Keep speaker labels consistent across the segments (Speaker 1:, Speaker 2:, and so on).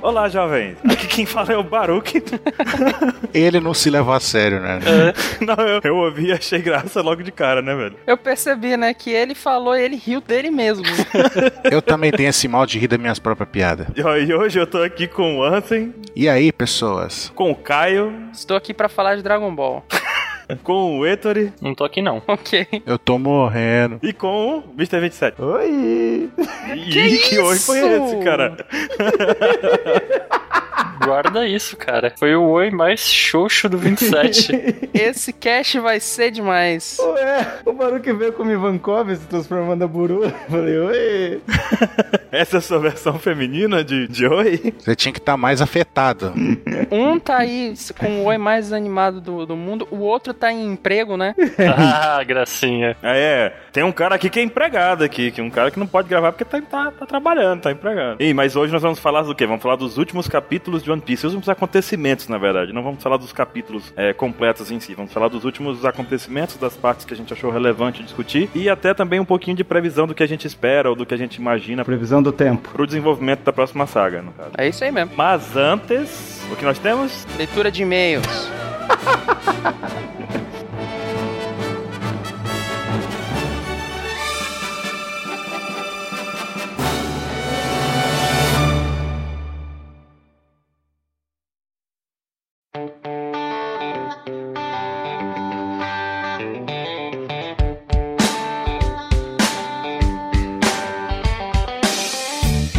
Speaker 1: Olá, jovens. Aqui quem fala é o Baruque.
Speaker 2: Ele não se leva a sério, né?
Speaker 1: Não, eu, eu ouvi e achei graça logo de cara, né, velho?
Speaker 3: Eu percebi, né, que ele falou e ele riu dele mesmo.
Speaker 2: Eu também tenho esse mal de rir das minhas próprias piadas.
Speaker 1: E ó, e hoje eu tô aqui com o Ansem,
Speaker 2: E aí, pessoas?
Speaker 1: com o Caio,
Speaker 3: Estou aqui pra falar de Dragon Ball.
Speaker 1: com o Ettore
Speaker 4: Não tô aqui não.
Speaker 3: Ok.
Speaker 2: Eu tô morrendo.
Speaker 1: e com o Mr. 27.
Speaker 5: Oi!
Speaker 1: Ih, que hoje foi
Speaker 3: isso?
Speaker 1: esse, cara?
Speaker 4: Guarda isso, cara. Foi o oi mais xoxo do 27.
Speaker 3: Esse cast vai ser demais.
Speaker 5: Ué, o Baruque veio com o Ivankov se transformando a Buru. Eu falei, oi!
Speaker 1: Essa é a sua versão feminina de, de oi?
Speaker 2: Você tinha que estar mais afetado.
Speaker 3: Um tá aí com o oi mais animado do, do mundo, o outro tá em emprego, né?
Speaker 4: ah, gracinha.
Speaker 1: Ah, é. Tem um cara aqui que é empregado aqui, que é um cara que não pode gravar porque tá, tá, tá trabalhando, tá empregado. Ei, mas hoje nós vamos falar do quê? Vamos falar dos últimos capítulos de One Piece, os últimos acontecimentos, na verdade. Não vamos falar dos capítulos é, completos em si, vamos falar dos últimos acontecimentos, das partes que a gente achou relevante discutir e até também um pouquinho de previsão do que a gente espera ou do que a gente imagina
Speaker 5: Previsão do tempo.
Speaker 1: pro desenvolvimento da próxima saga, no caso.
Speaker 3: É isso aí mesmo.
Speaker 1: Mas antes, o que nós temos?
Speaker 3: Leitura de e-mails.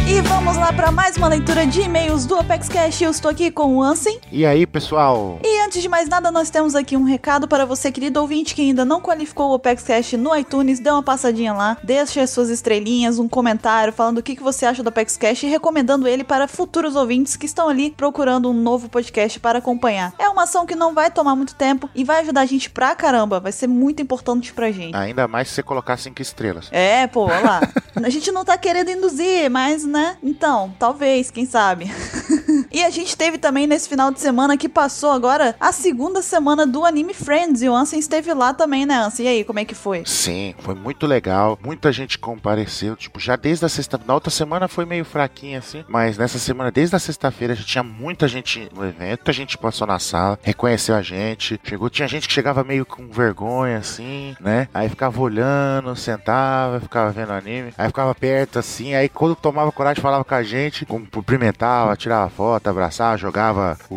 Speaker 6: E vamos lá para mais uma leitura de e-mails do Apex Cash. Eu estou aqui com o Ansem.
Speaker 2: E aí, pessoal?
Speaker 6: E antes de mais nada, nós temos aqui um recado para você, querido ouvinte, que ainda não qualificou o Apex Cash no iTunes. Dê uma passadinha lá, deixe as suas estrelinhas, um comentário falando o que que você acha do Apex Cash e recomendando ele para futuros ouvintes que estão ali procurando um novo podcast para acompanhar. É uma ação que não vai tomar muito tempo e vai ajudar a gente pra caramba. Vai ser muito importante pra gente.
Speaker 2: Ainda mais se você colocar cinco estrelas.
Speaker 6: É, pô, olha lá. A gente não tá querendo induzir, mas, né? Então, talvez, quem sabe. E a gente teve também nesse final de semana que passou agora a segunda semana do Anime Friends. E o Ansem esteve lá também, né, Ansem? E aí, como é que foi?
Speaker 2: Sim, foi muito legal. Muita gente compareceu. Tipo, já desde a sexta. Na outra semana foi meio fraquinha, assim. Mas nessa semana, desde a sexta-feira, já tinha muita gente no evento. Muita gente passou na sala, reconheceu a gente. Chegou, tinha gente que chegava meio com vergonha, assim, né? Aí ficava olhando, sentava, ficava vendo anime. Aí ficava perto, assim. Aí quando tomava coragem, falava com a gente. Cumprimentava, tirava foto, abraçava, jogava o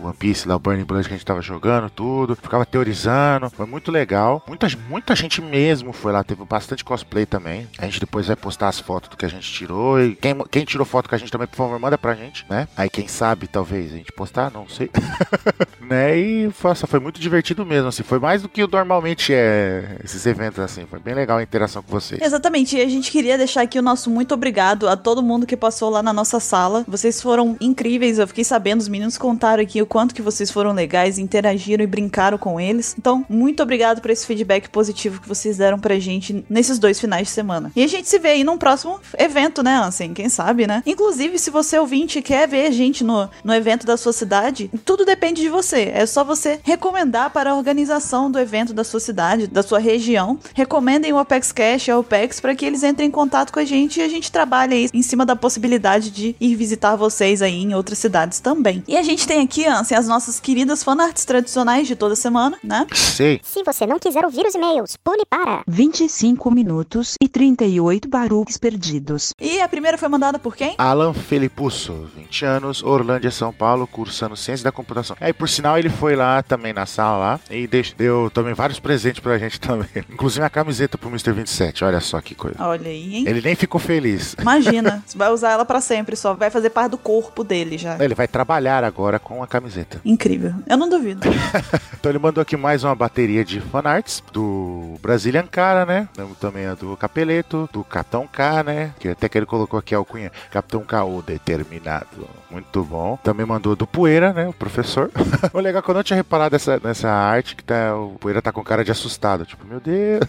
Speaker 2: o One Piece lá, o Burning Blood que a gente tava jogando, tudo. Ficava teorizando. Foi muito legal. Muita, muita gente mesmo foi lá. Teve bastante cosplay também. A gente depois vai postar as fotos do que a gente tirou. E quem, quem tirou foto com a gente também, por favor, manda pra gente, né? Aí quem sabe, talvez, a gente postar, não sei. né? E nossa, foi muito divertido mesmo, assim. Foi mais do que normalmente é esses eventos, assim. Foi bem legal a interação com vocês.
Speaker 6: Exatamente, e a gente queria deixar aqui o nosso muito obrigado a todo mundo que passou lá na nossa sala. Vocês foram incríveis, eu fiquei sabendo, os meninos contaram aqui o quanto que vocês foram legais, interagiram e brincaram com eles. Então, muito obrigado por esse feedback positivo que vocês deram pra gente nesses dois finais de semana. E a gente se vê aí num próximo evento, né, Ansem? Quem sabe, né? Inclusive, se você ouvinte quer ver a gente no, no evento da sua cidade, tudo depende de você. É só você recomendar para a organização do evento da sua cidade, da sua região. Recomendem o Apex Cash e a Opex para que eles entrem em contato com a gente e a gente trabalha aí em cima da possibilidade de ir visitar vocês aí em outras cidades também. E a gente tem aqui, Ansem, as nossas queridas fanarts tradicionais de toda semana, né?
Speaker 2: Sei.
Speaker 7: Se você não quiser ouvir os e-mails, pule para
Speaker 8: 25 minutos e 38 baruques perdidos.
Speaker 6: E a primeira foi mandada por quem?
Speaker 2: Alan Felipusso, 20 anos, Orlândia, São Paulo, cursando Ciência da Computação. Aí, por sinal, ele foi lá também na sala lá e deix- deu também vários presentes pra gente também. Inclusive a camiseta pro Mr. 27, olha só que coisa.
Speaker 6: Olha aí, hein?
Speaker 2: Ele nem ficou feliz.
Speaker 6: Imagina, você vai usar ela pra sempre, só vai fazer parte do corpo dele já.
Speaker 2: Ele vai trabalhar agora com a camiseta.
Speaker 6: Incrível. Eu não duvido.
Speaker 2: Então ele mandou aqui mais uma bateria de fanarts do Brazilian Cara, né? Temos Também a do Capeleto, do Capitão K, né? Que até que ele colocou aqui a alcunha. Capitão K, o determinado. Muito bom. Também mandou do Poeira, né? O professor. o legal é que eu não tinha reparado essa, nessa arte que tá. O Poeira tá com cara de assustado. Tipo, meu Deus.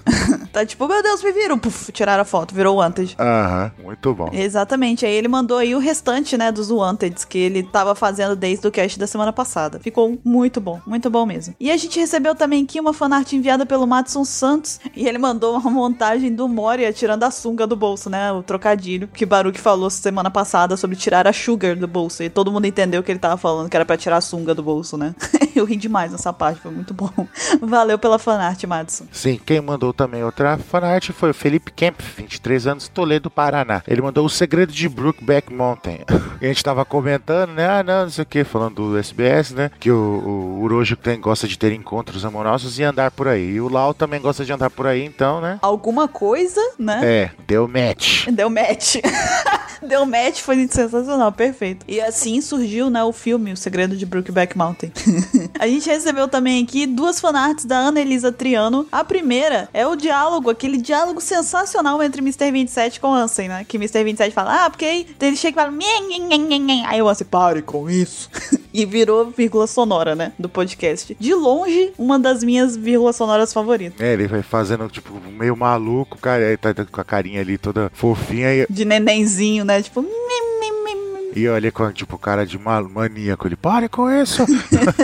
Speaker 6: Tá tipo, meu Deus, me viram. Puf, tiraram a foto, virou Wanted.
Speaker 2: Aham, muito bom.
Speaker 6: Exatamente, aí ele mandou aí o restante, né, dos Wanteds que ele tava fazendo desde o cast da semana passada. Ficou muito bom, muito bom mesmo. E a gente recebeu também aqui uma fanart enviada pelo Matson Santos, e ele mandou uma montagem do Moria tirando a sunga do bolso, né, o trocadilho que Baruch falou semana passada sobre tirar a sugar do bolso, e todo mundo entendeu que ele tava falando que era pra tirar a sunga do bolso, né. Eu ri demais nessa parte, foi muito bom. Valeu pela fanart, Matson.
Speaker 2: Sim, quem mandou também outra fanart foi o Felipe Kemp, 23 anos, Toledo, Paraná. Ele mandou O Segredo de Brookback Mountain. a gente tava comentando, né? Ah, não, não sei o que, falando do SBS, né? Que o, o Urojo tem, gosta de ter encontros amorosos e andar por aí. E o Lau também gosta de andar por aí, então, né?
Speaker 6: Alguma coisa, né?
Speaker 2: É, deu match.
Speaker 6: Deu match. Deu match, foi sensacional, perfeito. E assim surgiu, né, o filme O Segredo de Brookback Mountain. a gente recebeu também aqui duas fanarts da Ana Elisa Triano. A primeira é o diálogo, aquele diálogo sensacional entre Mr. 27 com Ansem, né? Que Mr. 27 fala, ah, porque aí Daí ele chega e fala, "Nhen, nhen, nhen, nhen, nhen." aí o Ansem, pare com isso. e virou vírgula sonora, né, do podcast. De longe, uma das minhas vírgulas sonoras favoritas.
Speaker 2: É, ele vai fazendo, tipo, meio maluco, cara. Aí tá com a carinha ali toda fofinha e,
Speaker 6: De nenenzinho, né? Tipo, "Mim, mim, mim, mim."
Speaker 2: e olha com, tipo, cara de mal, maníaco. Ele, pare com isso!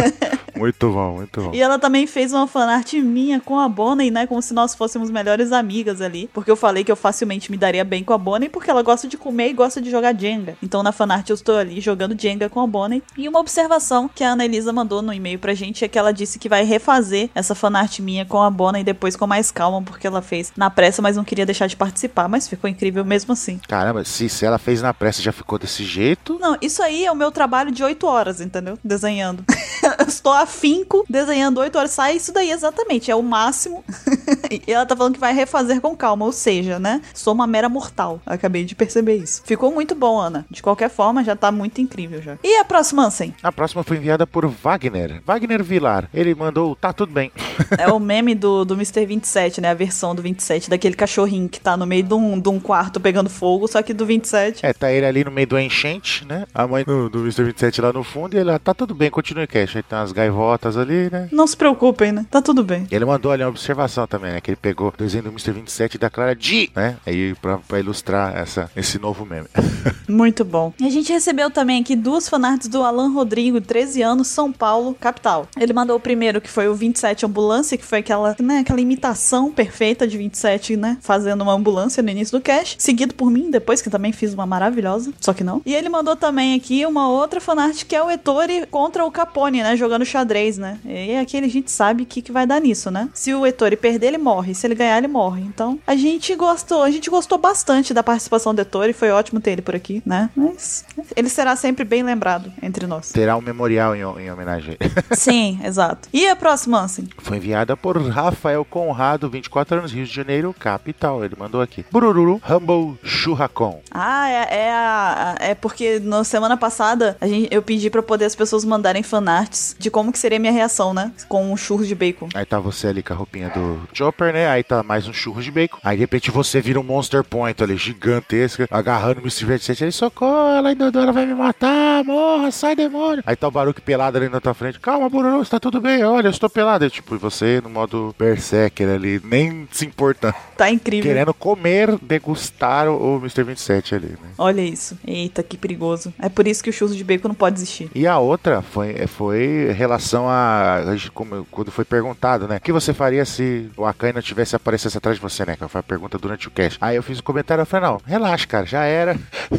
Speaker 2: muito bom, muito bom.
Speaker 6: E ela também fez uma fanart minha com a Bonnie, né? Como se nós fôssemos melhores amigas ali. Porque eu falei que eu facilmente me daria bem com a Bonnie, porque ela gosta de comer e gosta de jogar Jenga. Então na fanart eu estou ali jogando Jenga com a Bonnie. E uma observação que a Ana Elisa mandou no e-mail pra gente é que ela disse que vai refazer essa fanart minha com a Bonnie depois com mais calma, porque ela fez na pressa, mas não queria deixar de participar. Mas ficou incrível mesmo assim.
Speaker 2: Caramba, se, se ela fez na pressa já ficou desse jeito.
Speaker 6: Não, isso aí é o meu trabalho de 8 horas, entendeu? Desenhando. Eu Estou afinco desenhando 8 horas. Sai isso daí exatamente, é o máximo. e ela tá falando que vai refazer com calma, ou seja, né? Sou uma mera mortal. Acabei de perceber isso. Ficou muito bom, Ana. De qualquer forma, já tá muito incrível já. E a próxima, Ansem?
Speaker 2: A próxima foi enviada por Wagner. Wagner Vilar. Ele mandou, tá tudo bem.
Speaker 6: É o meme do, do Mr. 27, né? A versão do 27, daquele cachorrinho que tá no meio de um, de um quarto pegando fogo, só que do 27.
Speaker 2: É, tá ele ali no meio do enchente, né? A mãe do, do Mr. 27 lá no fundo e ele, ah, tá tudo bem, continue cash. Aí tem umas gaivotas ali, né?
Speaker 6: Não se preocupem, né? Tá tudo bem.
Speaker 2: E Ele mandou ali uma observação também, né? Que ele pegou o desenho do Mr. 27 da Clara G, né? Aí pra, pra ilustrar essa, esse novo meme.
Speaker 6: Muito bom. E a gente recebeu também aqui duas fanarts do Alan Rodrigo, 13 anos, São Paulo, capital. Ele mandou o primeiro, que foi o 27 Ambulância, que foi aquela, né, aquela imitação perfeita de 27, né? Fazendo uma ambulância no início do cast. Seguido por mim, depois, que também fiz uma maravilhosa, só que não. E ele mandou também aqui uma outra fanart que é o Ettore contra o Capone, né? Jogando xadrez, né? E aquele a gente sabe o que, que vai dar nisso, né? Se o Ettore perder, ele morre. Se ele ganhar, ele morre. Então, a gente gostou, a gente gostou bastante da participação do Ettore. Foi ótimo ter ele por aqui, né? Mas ele será sempre bem lembrado entre nós.
Speaker 2: Terá um memorial em, em homenagem. a ele.
Speaker 6: Sim, exato. E a próxima, assim?
Speaker 2: Foi enviada por Rafael Conrado, 24 anos, Rio de Janeiro, capital. Ele mandou aqui. Bururu Humble Churracon.
Speaker 6: Ah, é, é, a- é porque na semana passada a gente, eu pedi pra poder as pessoas mandarem fanarts de como que seria a minha reação, né? Com um churro de bacon.
Speaker 2: Aí tá você ali com a roupinha do Chopper, né? Aí tá mais um churro de bacon. Aí de repente você vira um Monster Point ali, gigantesco, agarrando o Mr. 27. Ele, socorro, ela Dodora vai me matar, morra, sai demônio. Aí tá o Baruque pelado ali na tua frente. Calma, Bururu, está tá tudo bem, olha, eu estou pelado. E, tipo, e você no modo Berserker ali, nem se importando.
Speaker 6: Tá incrível.
Speaker 2: Querendo comer, degustar o, o Mr. 27 ali, né?
Speaker 6: Olha isso. Eita, que perigoso. É por isso que o churro de bacon não pode existir.
Speaker 2: E a outra foi, é, foi em relação a. a gente, como- quando foi perguntado, né? O que você faria se o Akaina tivesse aparecesse atrás de você, né? Que foi a pergunta durante o cast. Aí eu fiz um comentário, eu falei, não, relaxa, cara, já era.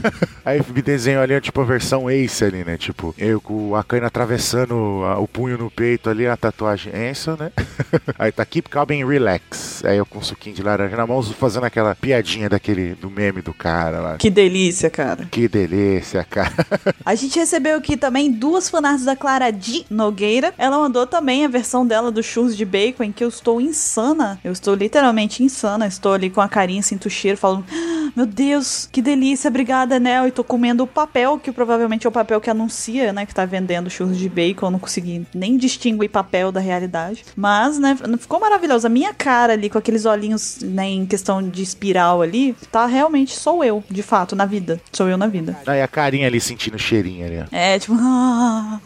Speaker 2: Aí me desenho ali, tipo, a versão Ace ali, né? Tipo, eu com o Akaina atravessando a- o punho no peito ali, a tatuagem Ace, né? Aí tá Keep Calm and Relax. Aí eu com um suquinho de laranja na mão, fazendo aquela piadinha daquele, do meme do cara lá.
Speaker 6: Que delícia, cara.
Speaker 2: Que delícia, cara.
Speaker 6: A gente recebeu aqui também duas fanarts da Clara de Nogueira. Ela mandou também a versão dela do churros de bacon, em que eu estou insana. Eu estou literalmente insana. Estou ali com a carinha, sinto o cheiro, falando "Ah, Meu Deus, que delícia, obrigada, Nel. E tô comendo o papel, que provavelmente é o papel que anuncia, né? Que tá vendendo churros de bacon. Eu não consegui nem distinguir papel da realidade. Mas, né, ficou maravilhoso. A minha cara ali, com aqueles olhinhos, né, em questão de espiral ali, tá realmente sou eu, de fato, na vida. Sou eu na vida.
Speaker 2: Aí a carinha ali sentindo o cheirinho ali, ó.
Speaker 6: É, tipo, ah,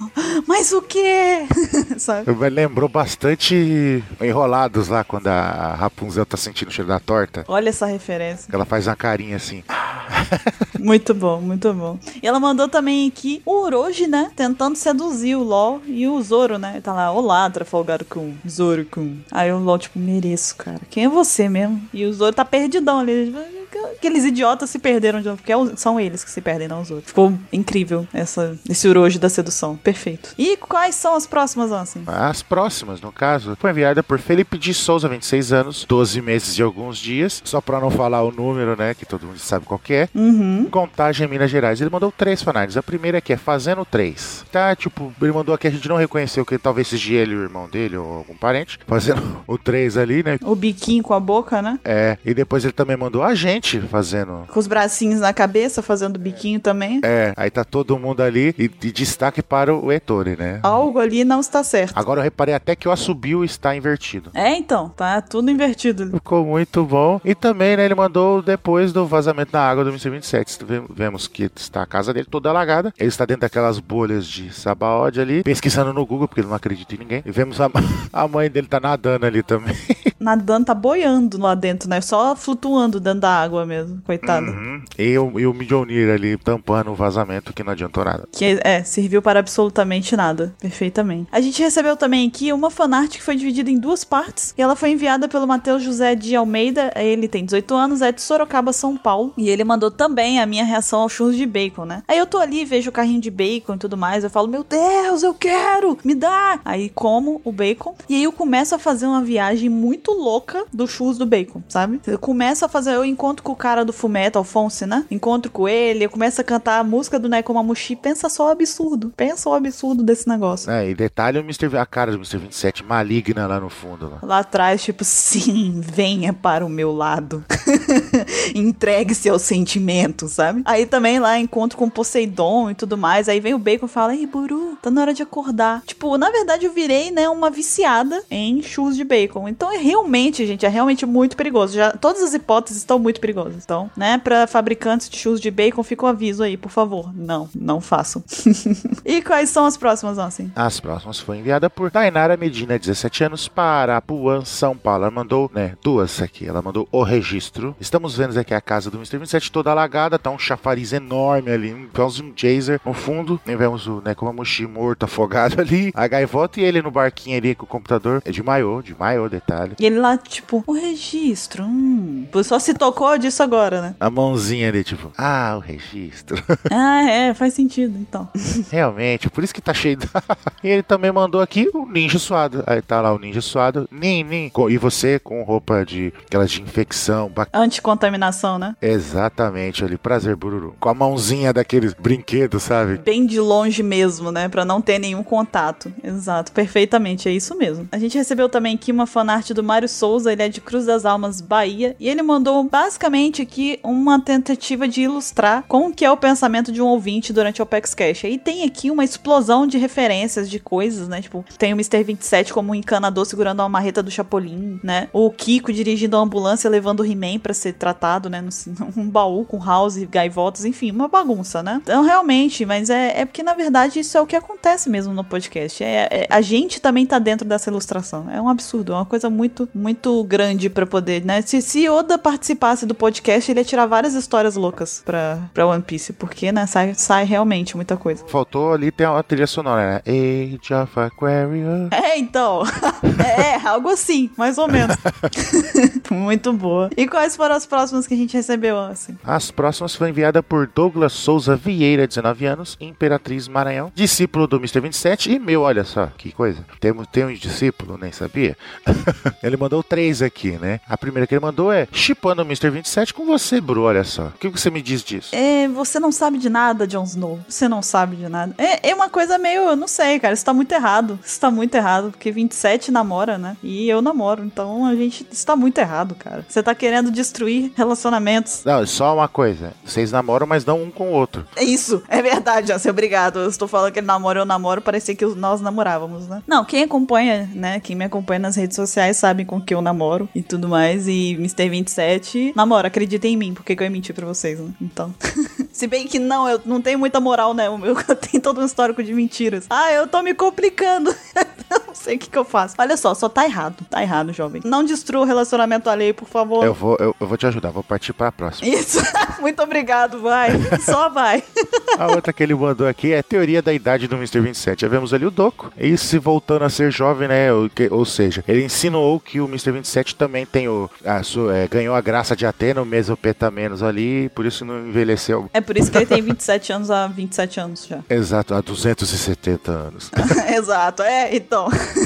Speaker 6: mas o quê? Sabe?
Speaker 2: Eu- Lembrou bastante Enrolados lá, quando a Rapunzel tá sentindo o cheiro da torta.
Speaker 6: Olha essa referência.
Speaker 2: Ela faz uma carinha assim.
Speaker 6: Muito bom, muito bom. E ela mandou também aqui o Orochi, né? Tentando seduzir o LOL e o Zoro, né? Tá lá, olá, Trafalgar-kun, Zoro-kun. Aí o LOL, tipo, mereço, cara. Quem é você mesmo? E o Zoro tá perdidão ali. Aqueles idiotas se perderam de novo, porque é o- são eles que se perdem, não os outros. Ficou incrível essa, esse Orochi da sedução. Perfeito. E quais são as próximas, assim? Ansem?
Speaker 2: As próximas, no caso, foi enviada por Felipe de Souza, 26 anos, 12 meses e alguns dias. Só pra não falar o número, né? Que todo mundo sabe qual que é.
Speaker 6: Uhum.
Speaker 2: Contagem Minas Gerais. Ele mandou três fanáticos. A primeira aqui é Fazendo Três. Tá, tipo, ele mandou aqui, a gente não reconheceu que talvez seja ele, o irmão dele, ou algum parente. Fazendo o três ali, né?
Speaker 6: O biquinho com a boca, né?
Speaker 2: É, e depois ele também mandou a gente fazendo.
Speaker 6: Com os bracinhos na cabeça, fazendo biquinho também.
Speaker 2: É, aí tá todo mundo ali e, e destaque para o Ettore, né?
Speaker 6: Algo ali não está certo.
Speaker 2: Agora eu reparei até que o assobio está invertido.
Speaker 6: É, então, tá tudo invertido.
Speaker 2: Ficou muito bom. E também, né, ele mandou depois do vazamento na água do MC 27. Ve- Vemos que está a casa dele toda alagada. Ele está dentro daquelas bolhas de sabaóde ali, pesquisando no Google, porque ele não acredita em ninguém. E vemos a, a mãe dele tá nadando ali também.
Speaker 6: Nadando tá boiando lá dentro, né? Só flutuando dentro da água mesmo, coitado.
Speaker 2: Uhum. E o, e o Mjolnir ali tampando o vazamento, que não adiantou nada.
Speaker 6: Que é, serviu para absolutamente nada. Perfeitamente. A gente recebeu também aqui uma fanart que foi dividida em duas partes. E ela foi enviada pelo Matheus José de Almeida. Ele tem 18 anos, é de Sorocaba, São Paulo. E ele mandou também a minha reação aos churros de bacon, né? Aí eu tô ali, vejo o carrinho de bacon e tudo mais. Eu falo, meu Deus, eu quero! Me dá! Aí como o bacon. E aí eu começo a fazer uma viagem muito louca do churros do bacon, sabe? Eu começo a fazer, eu encontro com o cara do Fumeto, Alphonse, né? Encontro com ele, eu começo a cantar a música do Nekomamushi. Pensa só o absurdo. Pensa o absurdo desse negócio.
Speaker 2: É, e detalhe o Mr. V- a cara do Mr. 27 maligna lá no fundo. Lá.
Speaker 6: Lá atrás, tipo, sim, venha para o meu lado. Entregue-se ao sentimento, sabe? Aí também lá encontro com Poseidon e tudo mais. Aí vem o Bacon e fala: Ei, Buru, tá na hora de acordar. Tipo, na verdade eu virei, né, uma viciada em churros de bacon. Então é realmente, gente, é realmente muito perigoso. Já, todas as hipóteses estão muito perigosas. Então, né, pra fabricantes de churros de bacon, fica o aviso aí, por favor. Não, não façam. e quais são as próximas, assim?
Speaker 2: As próximas foi enviada por Tainara Medina, 17 anos, Parapuã, São Paulo. Ela mandou, né, duas aqui. Ela mandou o registro. Estamos vendo aqui a casa do Mr. 27 toda alagada, tá um chafariz enorme ali, um quase um chaser no fundo. E vemos o né, Nekomamushi morto, afogado ali. A gaivota e ele no barquinho ali com o computador. É de maiô, de maiô, detalhe.
Speaker 6: E ele lá, tipo, o registro, hum. Só se tocou disso agora, né?
Speaker 2: A mãozinha ali, tipo, ah, o registro.
Speaker 6: ah, é, faz sentido, então.
Speaker 2: Realmente, por isso que tá cheio. da- e ele também mandou aqui o ninja suado. Aí tá lá o ninja suado. Nin, nin. Com- E você com roupa de aquelas de infecção, bac-
Speaker 6: Anticontaminação, né?
Speaker 2: Exatamente, ali, prazer, Bururu. Com a mãozinha daqueles brinquedos, sabe?
Speaker 6: Bem de longe mesmo, né? Pra não ter nenhum contato. Exato, perfeitamente, é isso mesmo. A gente recebeu também aqui uma fanart do Mário Souza, ele é de Cruz das Almas, Bahia, e ele mandou basicamente aqui uma tentativa de ilustrar como que é o pensamento de um ouvinte durante o Opex Cash. Aí tem aqui uma explosão de referências de coisas, né? Tipo, tem o Mr. 27 como um encanador segurando uma marreta do Chapolin, né? O Kiko dirigindo a ambulância levando o He-Man pra ser tratado, né? num- Um baú com House, gaivotas, enfim, uma bagunça, né? Então, realmente, mas é, é porque, na verdade, isso é o que acontece mesmo no podcast. É, é- a gente também tá dentro dessa ilustração. É um absurdo, é uma coisa muito, muito grande pra poder, né? Se, se Oda participasse do podcast, ele ia tirar várias histórias loucas pra, pra One Piece, porque, né, sai, sai realmente muita coisa.
Speaker 2: Faltou ali ter uma trilha sonora, né? Age of Aquarius.
Speaker 6: É, então. é, algo assim, mais ou menos. Muito boa. E quais foram as próximas que a gente recebeu, assim?
Speaker 2: As próximas foi enviada por Douglas Souza Vieira, 19 anos, Imperatriz Maranhão, discípulo do Mr. 27 e meu, olha só, que coisa. Temos, tem um discípulo, nem sabia. ele mandou três aqui, né? A primeira que ele mandou é chipando o Mr. 27 com você, Bru, olha só. O que você me diz disso?
Speaker 6: É, você não sabe de nada, Jon Snow. Você não sabe de nada. É, é uma coisa meio, eu não sei, cara. Isso tá muito errado. Isso tá muito errado. Porque 27 namora, né? E eu namoro. Então a gente. Isso tá muito errado, cara. Você tá querendo destruir relacionamentos.
Speaker 2: Não, é só uma coisa. Vocês namoram, mas não um com o outro.
Speaker 6: É isso, é verdade, Jace, obrigado. Eu estou falando que ele namora, eu namoro, parecia que nós namorávamos, né? Não, quem acompanha, né? Quem me acompanha nas redes sociais sabe com que eu namoro e tudo mais. E Mr. 27 namora, acredita em mim, porque que eu ia mentir pra vocês, né? Então. Se bem que não, eu não tenho muita moral, né? O meu eu tenho todo um histórico de mentiras. Ah, eu tô me complicando. Eu não sei o que, que eu faço. Olha só, só tá errado. Tá errado, jovem. Não destrua o relacionamento alheio, por favor.
Speaker 2: Eu vou, eu, eu vou te ajudar, vou partir pra próxima.
Speaker 6: Isso. Muito obrigado, vai. Só vai.
Speaker 2: A outra que ele mandou aqui é teoria da idade do Mr. 27. Já vemos ali o Doco. E se voltando a ser jovem, né? o que- Ou, seja, ele insinuou que o Mr. 27 também tem o, a sua, é, ganhou a graça de Atena, o mesopetamenos ali, por isso não envelheceu.
Speaker 6: É por isso que ele tem 27 anos há 27 anos já.
Speaker 2: Exato, há 270 anos.
Speaker 6: Exato, é, então.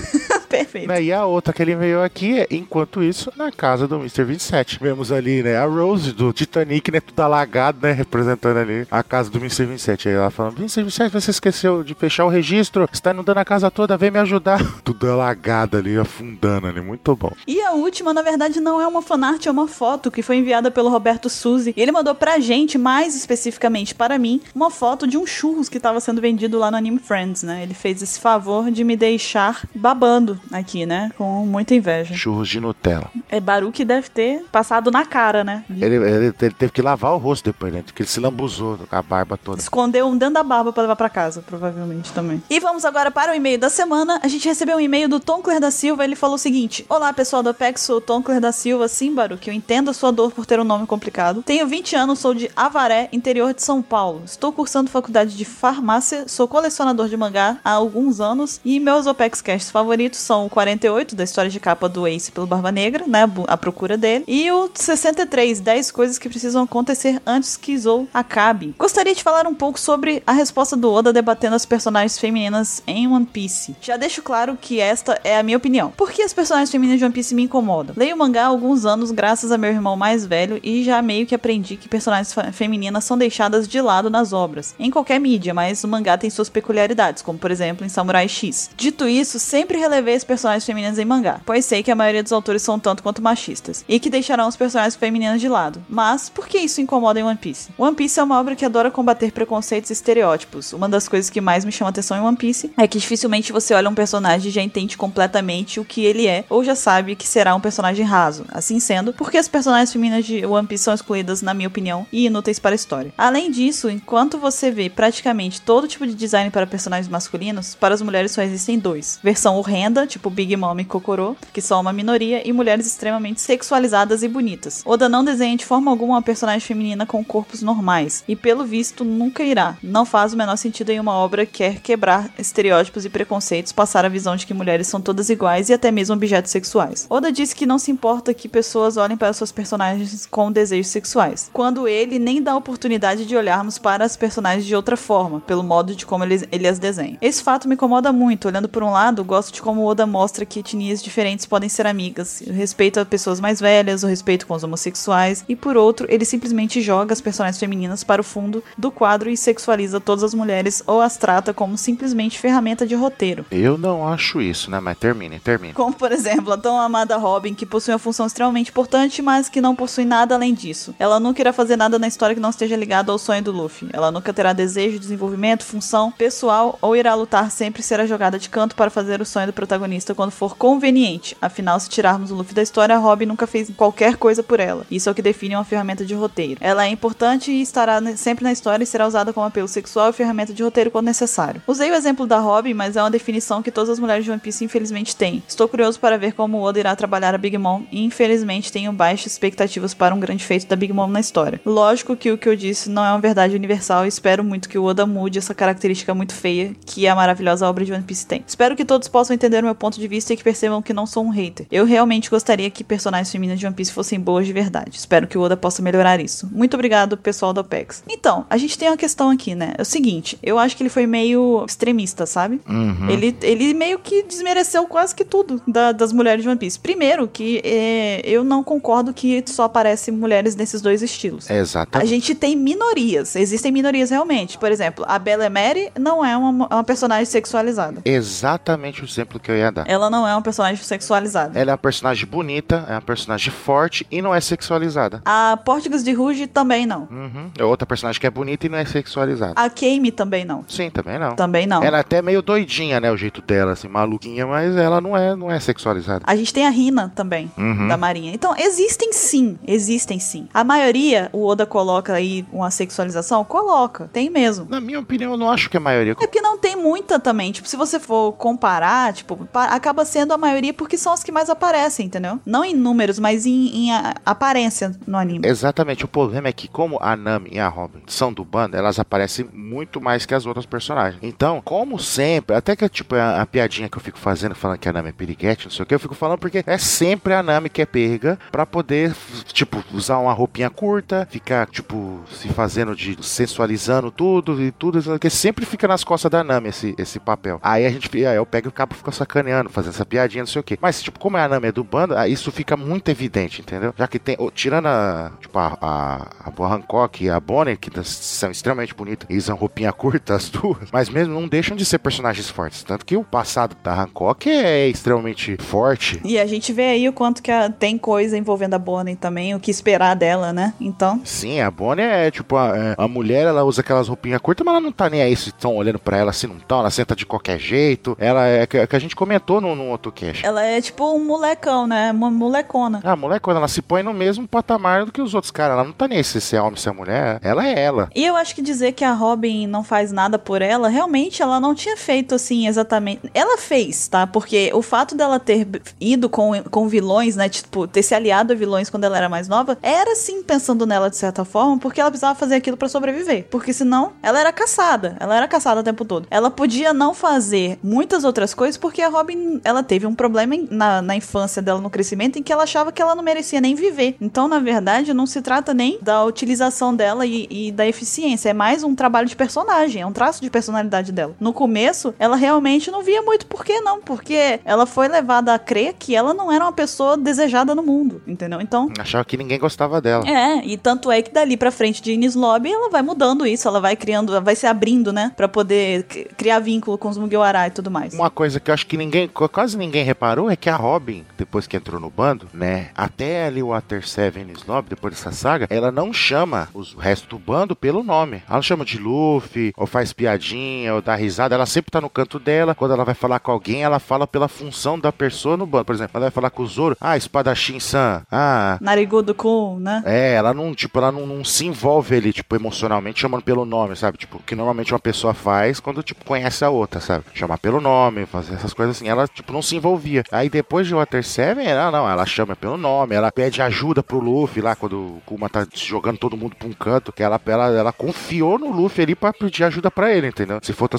Speaker 6: Perfeito.
Speaker 2: Né, E a outra que ele veio aqui é, enquanto isso, na casa do Mr. 27. Vemos ali, né, a Rose do Titanic, né, tudo alagado, né, representando ali a casa do Mr. 27. Aí ela falando, Mr. 27, você esqueceu de fechar o registro, você tá inundando a casa toda, vem me ajudar. Tudo alagado ali, afundando ali, muito bom.
Speaker 6: E a última, na verdade, não é uma fanart, é uma foto que foi enviada pelo Roberto Suzy. E ele mandou pra gente, mais especificamente para mim, uma foto de um churros que tava sendo vendido lá no Anime Friends, né? Ele fez esse favor de me deixar babando aqui, né? Com muita inveja.
Speaker 2: Churros de Nutella.
Speaker 6: É Baruque deve ter passado na cara, né?
Speaker 2: Ele, ele- ele teve que lavar o rosto depois, né, porque ele se lambuzou com a barba toda.
Speaker 6: Escondeu um dentro da barba pra levar pra casa, provavelmente também. E vamos agora para o e-mail da semana. A gente recebeu um e-mail do Tonkler da Silva. Ele falou o seguinte: Olá, pessoal do Apex, sou o Tonkler da Silva Símbaro, que eu entendo a sua dor por ter um nome complicado. Tenho 20 anos, sou de Avaré, interior de São Paulo. Estou cursando faculdade de farmácia, sou colecionador de mangá há alguns anos e meus Opex Casts favoritos são o 48, da história de capa do Ace pelo Barba Negra, né? bu- A procura dele. E o 63, 10 coisas que precisam acontecer antes que Zou acabe. Gostaria de falar um pouco sobre a resposta do Oda debatendo as personagens femininas em One Piece. Já deixo claro que esta é a minha opinião. Por que as personagens femininas de One Piece me incomodam? Leio o mangá há alguns anos graças a meu irmão mais velho e já meio que aprendi que personagens fa- femininas são deixadas de lado nas obras, em qualquer mídia, mas o mangá tem suas peculiaridades, como por exemplo em Samurai X. Dito isso, sempre relevei as personagens femininas em mangá, pois sei que a maioria dos autores são tanto quanto machistas, e que deixarão os personagens femininas de lado. Mas, por que isso incomoda em One Piece? One Piece é uma obra que adora combater preconceitos e estereótipos. Uma das coisas que mais me chama atenção em One Piece é que dificilmente você olha um personagem e já entende completamente o que ele é, ou já sabe que será um personagem raso. Assim sendo, por que as personagens femininas de One Piece são excluídas, na minha opinião, e inúteis para a história? Além disso, enquanto você vê praticamente todo tipo de design para personagens masculinos, para as mulheres só existem dois: versão horrenda, tipo Big Mom e Kokoro, que são uma minoria, e mulheres extremamente sexualizadas e bonitas. Oda não desenha de forma alguma uma personagem feminina com corpos normais, e pelo visto nunca irá. Não faz o menor sentido em uma obra que quer quebrar estereótipos e preconceitos, passar a visão de que mulheres são todas iguais e até mesmo objetos sexuais. Oda disse que não se importa que pessoas olhem para suas personagens com desejos sexuais, quando ele nem dá a oportunidade de olharmos para as personagens de outra forma, pelo modo de como ele, ele as desenha. Esse fato me incomoda muito. Olhando por um lado, gosto de como Oda mostra que etnias diferentes podem ser amigas, o respeito a pessoas mais velhas, o respeito com os homossexuais, e por outro, ele simplesmente joga as personagens femininas para o fundo do quadro e sexualiza todas as mulheres ou as trata como simplesmente ferramenta de roteiro.
Speaker 2: Eu não acho isso, né, mas termine, termine.
Speaker 6: Como, por exemplo, a tão amada Robin, que possui uma função extremamente importante, mas que não possui nada além disso. Ela nunca irá fazer nada na história que não esteja ligado ao sonho do Luffy. Ela nunca terá desejo, desenvolvimento, função pessoal ou irá lutar sempre e será jogada de canto para fazer o sonho do protagonista quando for conveniente. Afinal, se tirarmos o Luffy da história, a Robin nunca fez qualquer coisa por ela. Isso é o que define uma ferramenta de roteiro. Ela é importante e estará ne- sempre na história e será usada como apelo sexual e ferramenta de roteiro quando necessário. Usei o exemplo da Robin, mas é uma definição que todas as mulheres de One Piece infelizmente têm. Estou curioso para ver como o Oda irá trabalhar a Big Mom e infelizmente tenho baixas expectativas para um grande feito da Big Mom na história. Lógico que o que eu disse não é uma verdade universal e espero muito que o Oda mude essa característica muito feia que a maravilhosa obra de One Piece tem. Espero que todos possam entender o meu ponto de vista e que percebam que não sou um hater. Eu realmente gostaria que personagens femininas de One Piece fossem boas de verdade. Espero que o Oda possa melhorar isso. Muito obrigado, pessoal da OPEX. Então, a gente tem uma questão aqui, né? É o seguinte, eu acho que ele foi meio extremista, sabe?
Speaker 2: Uhum.
Speaker 6: Ele, ele meio que desmereceu quase que tudo da- das mulheres de One Piece. Primeiro, que é, eu não concordo que só aparecem mulheres nesses dois estilos.
Speaker 2: É,
Speaker 6: A
Speaker 2: Exatamente.
Speaker 6: gente tem minorias, existem minorias realmente. Por exemplo, a Bella Mary não é uma, uma personagem sexualizada.
Speaker 2: Exatamente o exemplo que eu ia ia dar.
Speaker 6: Ela não é uma personagem sexualizada.
Speaker 2: Ela é uma personagem bonita, é uma personagem forte e não é sexualizada.
Speaker 6: A Portugas de Ruge também não.
Speaker 2: Uhum. É outra personagem que é bonita e não é sexualizada.
Speaker 6: A Kame também não.
Speaker 2: Sim, também não.
Speaker 6: Também não.
Speaker 2: Ela é até meio doidinha, né? O jeito dela, assim, maluquinha, mas ela não é, não é sexualizada.
Speaker 6: A gente tem a Rina também,
Speaker 2: Uhum.
Speaker 6: da Marinha. Então, existem sim, existem sim. A maioria, o Oda coloca aí uma sexualização? Coloca, tem mesmo.
Speaker 2: Na minha opinião, eu não acho que a maioria.
Speaker 6: É porque não tem muita também. Tipo, se você for comparar, tipo, pa- acaba sendo a maioria porque são as que mais aparecem, entendeu? Não em números, mas em, em a- aparência no anime.
Speaker 2: Exatamente, o problema é que, como a Nami e a Robin são do bando, elas aparecem muito mais que as outras personagens. Então, como sempre, até que tipo a, a piadinha que eu fico fazendo, falando que a Nami é piriguete, não sei o que, eu fico falando porque é sempre a Nami que é perga pra poder, f- tipo, usar uma roupinha curta, ficar, tipo, se fazendo de sensualizando tudo e tudo, porque sempre fica nas costas da Nami esse, esse papel. Aí a gente, aí eu pego e acabo ficando sacaneando, fazendo essa piadinha, não sei o que. Mas, tipo, como a Nami é do bando, aí isso fica muito evidente, entendeu? Já que tem, ô, tirando a, tipo, a, a, a Boa Hancock e a Bonnie, que das- são extremamente bonitas e usam roupinha curta, as duas, mas mesmo não deixam de ser personagens fortes. Tanto que o passado da Hancock é extremamente forte.
Speaker 6: E a gente vê aí o quanto que a- tem coisa envolvendo a Bonnie também, o que esperar dela, né? Então,
Speaker 2: Sim, a Bonnie é tipo a, é, a mulher, ela usa aquelas roupinhas curtas, mas ela não tá nem aí se estão olhando pra ela, se não estão, ela senta de qualquer jeito. Ela é que, que a gente comentou num, num outro cast.
Speaker 6: ela é tipo um molecão, né? Uma molecona.
Speaker 2: A mulher, Ah, quando ela se põe no mesmo patamar do que os outros caras, ela não tá nem aí se se é homem, se é mulher, ela é ela.
Speaker 6: E eu acho que dizer que a Robin não faz nada por ela, realmente ela não tinha feito assim exatamente. Ela fez, tá? Porque o fato dela ter b- ido com, com vilões, né? Tipo, ter se aliado a vilões quando ela era mais nova, era sim pensando nela de certa forma, porque ela precisava fazer aquilo pra sobreviver. Porque senão ela era caçada. Ela era caçada o tempo todo. Ela podia não fazer muitas outras coisas, porque a Robin, ela teve um problema em- na, na infância dela, no crescimento, em que ela achava que ela não merecia nem viver. Então, na verdade, não se trata nem da utilização dela e, e da eficiência. É mais um trabalho de personagem, é um traço de personalidade dela. No começo, ela realmente não via muito por que não, porque ela foi levada a crer que ela não era uma pessoa desejada no mundo, entendeu? Então,
Speaker 2: Achava que ninguém gostava dela.
Speaker 6: é, e tanto é que dali pra frente de Ines Lobby, ela vai mudando isso, ela vai criando, ela vai se abrindo, né? Pra poder c- criar vínculo com os Mugiwara e tudo mais.
Speaker 2: Uma coisa que eu acho que ninguém, quase ninguém reparou é que a Robin, depois que entrou no bando, né? Até ali o Water Seven e Snob, depois dessa saga, ela não chama os, o resto do bando pelo nome. Ela não chama de Luffy, ou faz piadinha, ou dá risada. Ela sempre tá no canto dela. Quando ela vai falar com alguém, ela fala pela função da pessoa no bando. Por exemplo, ela vai falar com o Zoro, ah, espadachim-san, ah,
Speaker 6: Narigudo Kun, né?
Speaker 2: É, ela não, tipo, ela não, não se envolve ali, tipo, emocionalmente, chamando pelo nome, sabe? Tipo, que normalmente uma pessoa faz quando, tipo, conhece a outra, sabe? Chamar pelo nome, fazer essas coisas assim. Ela, tipo, não se envolvia. Aí depois de Water Seven, ela não, ela chama pelo nome, ela pede ajuda pro Luffy lá, quando o Kuma tá jogando todo mundo pra um canto, que ela, ela, ela confiou no Luffy ali pra pedir ajuda pra ele, entendeu? Se fosse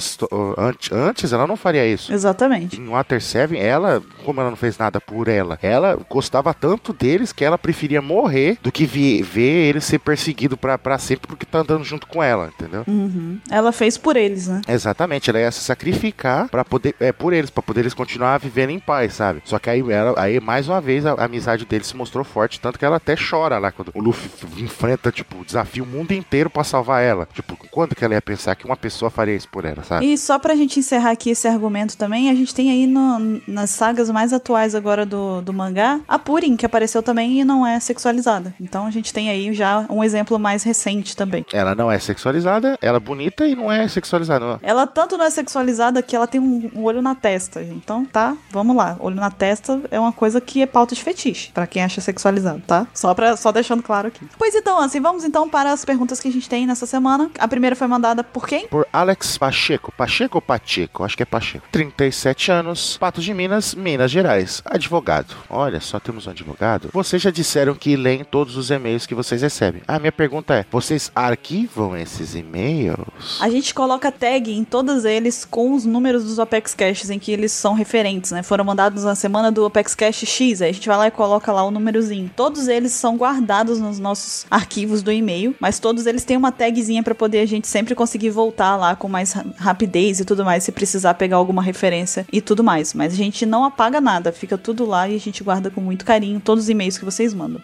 Speaker 2: antes, antes, ela não faria isso.
Speaker 6: Exatamente.
Speaker 2: Em Water Seven, ela, como ela não fez nada por ela, ela gostava tanto deles que ela preferia morrer do que vi- ver ele ser perseguido pra, pra sempre porque tá andando junto com ela, entendeu?
Speaker 6: Uhum. Ela fez por eles, né?
Speaker 2: Exatamente, ela ia se sacrificar para poder, é, por eles, pra poder eles continuar vivendo em paz, sabe? Só que aí, ela, aí mais uma vez, a, a amizade deles se mostrou forte, tanto que ela até chora lá quando o Luffy f- enfrenta, tipo, desafia o mundo inteiro pra salvar ela. Tipo, quando que ela ia pensar que uma pessoa faria isso por ela, sabe?
Speaker 6: E só pra gente encerrar aqui esse argumento também, a gente tem aí no- nas sagas mais atuais agora do, do mangá, a Purin, que apareceu também e não é sexualizada. Então a gente tem aí já um exemplo mais recente também.
Speaker 2: Ela não é sexualizada, ela é bonita e não é sexualizada. não.
Speaker 6: Ela tanto não é sexualizada que ela tem um, um olho na testa. gente. Então, tá, vamos lá. Olho na testa é uma coisa que é pauta de fetiche, pra quem acha sexualizado, tá? Só, pra, só deixando claro aqui. Pois então, assim, vamos então para as perguntas que a gente tem nessa semana. A primeira foi mandada por quem?
Speaker 2: por Alex Pacheco. Pacheco ou Pacheco? Acho que é Pacheco. 37 anos, Patos de Minas, Minas Gerais. Advogado. Olha, só temos um advogado. Vocês já disseram que leem todos os e-mails que vocês recebem. A minha pergunta é: vocês arquivam esses e-mails?
Speaker 6: A gente coloca tag em todos eles com os números dos Apex Caches em que eles são referentes, né? Foram mandados na semana do Apex Cache X, aí a gente vai lá e coloca lá o númerozinho. Todos eles são guardados nos nossos arquivos do e-mail, mas todos eles têm uma tagzinha pra poder a gente sempre conseguir voltar lá com mais ra- rapidez e tudo mais, se precisar pegar alguma referência e tudo mais. Mas a gente não apaga nada, fica tudo lá e a gente guarda com muito carinho todos os e-mails que vocês mandam.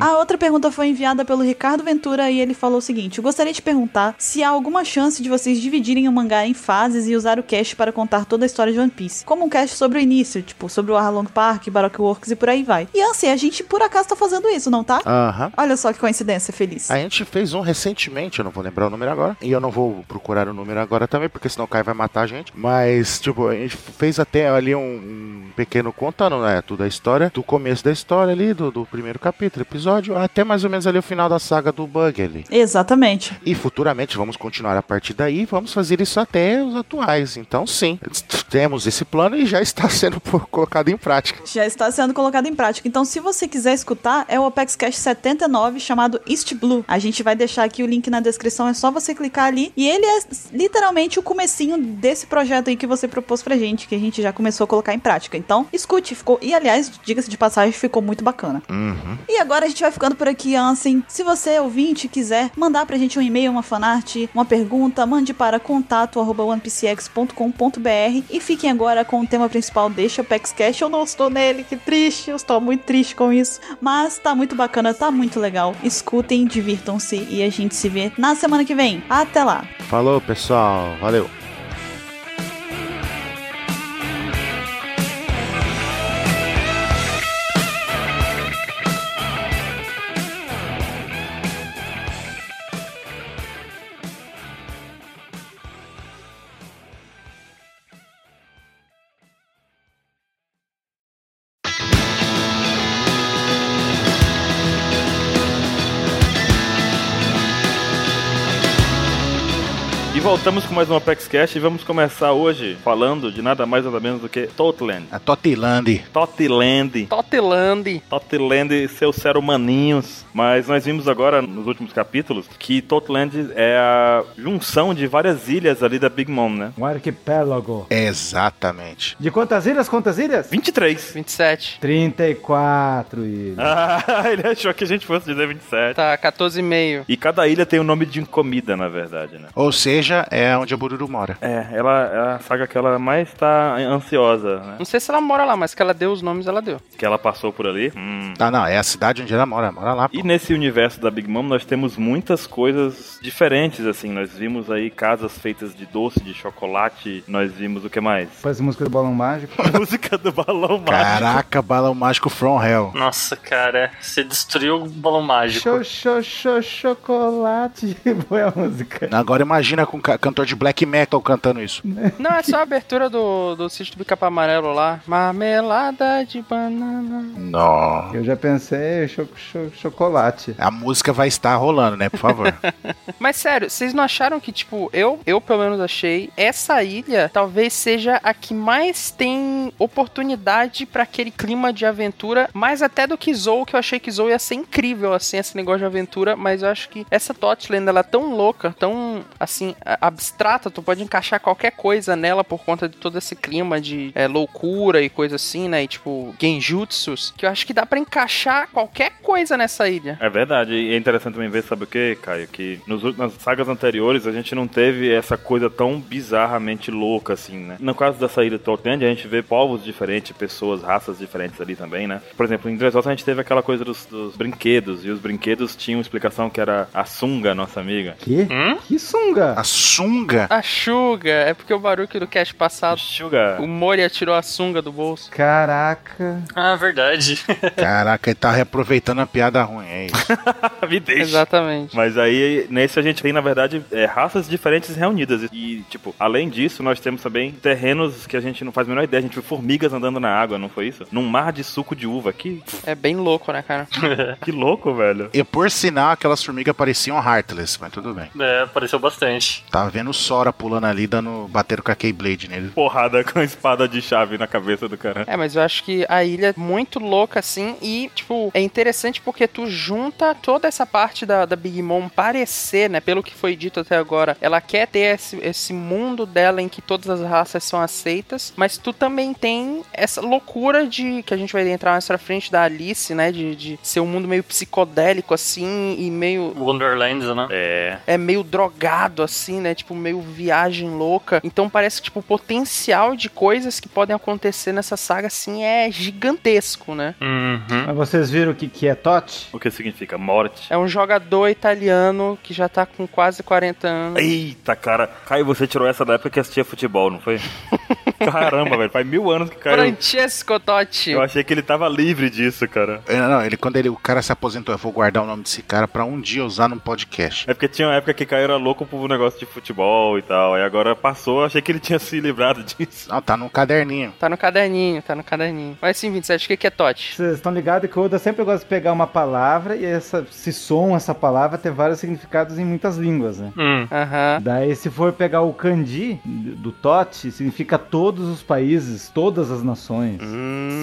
Speaker 6: A outra pergunta foi enviada pelo Ricardo Ventura e ele falou o seguinte: Eu gostaria de perguntar se há alguma chance de vocês dividirem o mangá em fases e usar o cast para contar toda a história de One Piece. Como como um cast sobre o início, tipo, sobre o Arlong Park, Baroque Works e por aí vai. E assim, a gente por acaso tá fazendo isso, não tá?
Speaker 2: Aham.
Speaker 6: Olha só que coincidência, feliz.
Speaker 2: A gente fez um recentemente, eu não vou lembrar o número agora. E eu não vou procurar o número agora também, porque senão o Caio vai matar a gente. Mas, tipo, a gente fez até ali um, um pequeno contando, né? Tudo a história, do começo da história ali, do, do primeiro capítulo, episódio, até mais ou menos ali o final da saga do Bug ali.
Speaker 6: Exatamente.
Speaker 2: E futuramente vamos continuar a partir daí, vamos fazer isso até os atuais. Então, sim, temos esse plano e já está sendo colocado em prática.
Speaker 6: Já está sendo colocado em prática. Então, se você quiser escutar, é o Apex Cash 79 chamado East Blue. A gente vai deixar aqui o link na descrição, é só você clicar ali. E ele é literalmente o comecinho desse projeto aí que você propôs pra gente, que a gente já começou a colocar em prática. Então, escute, ficou. E aliás, diga-se de passagem, ficou muito bacana.
Speaker 2: Uhum.
Speaker 6: E agora a gente vai ficando por aqui, Ansem. Se você, ouvinte, quiser mandar pra gente um e-mail, uma fanart, uma pergunta, mande para contato.onepcx.com.br e fiquem agora com o tema principal deste Apex Cash. Eu não estou nele, que triste, eu estou muito triste com isso. Mas tá muito bacana, tá muito legal. Escutem, divirtam-se e a gente se vê na semana que vem. Até lá!
Speaker 2: Falou, pessoal. Valeu.
Speaker 1: E voltamos com mais um Apex Cash e vamos começar hoje falando de nada mais nada menos do que Totland.
Speaker 2: A Totilande.
Speaker 1: Totland.
Speaker 3: Totelande.
Speaker 1: Totland e seus ser humaninhos. Mas nós vimos agora, nos últimos capítulos, que Totland é a junção de várias ilhas ali da Big Mom, né?
Speaker 5: Um arquipélago.
Speaker 2: Exatamente.
Speaker 5: De quantas ilhas? Quantas ilhas?
Speaker 1: 23.
Speaker 3: 27.
Speaker 5: 34 ilhas.
Speaker 1: Ah, ele achou que a gente fosse dizer 27.
Speaker 3: Tá, 14,5.
Speaker 1: E cada ilha tem o nome de comida, na verdade, né?
Speaker 2: Ou seja, é onde a Bururu mora.
Speaker 1: É, ela é a saga que ela mais tá ansiosa, né?
Speaker 3: Não sei se ela mora lá, mas que ela deu os nomes, ela deu.
Speaker 1: Que ela passou por ali. Hum.
Speaker 2: Ah, não, é a cidade onde ela mora. Mora lá. pô.
Speaker 1: E nesse universo da Big Mom nós temos muitas coisas diferentes, assim. Nós vimos aí casas feitas de doce, de chocolate, nós vimos o que mais?
Speaker 5: Faz música do Balão Mágico.
Speaker 1: A música do balão mágico.
Speaker 2: Caraca, balão mágico from hell.
Speaker 4: Nossa, cara, você destruiu o balão mágico.
Speaker 5: Cho, cho, cho, chocolate. Foi a música.
Speaker 2: Agora imagina com ca- cantor de black metal cantando isso.
Speaker 3: Não, é só a abertura do, do sítio do Bicapa Amarelo lá. Marmelada de banana.
Speaker 2: Não.
Speaker 5: Eu já pensei, cho, cho, chocolate.
Speaker 2: A música vai estar rolando, né? Por favor.
Speaker 3: Mas sério, vocês não acharam que, tipo, eu, eu pelo menos achei, essa ilha talvez seja a que mais tem oportunidade pra aquele clima de aventura, mais até do que Zou, que eu achei que Zou ia ser incrível, assim, esse negócio de aventura, mas eu acho que essa Totland, ela é tão louca, tão, assim, a- abstrata, tu pode encaixar qualquer coisa nela por conta de todo esse clima de é, loucura e coisa assim, né, e tipo, genjutsus, que eu acho que dá pra encaixar qualquer coisa nessa ilha.
Speaker 1: É verdade, e é interessante também ver, sabe o que, Caio? Que nos ú- nas sagas anteriores a gente não teve essa coisa tão bizarramente louca assim, né? No caso dessa ilha Tolkien, a gente vê povos diferentes, pessoas, raças diferentes ali também, né? Por exemplo, em Dressrosa a gente teve aquela coisa dos, dos brinquedos, e os brinquedos tinham explicação que era a sunga, nossa amiga.
Speaker 5: Que?
Speaker 4: Hum?
Speaker 5: Que sunga?
Speaker 2: A sunga.
Speaker 3: A Suga, é porque o Baruque do cast passado
Speaker 1: Sugar.
Speaker 3: O Moria tirou a sunga do bolso.
Speaker 5: Caraca.
Speaker 4: Ah, verdade.
Speaker 2: Caraca, ele tá reaproveitando a piada ruim, é isso.
Speaker 1: Me deixa.
Speaker 3: Exatamente.
Speaker 1: Mas aí, nesse a gente tem, na verdade, é, raças diferentes reunidas. E, tipo, além disso, nós temos também terrenos que a gente não faz a menor ideia. A gente viu formigas andando na água, não foi isso? Num mar de suco de uva. Que,
Speaker 3: É bem louco, né, cara?
Speaker 1: que louco, velho.
Speaker 2: E por sinal, aquelas formigas pareciam Heartless, mas tudo bem.
Speaker 4: É, apareceu bastante.
Speaker 2: Tava vendo o Sora pulando ali, dando. batendo com a Keyblade nele.
Speaker 1: Porrada com a espada de chave na cabeça do cara.
Speaker 3: É, mas eu acho que a ilha é muito louca, assim, e, tipo, é interessante porque tu junta toda essa parte da, da Big Mom parecer, né, pelo que foi dito até agora, ela quer ter esse, esse mundo dela em que todas as raças são aceitas, mas tu também tem essa loucura de, que a gente vai entrar mais pra frente, da Alice, né, de, de ser um mundo meio psicodélico, assim, e meio
Speaker 4: Wonderlands, né?
Speaker 1: É.
Speaker 3: é meio drogado, assim, né? Tipo, meio viagem louca. Então parece que, tipo, o potencial de coisas que podem acontecer nessa saga, assim, é gigantesco, né?
Speaker 4: Uhum.
Speaker 5: Mas vocês viram o que, que é Tote?
Speaker 1: O que significa? Morte.
Speaker 3: É um jogador italiano que já tá com quase 40 anos.
Speaker 1: Eita, cara. Caio, você tirou essa da época que assistia futebol, não foi? Caramba, velho. Faz mil anos que caiu.
Speaker 3: Francesco Totti.
Speaker 1: Eu achei que ele tava livre disso, cara.
Speaker 2: É, Não, ele, quando ele, o cara se aposentou, eu vou guardar o nome desse cara pra um dia usar num podcast.
Speaker 1: É porque tinha uma época que Caio era louco pro negócio de futebol e tal. Aí agora passou, eu achei que ele tinha se livrado disso.
Speaker 2: Não, tá num caderninho.
Speaker 3: Tá no caderninho, tá no caderninho. Mas sim, 27, o que que é Totti?
Speaker 5: Vocês estão ligados que o Oda sempre gosta de pegar uma palavra e essa, esse som, essa palavra, tem vários significados em muitas línguas, né?
Speaker 4: Hum.
Speaker 3: Aham.
Speaker 5: Daí, se for pegar o kanji do Totti, significa todos os países, todas as nações.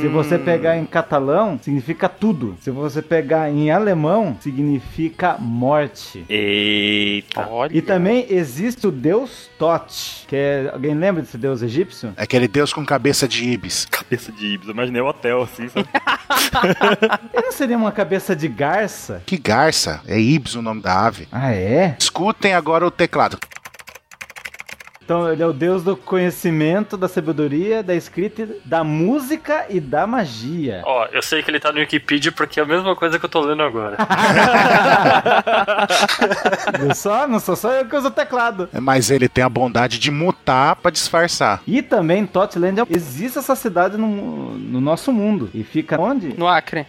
Speaker 5: Se você pegar em catalão, significa tudo. Se você pegar em alemão, significa morte.
Speaker 1: Eita.
Speaker 3: Olha.
Speaker 5: E também existe o deus Tote, que é. Alguém lembra desse deus egípcio?
Speaker 2: É Aquele deus com cabeça de ibis.
Speaker 1: Cabeça de Ibis. Eu Imaginei o hotel, assim, sabe?
Speaker 5: Ele não seria uma cabeça de garça?
Speaker 2: Que garça. É ibis o nome da ave.
Speaker 5: Ah, é?
Speaker 2: Escutem agora o teclado.
Speaker 5: Então ele é o deus do conhecimento, da sabedoria, da escrita, da música e da magia.
Speaker 4: Ó, eu sei que ele tá no Wikipedia porque é a mesma coisa que eu tô lendo agora.
Speaker 5: Viu só? Não sou só eu que uso teclado.
Speaker 2: Mas ele tem a bondade de mutar pra disfarçar.
Speaker 5: E também Totland é existe essa cidade no, no nosso mundo. E fica onde?
Speaker 3: No Acre.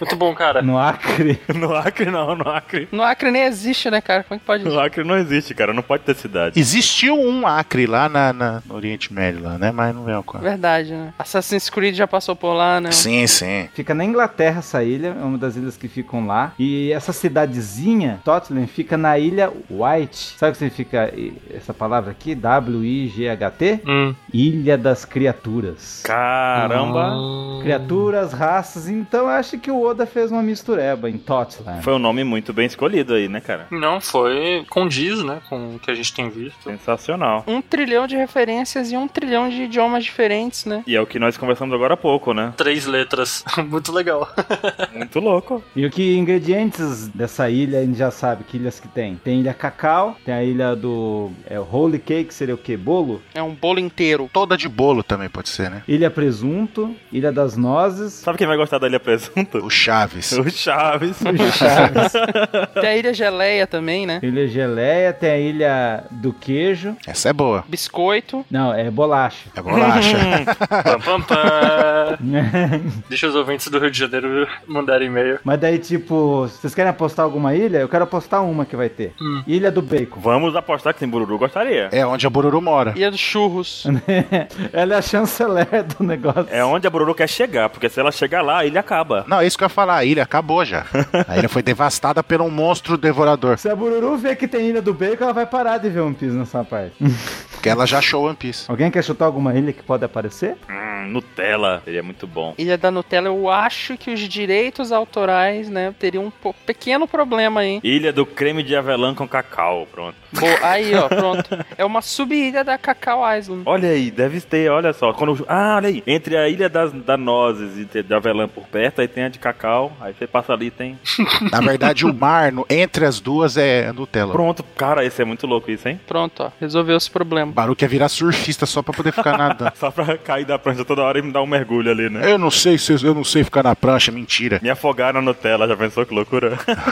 Speaker 4: Muito bom, cara.
Speaker 5: No Acre.
Speaker 1: No Acre não, no Acre.
Speaker 3: No Acre nem existe, né, cara? Como que pode
Speaker 1: No Acre não existe, cara. Não pode ter cidade.
Speaker 2: Existiu um Acre lá na, na- no Oriente Médio, lá, né? Mas não é o qual.
Speaker 3: Verdade, né? Assassin's Creed já passou por lá, né?
Speaker 2: Sim, sim.
Speaker 5: Fica na Inglaterra essa ilha, é uma das ilhas que ficam lá. E essa cidadezinha, Totland, fica na ilha White. Sabe o que significa i- essa palavra aqui? W-I-G-H-T?
Speaker 4: Hum.
Speaker 5: Ilha das Criaturas.
Speaker 1: Caramba.
Speaker 4: Hum.
Speaker 5: Criaturas, raças. Então eu acho que o Oda fez uma mistureba em Totland.
Speaker 1: Foi um nome muito bem escolhido aí, né, cara?
Speaker 4: Não, foi condiz, né, com o que a gente tem visto.
Speaker 1: Sensacional.
Speaker 3: Um trilhão de referências e um trilhão de idiomas diferentes, né?
Speaker 1: E é o que nós conversamos agora há pouco, né?
Speaker 4: Três letras. Muito legal.
Speaker 1: Muito louco.
Speaker 5: E o que ingredientes dessa ilha a gente já sabe que ilhas que tem? Tem ilha Cacau, tem a ilha do é, Holy Cake, seria o que? Bolo?
Speaker 3: É um bolo inteiro.
Speaker 2: Toda de bolo também pode ser, né?
Speaker 5: Ilha Presunto, Ilha das Nozes.
Speaker 1: Sabe quem vai gostar da Ilha Presunto?
Speaker 2: O Chaves.
Speaker 1: O Chaves.
Speaker 3: Tem a Ilha Geleia também, né?
Speaker 5: Ilha Geleia, tem a Ilha do Queijo.
Speaker 2: Essa é boa.
Speaker 3: Biscoito.
Speaker 5: Não, é bolacha.
Speaker 2: É bolacha.
Speaker 4: pam, pam, pam. Deixa os ouvintes do Rio de Janeiro mandarem e-mail.
Speaker 5: Mas daí, tipo, vocês querem apostar alguma ilha? Eu quero apostar uma que vai ter.
Speaker 1: Hum.
Speaker 5: Ilha do Bacon.
Speaker 1: Vamos apostar que tem Bururu. Gostaria.
Speaker 2: é onde a Bururu mora.
Speaker 3: Ilha dos Churros.
Speaker 5: Ela é a chanceler do negócio.
Speaker 1: É onde a Bururu quer chegar, porque se ela chegar lá, a ilha acaba.
Speaker 2: Não, é isso que eu ia falar. A ilha acabou já. A ilha foi devastada por um monstro devorador.
Speaker 5: Se a Bururu vê que tem Ilha do Bacon, ela vai parar de ver One Piece nessa parte.
Speaker 2: Porque ela já achou One Piece.
Speaker 5: Alguém quer chutar alguma ilha que pode aparecer?
Speaker 1: Hum, Nutella. Seria muito bom.
Speaker 3: Ilha da Nutella, eu acho que os direitos autorais, né, teriam um po- pequeno problema aí.
Speaker 1: Ilha do creme de avelã com cacau. Pronto.
Speaker 3: Bo- aí, ó, pronto. É uma sub-ilha da Cacau Island.
Speaker 1: Olha aí, deve ter, olha só. Quando, ah, olha aí. Entre a ilha das, da nozes e de- de avelã por perto, aí tem a de cacau. Aí você passa ali e tem.
Speaker 2: Na verdade, o mar no- entre as duas é Nutella.
Speaker 1: Pronto, cara, esse é muito louco isso, hein?
Speaker 3: Pronto, ó, resolveu esse problema.
Speaker 2: Baru quer virar surfista só pra poder ficar nadando.
Speaker 1: Só pra cair da prancha toda hora e me dar um mergulho ali, né?
Speaker 2: Eu não sei se eu não sei ficar na prancha, mentira.
Speaker 1: Me afogar na Nutella, já pensou que loucura?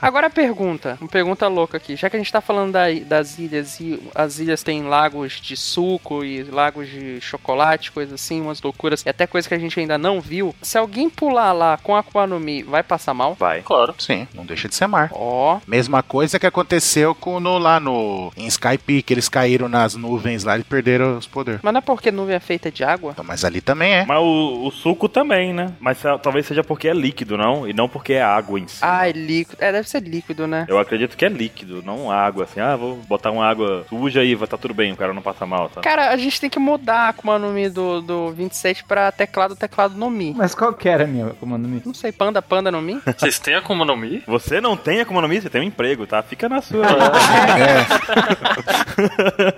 Speaker 3: Agora a pergunta, uma pergunta louca aqui. Já que a gente tá falando da- das ilhas e as ilhas têm lagos de suco e lagos de chocolate, coisas assim, umas loucuras, e até coisa que a gente ainda não viu. Se alguém pular lá com a Akuma no Mi, vai passar mal?
Speaker 1: Vai.
Speaker 4: Claro.
Speaker 2: Sim, não deixa de ser mar.
Speaker 3: Ó,
Speaker 2: Mesma coisa que aconteceu com no, lá no em Skype, que eles caíram nas nuvens lá e perderam os poderes.
Speaker 3: mas não é porque nuvem é feita de água?
Speaker 2: Então, mas ali também é.
Speaker 1: Mas o, o suco também, né? Mas se- talvez seja porque é líquido, não? E não porque é água em si.
Speaker 3: Ah, é líquido. É, deve ser líquido, né?
Speaker 1: Eu acredito que é líquido, não água. Assim, ah, vou botar uma água suja e vai tá tudo bem, o cara não passa mal, tá?
Speaker 3: Cara, a gente tem que mudar a Akuma no Mi do, do 27 pra teclado, teclado no Mi.
Speaker 5: Mas qual que era, minha comando Mi?
Speaker 3: Não sei, panda, panda no Mi?
Speaker 4: Vocês têm a Kuma no Mi?
Speaker 1: Você não tem economia, você tem um emprego, tá? Fica na sua.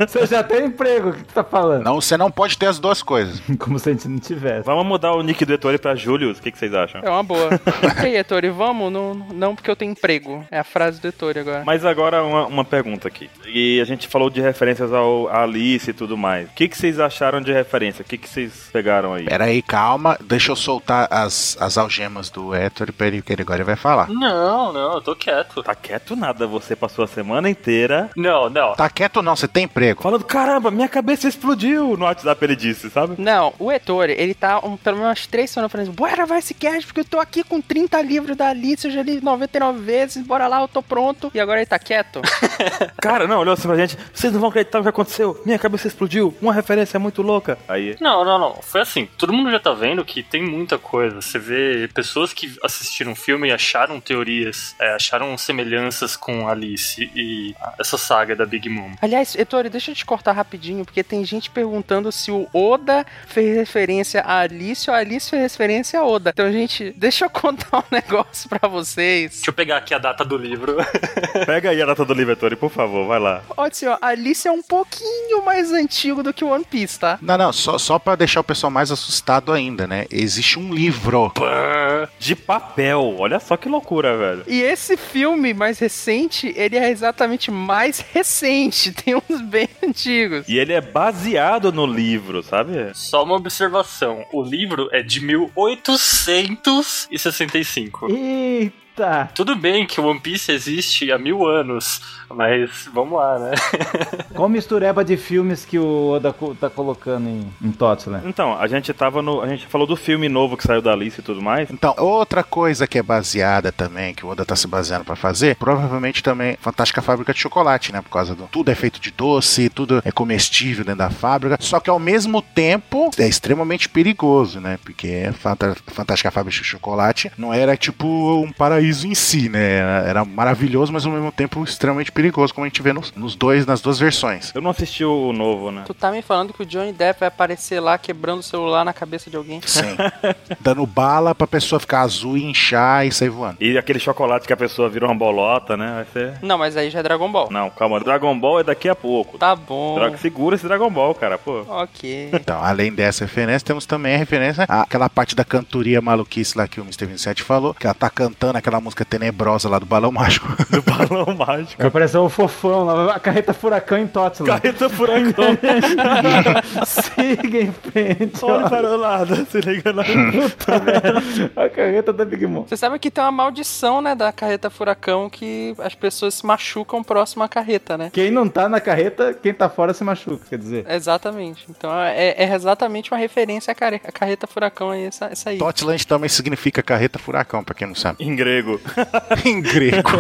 Speaker 5: Você já tem emprego, o que tu tá falando?
Speaker 2: Não, você não pode ter as duas coisas.
Speaker 5: Como se a gente não tivesse.
Speaker 1: Vamos mudar o nick do Ettore pra Julius, o que, que vocês acham?
Speaker 3: É uma boa. e aí, Ettore, vamos? Não, não porque eu tenho emprego. É a frase do Ettore agora.
Speaker 1: Mas agora uma, uma pergunta aqui. E a gente falou de referências ao à Alice e tudo mais. O que, que vocês acharam de referência? O que, que vocês pegaram aí?
Speaker 2: Pera aí, calma. Deixa eu soltar as, as algemas do Héctor, peraí, que ele agora vai falar.
Speaker 4: Não, não, eu tô quieto.
Speaker 1: Tá quieto nada, você passou a semana inteira.
Speaker 4: Não, não.
Speaker 2: Tá quieto não, você tem Diego?
Speaker 1: Falando, caramba, minha cabeça explodiu no WhatsApp, ele disse, sabe?
Speaker 3: Não, o Ettore, ele tá um, pelo menos umas três semanas falando assim, bora vai esse cast, porque eu tô aqui com 30 livros da Alice, eu já li 99 vezes, bora lá, eu tô pronto. E agora ele tá quieto.
Speaker 1: Cara, não, olhou assim pra gente, vocês não vão acreditar o que aconteceu, minha cabeça explodiu, uma referência é muito louca. Aí,
Speaker 4: Não, não, não. Foi assim, todo mundo já tá vendo que tem muita coisa. Você vê pessoas que assistiram o filme e acharam teorias, é, acharam semelhanças com Alice e essa saga da Big Mom.
Speaker 3: Aliás, Ettore, deixa eu te cortar rapidinho, porque tem gente perguntando se o Oda fez referência a Alice ou a Alice fez referência a Oda. Então, gente, deixa eu contar um negócio pra vocês.
Speaker 4: Deixa eu pegar aqui a data do livro.
Speaker 1: pega aí a data do Libertori, por favor, vai lá.
Speaker 3: Olha assim, ó, Alice é um pouquinho mais antigo do que o One Piece, tá?
Speaker 2: Não, não, só, só pra deixar o pessoal mais assustado ainda, né? Existe um livro.
Speaker 1: De papel, olha só que loucura, velho.
Speaker 3: E esse filme mais recente, ele é exatamente mais recente. Tem uns bem antigos.
Speaker 1: E ele é baseado no livro, sabe?
Speaker 4: Só uma observação. O livro é de 1865.
Speaker 5: Eita!
Speaker 4: Tudo bem que o One Piece existe há mil anos, mas vamos lá, né?
Speaker 5: Qual mistureba de filmes que o Oda co- tá colocando em, em Tots, né?
Speaker 1: Então, a gente tava no. A gente falou do filme novo que saiu da Alice e tudo mais.
Speaker 2: Então, outra coisa que é baseada também, que o Oda tá se baseando pra fazer, provavelmente também Fantástica Fábrica de Chocolate, né? Por causa do tudo é feito de doce, tudo é comestível dentro da fábrica, só que ao mesmo tempo é extremamente perigoso, né? Porque Fanta- Fantástica Fábrica de Chocolate não era tipo um paraíso em si, né? Era, era maravilhoso, mas ao mesmo tempo extremamente perigoso, como a gente vê nos, nos dois, nas duas versões.
Speaker 1: Eu não assisti o novo, né?
Speaker 3: Tu tá me falando que o Johnny Depp vai aparecer lá quebrando o celular na cabeça de alguém?
Speaker 2: Sim. Dando bala pra pessoa ficar azul e inchar e sair voando.
Speaker 1: E aquele chocolate que a pessoa vira uma bolota, né? Vai ser.
Speaker 3: Não, mas aí já é Dragon Ball.
Speaker 1: Não, calma. Dragon Ball é daqui a pouco.
Speaker 3: Tá bom.
Speaker 1: Dragon- Segura esse Dragon Ball, cara, pô.
Speaker 3: Ok.
Speaker 2: Então, além dessa referência, temos também a referência àquela parte da cantoria maluquice lá que o Mr. 27 falou, que ela tá cantando aquela música tenebrosa lá do Balão Mágico.
Speaker 1: Do balão mágico.
Speaker 5: Vai aparecer o fofão lá, a carreta furacão em Tots, lá.
Speaker 1: Carreta furacão.
Speaker 5: Siga em frente.
Speaker 1: Olha
Speaker 5: ó.
Speaker 1: para o lado, se liga lá.
Speaker 5: Puta merda. A carreta da Big Mom.
Speaker 3: Você sabe que tem uma maldição, né, da carreta furacão que as pessoas se machucam próximo à carreta, né?
Speaker 5: Quem não tá na carreta, quem tá fora se machuca, quer dizer.
Speaker 3: Exatamente. Então é, é exatamente uma referência à care- à carreta furacão aí, essa, essa aí.
Speaker 2: Totland
Speaker 5: é
Speaker 2: também significa carreta furacão, pra quem não sabe.
Speaker 1: Em grego.
Speaker 2: em grego.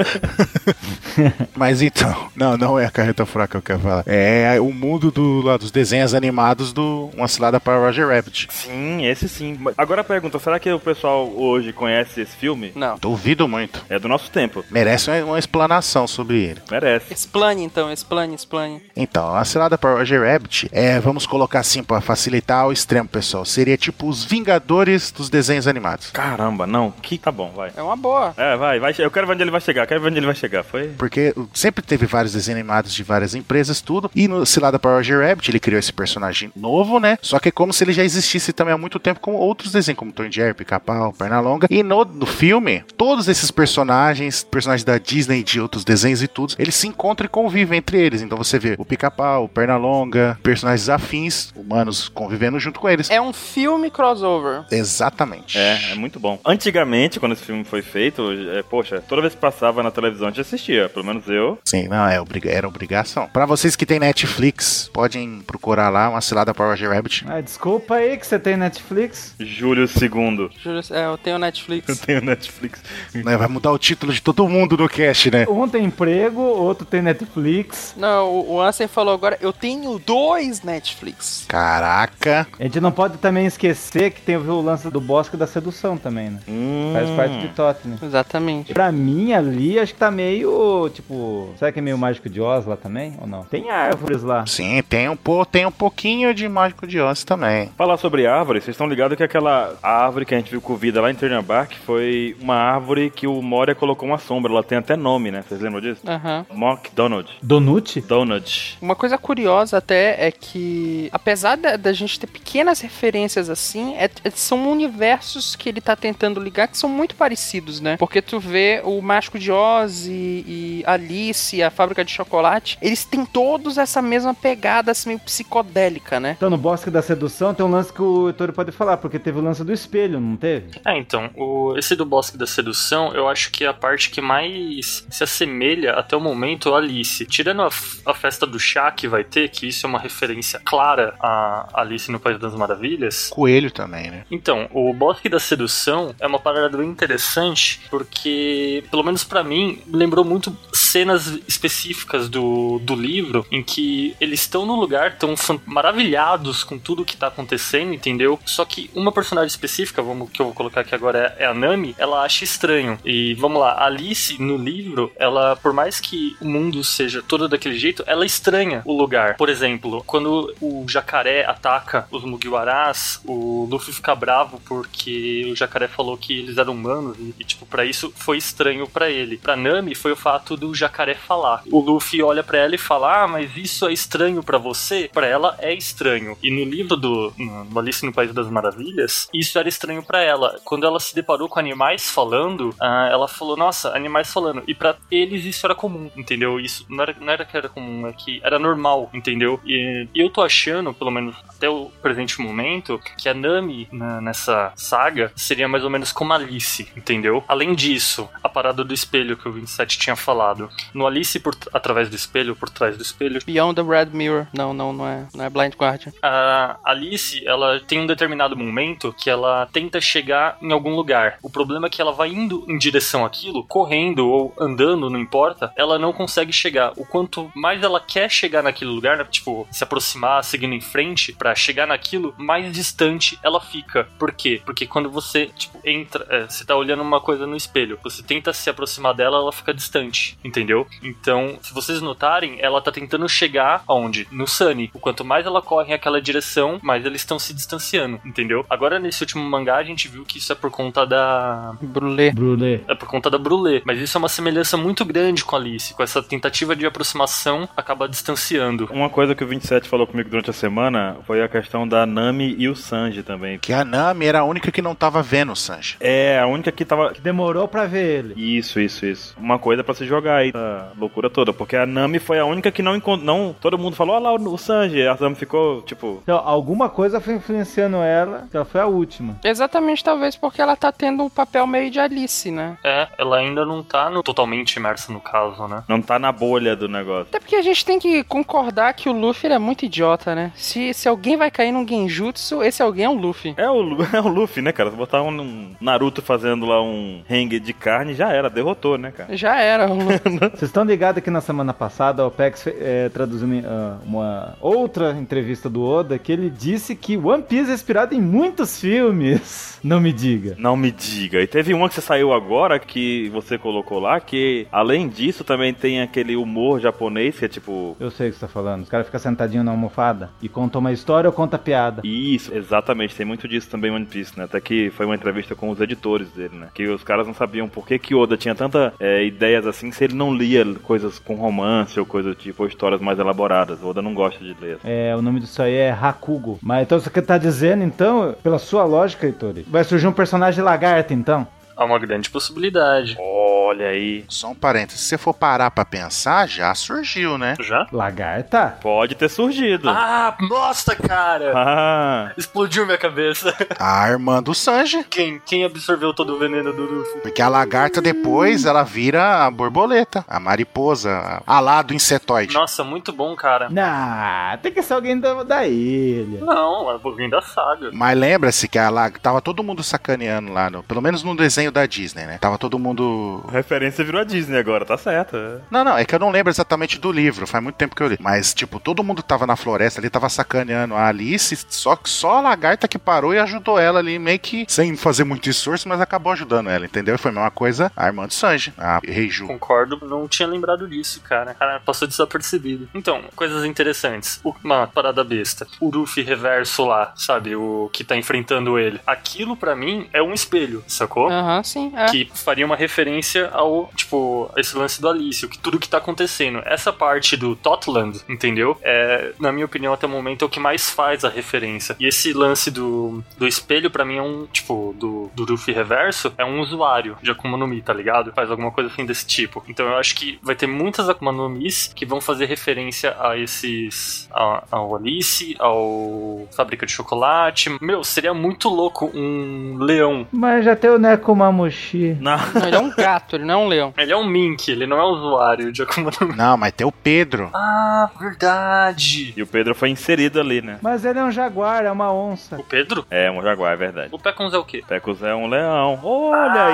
Speaker 2: Mas então, não, não é a carreta furacão que eu ia falar. É o mundo do, lá, dos desenhos animados do Uma Cilada para Roger Rabbit.
Speaker 1: Sim, esse sim. Mas Agora a pergunta, será que o pessoal hoje conhece esse filme?
Speaker 3: Não.
Speaker 2: Duvido muito.
Speaker 1: É do nosso tempo.
Speaker 2: Merece uma, uma explanação sobre ele.
Speaker 1: Merece.
Speaker 3: Explane então, explane, explane.
Speaker 2: Então, a cilada para Roger Rabbit é, vamos colocar assim pra facilitar ao extremo, pessoal. Seria tipo os Vingadores dos desenhos animados.
Speaker 1: Caramba, não. Que tá bom, vai.
Speaker 3: É uma boa.
Speaker 1: É, vai, vai. Eu quero ver onde ele vai chegar. Quero ver onde ele vai chegar. Foi?
Speaker 2: Porque sempre teve vários desenhos animados de várias empresas, tudo. E no Cilada para Roger Rabbit, ele criou esse personagem novo, né? Só que é como se ele já existisse também há muito tempo com outros desenhos, como Tom e Jerry, Pica-Pau, Pernalonga. E no, no filme, todos esses personagens, personagens da Disney, de outros desenhos e tudo, eles se encontram e convivem entre eles. Então você vê o Pica-Pau, o Pernalonga, personagens afins, humanos convivendo junto com eles.
Speaker 3: É um filme crossover.
Speaker 2: Exatamente.
Speaker 1: É, é muito bom. Antigamente, quando esse filme foi feito, é, poxa, toda vez que passava na televisão a gente assistia. Pelo menos eu.
Speaker 2: Sim, não, é obriga- era obrigação. Pra vocês que têm Netflix, podem procurar lá uma cilada para Roger Rabbit.
Speaker 5: Ah, desculpa aí que você tem Netflix.
Speaker 1: Júlio II.
Speaker 3: Juro, é, eu tenho
Speaker 1: Eu
Speaker 3: Netflix.
Speaker 1: tenho Netflix.
Speaker 2: Né, Vai mudar o título de todo mundo no cast, né?
Speaker 5: Um tem emprego, outro tem Netflix.
Speaker 3: Não, o- o Ansem falou agora, eu tenho dois Netflix.
Speaker 2: Caraca.
Speaker 5: A gente não pode também esquecer que tem o lance do Bosque da Sedução também, né?
Speaker 1: Hum.
Speaker 5: Faz parte de Tot, né?
Speaker 3: Exatamente.
Speaker 5: Pra mim, ali, acho que tá meio, tipo... Será que é meio Mágico de Oz lá também, ou não? Tem árvores lá.
Speaker 2: Sim, tem um, po tem um pouquinho de Mágico de Oz também.
Speaker 1: Falar sobre árvores, vocês estão ligados que aquela árvore que a gente viu com vida lá em Turner Bark foi uma árvore que o Moria colocou uma sombra. Ela tem até nome, né? Vocês lembram disso?
Speaker 3: Aham.
Speaker 1: Mock Donald.
Speaker 5: Donut?
Speaker 1: Donald.
Speaker 3: Uma coisa curiosa até é que, apesar da, da gente ter pequenas referências assim, é- é- são universos que ele tá tentando ligar que são muito parecidos, né? Porque tu vê o Mágico de Oz e, e Alice, a Fábrica de Chocolate, eles têm todos essa mesma pegada assim, meio psicodélica, né?
Speaker 5: Então, no Bosque da Sedução tem um lance que o Ettore pode falar, porque teve o lance do espelho, não teve?
Speaker 4: É, então, o, esse do Bosque da Sedução, eu acho que é a parte que mais se assemelha até o momento à Alice. Tirando a, f- a festa do chá, K que vai ter, que isso é uma referência clara a Alice no País das Maravilhas.
Speaker 9: Coelho também, né?
Speaker 4: Então, o Bosque da Sedução é uma parada bem interessante, porque, pelo menos pra mim, lembrou muito cenas específicas do, do livro, em que eles estão no lugar, estão fan- maravilhados com tudo que tá acontecendo, entendeu? Só que uma personagem específica, vamos que eu vou colocar aqui agora, é, é a Nami, ela acha estranho. E vamos lá, a Alice, no livro, ela, por mais que o mundo seja todo daquele jeito, ela estranha o lugar. Por exemplo, quando o jacaré ataca os Mugiwarás, o Luffy fica bravo porque o jacaré falou que eles eram humanos e, e, tipo, pra isso foi estranho pra ele. Pra Nami foi o fato do jacaré falar. O Luffy olha pra ela e fala: "Ah, mas isso é estranho pra você?" Pra ela é estranho. E no livro do no Alice no País das Maravilhas, isso era estranho pra ela. Quando ela se deparou com animais falando, ah, ela falou: "Nossa, animais falando". E pra eles isso era comum, entendeu? Isso não era, não era que era comum, é que era normal, entendeu? E eu tô achando, pelo menos até o presente momento, que a Nami na- nessa saga seria mais ou menos como a Alice, entendeu? Além disso, a parada do espelho que o 27 tinha falado. No Alice por, através do espelho, por trás do espelho,
Speaker 3: Beyond the Red Mirror. Não, não, não é, não é Blind Guardian.
Speaker 4: a Alice, ela tem um determinado momento que ela tenta chegar em algum lugar. O problema é que ela vai indo em direção àquilo, correndo ou andando, não importa, ela não consegue chegar. O quanto mais ela quer chegar naquele lugar, né, tipo, se aproximar, seguindo em frente pra chegar naquilo, mais distante ela fica. Por quê? Porque quando você, tipo, entra, é, você tá olhando uma coisa no espelho, você tenta se aproximar dela, ela fica distante, entendeu? Então, se vocês notarem, ela tá tentando chegar aonde? No Sunny. O quanto mais ela corre naquela direção, mais eles estão se distanciando, entendeu? Agora, nesse último mangá, a gente viu que isso é por conta da
Speaker 3: Brulé.
Speaker 5: Brulé.
Speaker 4: é por conta da Brulé. Mas isso é uma semelhança muito grande com a Alice. Com essa tentativa de aproximação, acaba distanciando.
Speaker 1: Uma coisa que o 27 falou comigo durante a semana foi a questão da Nami e o Sanji também.
Speaker 9: Que a Nami era a única que não tava vendo o Sanji.
Speaker 1: É, a única que tava.
Speaker 5: Que demorou pra ver ele.
Speaker 1: Isso, isso, isso. Uma coisa pra se jogar aí, essa loucura toda. Porque a Nami foi a única que não encontrou. Não, todo mundo falou, olha lá o o Sanji. A Nami ficou, tipo.
Speaker 5: Então, alguma coisa foi influenciando ela, que ela foi a última.
Speaker 3: Exatamente, talvez porque ela tá tendo um papel meio de Alice, né?
Speaker 4: É, ela ainda não tá no- totalmente imersa no caso, né?
Speaker 1: Não tá na bolha do negócio.
Speaker 3: Até porque a gente tem que concordar que o Luffy ele é muito idiota, né? Se, se alguém vai cair num genjutsu, esse alguém é o Luffy.
Speaker 1: É o, Lu- é o Luffy, né, cara? Se botar um, um Naruto fazendo lá um hang de carne, já era, derrotou, né, cara?
Speaker 3: Já era o Luffy.
Speaker 5: Vocês estão ligados que na semana passada a OPEX fe- eh, traduziu uma, uma outra entrevista do Oda que ele disse que One Piece é inspirado em muitos filmes. Não me diga.
Speaker 1: Não me diga. E teve uma que você saiu agora que você colocou lá, que além disso também tem aquele humor japonês que é tipo.
Speaker 5: Eu sei o que você tá falando. Os caras ficam sentadinhos na almofada e contam uma história ou conta piada.
Speaker 1: Isso, exatamente, tem muito disso também em One Piece, né? Até que foi uma entrevista com os editores dele, né? Que os caras não sabiam por que, que Oda tinha tanta é, ideias assim se ele não lia coisas com romance ou coisa do tipo, ou histórias mais elaboradas. Oda não gosta de ler.
Speaker 5: É, o nome disso aí é Hakugo. Mas então você tá dizendo, então, pela sua lógica, Heitori, vai surgir um personagem lagarto, então?
Speaker 4: Há uma grande possibilidade.
Speaker 1: Olha aí.
Speaker 9: Só um parênteses, se você for parar pra pensar, já surgiu, né?
Speaker 4: Já?
Speaker 5: Lagarta?
Speaker 1: Pode ter surgido.
Speaker 4: Ah, nossa, cara!
Speaker 1: Ah.
Speaker 4: Explodiu minha cabeça.
Speaker 9: A irmã do Sanji.
Speaker 4: Quem, quem absorveu todo o veneno do Luffy?
Speaker 9: Porque a lagarta depois ela vira a borboleta, a mariposa, a lá do insetoide.
Speaker 4: Nossa, muito bom, cara.
Speaker 5: Não, tem que ser alguém da, da ilha.
Speaker 4: Não, é um pouquinho da saga.
Speaker 9: Mas lembra-se que a lag... tava todo mundo sacaneando lá, no- pelo menos no desenho da Disney, né? Tava todo mundo.
Speaker 1: A referência virou a Disney agora, tá certo. é.
Speaker 9: Não, não, é que eu não lembro exatamente do livro, faz muito tempo que eu li. Mas, tipo, todo mundo tava na floresta ali, tava sacaneando a Alice, só que só a lagarta que parou e ajudou ela ali, meio que sem fazer muito esforço, mas acabou ajudando ela, entendeu? E foi a mesma coisa a irmã do Sanji, a Reiju.
Speaker 4: Concordo, não tinha lembrado disso, cara. Cara, passou desapercebido. Então, coisas interessantes. O- Uma parada besta. O Luffy reverso lá, sabe? O que tá enfrentando ele. Aquilo, pra mim, é um espelho, sacou?
Speaker 3: Aham, sim. É.
Speaker 4: que faria uma referência ao, tipo, esse lance do Alice, o que tudo que tá acontecendo. Essa parte do Totland, entendeu? É, na minha opinião, até o momento, é o que mais faz a referência. E esse lance do, do espelho, pra mim, é um, tipo, do, do Luffy Reverso, é um usuário de Akuma no Mi, tá ligado? Faz alguma coisa assim desse tipo. Então eu acho que vai ter muitas Akuma no Mis que vão fazer referência a esses. a- ao Alice, ao Fábrica de Chocolate. Meu, seria muito louco um leão
Speaker 5: Mas já tem o Nekomamushi.
Speaker 1: Não.
Speaker 3: Não, ele é um gato, gato, ele não é um leão.
Speaker 4: Ele é um mink, ele não é usuário de Akuma no Mi.
Speaker 9: Não, mas tem o Pedro.
Speaker 4: Ah, verdade.
Speaker 1: E o Pedro foi inserido ali, né?
Speaker 5: Mas ele é um jaguar, é uma onça.
Speaker 4: O Pedro?
Speaker 1: É, um jaguar, é verdade.
Speaker 4: O Pecons é o quê?
Speaker 1: Pecos é um leão. Olha
Speaker 4: Ah,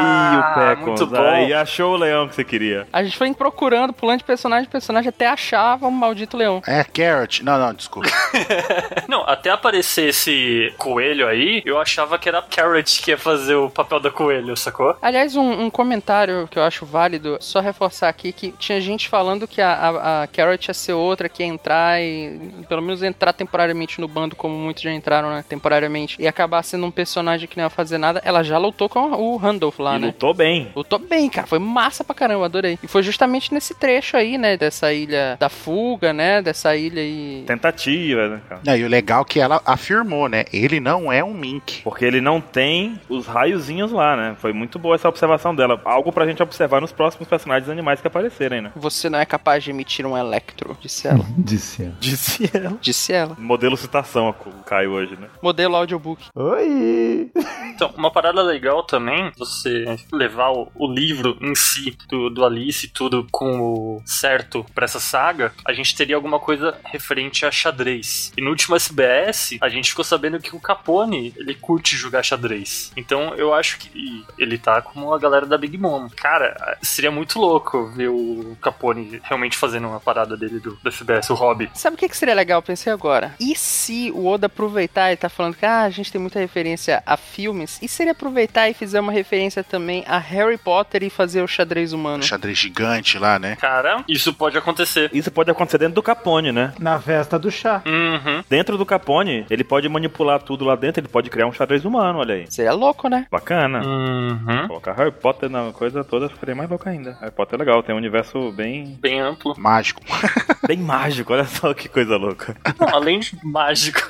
Speaker 1: aí o
Speaker 4: muito
Speaker 1: Pecos.
Speaker 4: bom.
Speaker 1: Aí achou o leão que você queria.
Speaker 3: A gente foi procurando, pulando de personagem em personagem até achava um maldito leão.
Speaker 9: É, Carrot. Não, não, desculpa.
Speaker 4: Não, até aparecer esse coelho aí, eu achava que era a Carrot que ia fazer o papel da coelho, sacou?
Speaker 3: Aliás, um, um comentário que eu acho válido, só reforçar aqui que tinha gente falando que a, a, a Carrot ia ser outra que ia entrar e pelo menos entrar temporariamente no bando, como muitos já entraram, né? Temporariamente, e acabar sendo um personagem que não ia fazer nada. Ela já lutou com o Randolph lá,
Speaker 1: e
Speaker 3: né?
Speaker 1: lutou bem.
Speaker 3: Lutou bem, cara. Foi massa pra caramba, adorei. E foi justamente nesse trecho aí, né? Dessa ilha da fuga, né? Dessa ilha aí.
Speaker 1: Tentativa, né, cara?
Speaker 9: Não, e o legal é que ela afirmou, né? Ele não é um mink.
Speaker 1: Porque ele não tem os raiozinhos lá, né? Foi muito boa essa observação dela. Algo pra gente observar nos próximos personagens animais que aparecerem, né?
Speaker 3: Você não é capaz de emitir um electro, disse ela.
Speaker 5: Disse ela.
Speaker 1: Disse ela.
Speaker 3: disse ela.
Speaker 1: Modelo citação, o Caio hoje, né?
Speaker 3: Modelo audiobook.
Speaker 5: Oi!
Speaker 4: Então, uma parada legal também, você levar o, o livro em si, do, do Alice e tudo com o certo pra essa saga, a gente teria alguma coisa referente a xadrez. E no último SBS, a gente ficou sabendo que o Capone, ele curte jogar xadrez. Então, eu acho que e ele tá como a galera da Big Mom. Cara, seria muito louco ver o Capone realmente fazendo uma parada dele do, do SBS, o hobby.
Speaker 3: Sabe o que, que seria legal? Eu Pensei agora. E se o Oda aproveitar e tá falando que ah, a gente tem muita referência a filmes? E se ele aproveitar e fizer uma referência também a Harry Potter e fazer o xadrez humano?
Speaker 9: Um xadrez gigante lá, né?
Speaker 4: Cara, isso pode acontecer.
Speaker 1: Isso pode acontecer dentro do Capone, né?
Speaker 5: Na festa do chá.
Speaker 4: Uhum.
Speaker 1: Dentro do Capone, ele pode manipular tudo lá dentro, ele pode criar um xadrez humano, olha aí.
Speaker 3: Seria louco, né?
Speaker 1: Bacana.
Speaker 4: Uhum.
Speaker 1: Colocar Harry Potter na coisa toda ficaria mais louco ainda. Harry Potter é legal, tem um universo bem,
Speaker 4: Bem amplo.
Speaker 9: Mágico.
Speaker 1: bem mágico, olha só que coisa louca.
Speaker 4: Não, além de mágico.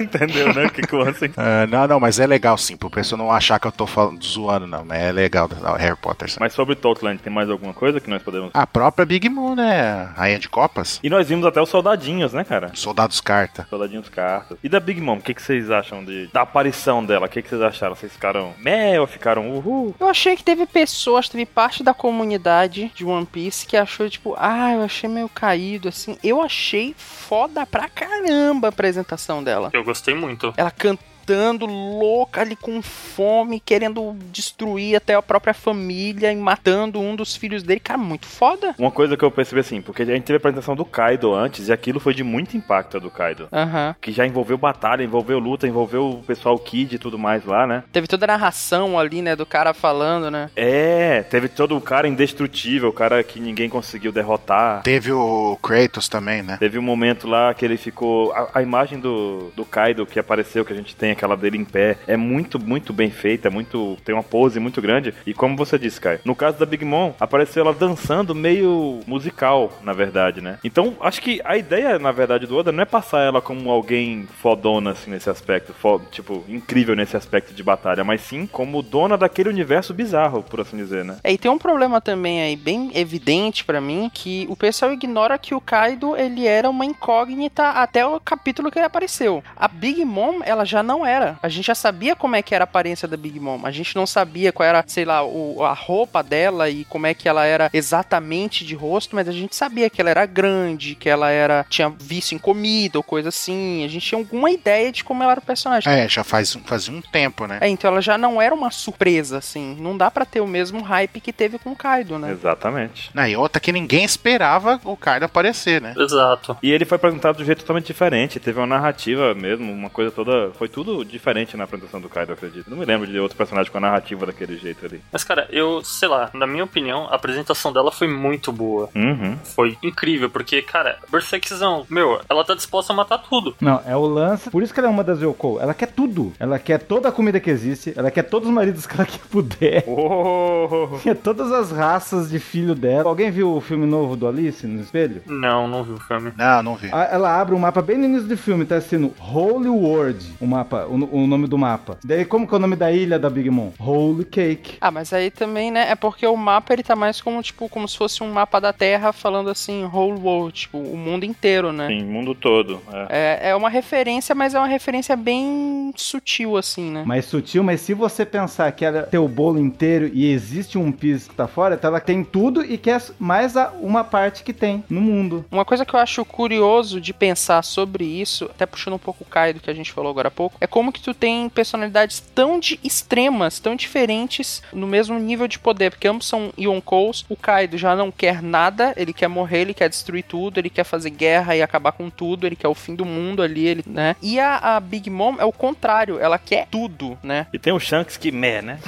Speaker 1: Entendeu, né? O que que o Ansem...
Speaker 9: Ah, não, não, mas é legal sim, pro pessoal não achar que eu tô falando, zoando, não. né? É legal não, Harry Potter. sabe?
Speaker 1: Mas sobre Totland, tem mais alguma coisa que nós podemos...
Speaker 9: A própria Big Moon, né? Rainha de Copas.
Speaker 1: E nós vimos até os soldadinhos, né, cara?
Speaker 9: Soldados Carta.
Speaker 1: Soldadinhos cartas. E da Big Mom, o que, que vocês acham de, da aparição dela? O que, que vocês acharam? Vocês ficaram meh ou ficaram uhul?
Speaker 3: Eu achei que teve pessoas, teve parte da comunidade de One Piece que achou, tipo, ah, eu achei meio caído, assim. Eu achei foda pra caramba a apresentação dela.
Speaker 4: Eu gostei muito.
Speaker 3: Ela cantando louca ali com fome, querendo destruir até a própria família e matando um dos filhos dele. Cara, muito foda.
Speaker 1: Uma coisa que eu percebi assim, porque a gente teve a apresentação do Kaido antes e aquilo foi de muito impacto a do Kaido.
Speaker 3: Aham.
Speaker 1: Que já envolveu batalha, envolveu luta, envolveu o pessoal Kid e tudo mais lá, né?
Speaker 3: Teve toda a narração ali, né, do cara falando, né?
Speaker 1: É, teve todo o cara indestrutível, o cara que ninguém conseguiu derrotar.
Speaker 9: Teve o Kratos também, né?
Speaker 1: Teve um momento lá que ele ficou. A, a imagem do, do Kaido que apareceu, que a gente tem, aquela dele em pé, é muito, muito bem feita, é muito. Tem uma pose muito grande. E como você disse, Caio, no caso da Big Mom, apareceu ela dançando meio musical, na verdade, né? Então, acho que a ideia, na verdade, do Oda não é passar ela como alguém fodona, assim, nesse aspecto, fo- tipo, incrível nesse aspecto de batalha, mas sim como dona daquele universo bizarro, por assim dizer, né?
Speaker 3: É, e tem um problema também aí bem evidente pra mim que o pessoal ignora que o Kaido ele era uma incógnita até o capítulo que ele apareceu. A Big Mom ela já não era. A gente já sabia como é que era a aparência da Big Mom. A gente não sabia qual era, sei lá, o- a roupa dela e como é que ela era exatamente de rosto, mas a gente sabia que ela era grande, que ela era tinha vício em comida ou coisa assim. A gente tinha alguma ideia de como ela era o personagem.
Speaker 9: É, já faz, um- fazia um tempo, né?
Speaker 3: É, então ela já não era uma surpresa, assim. Não dá pra ter o mesmo hype que teve com o Kaido, né?
Speaker 1: Exatamente.
Speaker 9: Não, e outra que ninguém esperava o Kaido aparecer, né?
Speaker 4: Exato.
Speaker 1: E ele foi apresentado de um jeito totalmente diferente, teve uma narrativa mesmo, uma coisa toda. Foi tudo diferente na apresentação do Kaido, eu acredito. Não me lembro de outro personagem com a narrativa daquele jeito ali.
Speaker 4: Mas, cara, eu, sei lá, na minha opinião, a apresentação dela foi muito boa.
Speaker 1: Uhum.
Speaker 4: Foi incrível, porque, cara, Berserkzão, meu, ela tá disposta a matar tudo.
Speaker 5: Não, é o lance. Por isso que ela é uma das Yoko. Ela quer tudo. Ela quer toda a comida que existe. Ela quer todos os maridos que ela que puder.
Speaker 1: Oh!
Speaker 5: Quer todas as raças de filho dela. Alguém viu o filme novo do Alice no espelho?
Speaker 4: Não, não vi o filme.
Speaker 9: Não, não vi.
Speaker 5: A- Ela abre um mapa bem no início do filme, tá sendo Holy World, o mapa, o, o nome do mapa. Daí, como que é o nome da ilha da Big Mom? Holy Cake.
Speaker 3: Ah, mas aí também, né? É porque o mapa ele tá mais como, tipo, como se fosse um mapa da Terra falando assim, whole world, tipo, o mundo inteiro, né?
Speaker 1: Sim, mundo todo. É.
Speaker 3: É, é uma referência, mas é uma referência bem sutil, assim, né?
Speaker 5: Mais sutil, Uhum. mas se você pensar que ela tem o bolo inteiro e existe um piso que tá fora, então ela tem tudo e quer mais a- uma parte que tem no mundo.
Speaker 3: Uma coisa que eu acho curioso de pensar sobre isso, até puxando um pouco o Caio do que a gente falou agora há pouco, é como que tu tem personalidades tão de extremas, tão diferentes, no mesmo nível de poder, porque ambos são Yonkous, o Kaido já não quer nada, ele quer morrer, ele quer destruir tudo, ele quer fazer guerra e acabar com tudo, ele quer o fim do mundo ali, ele, né? E a, a Big Mom é o contrário, ela quer tudo, né?
Speaker 1: E tem o Shanks que meh, né?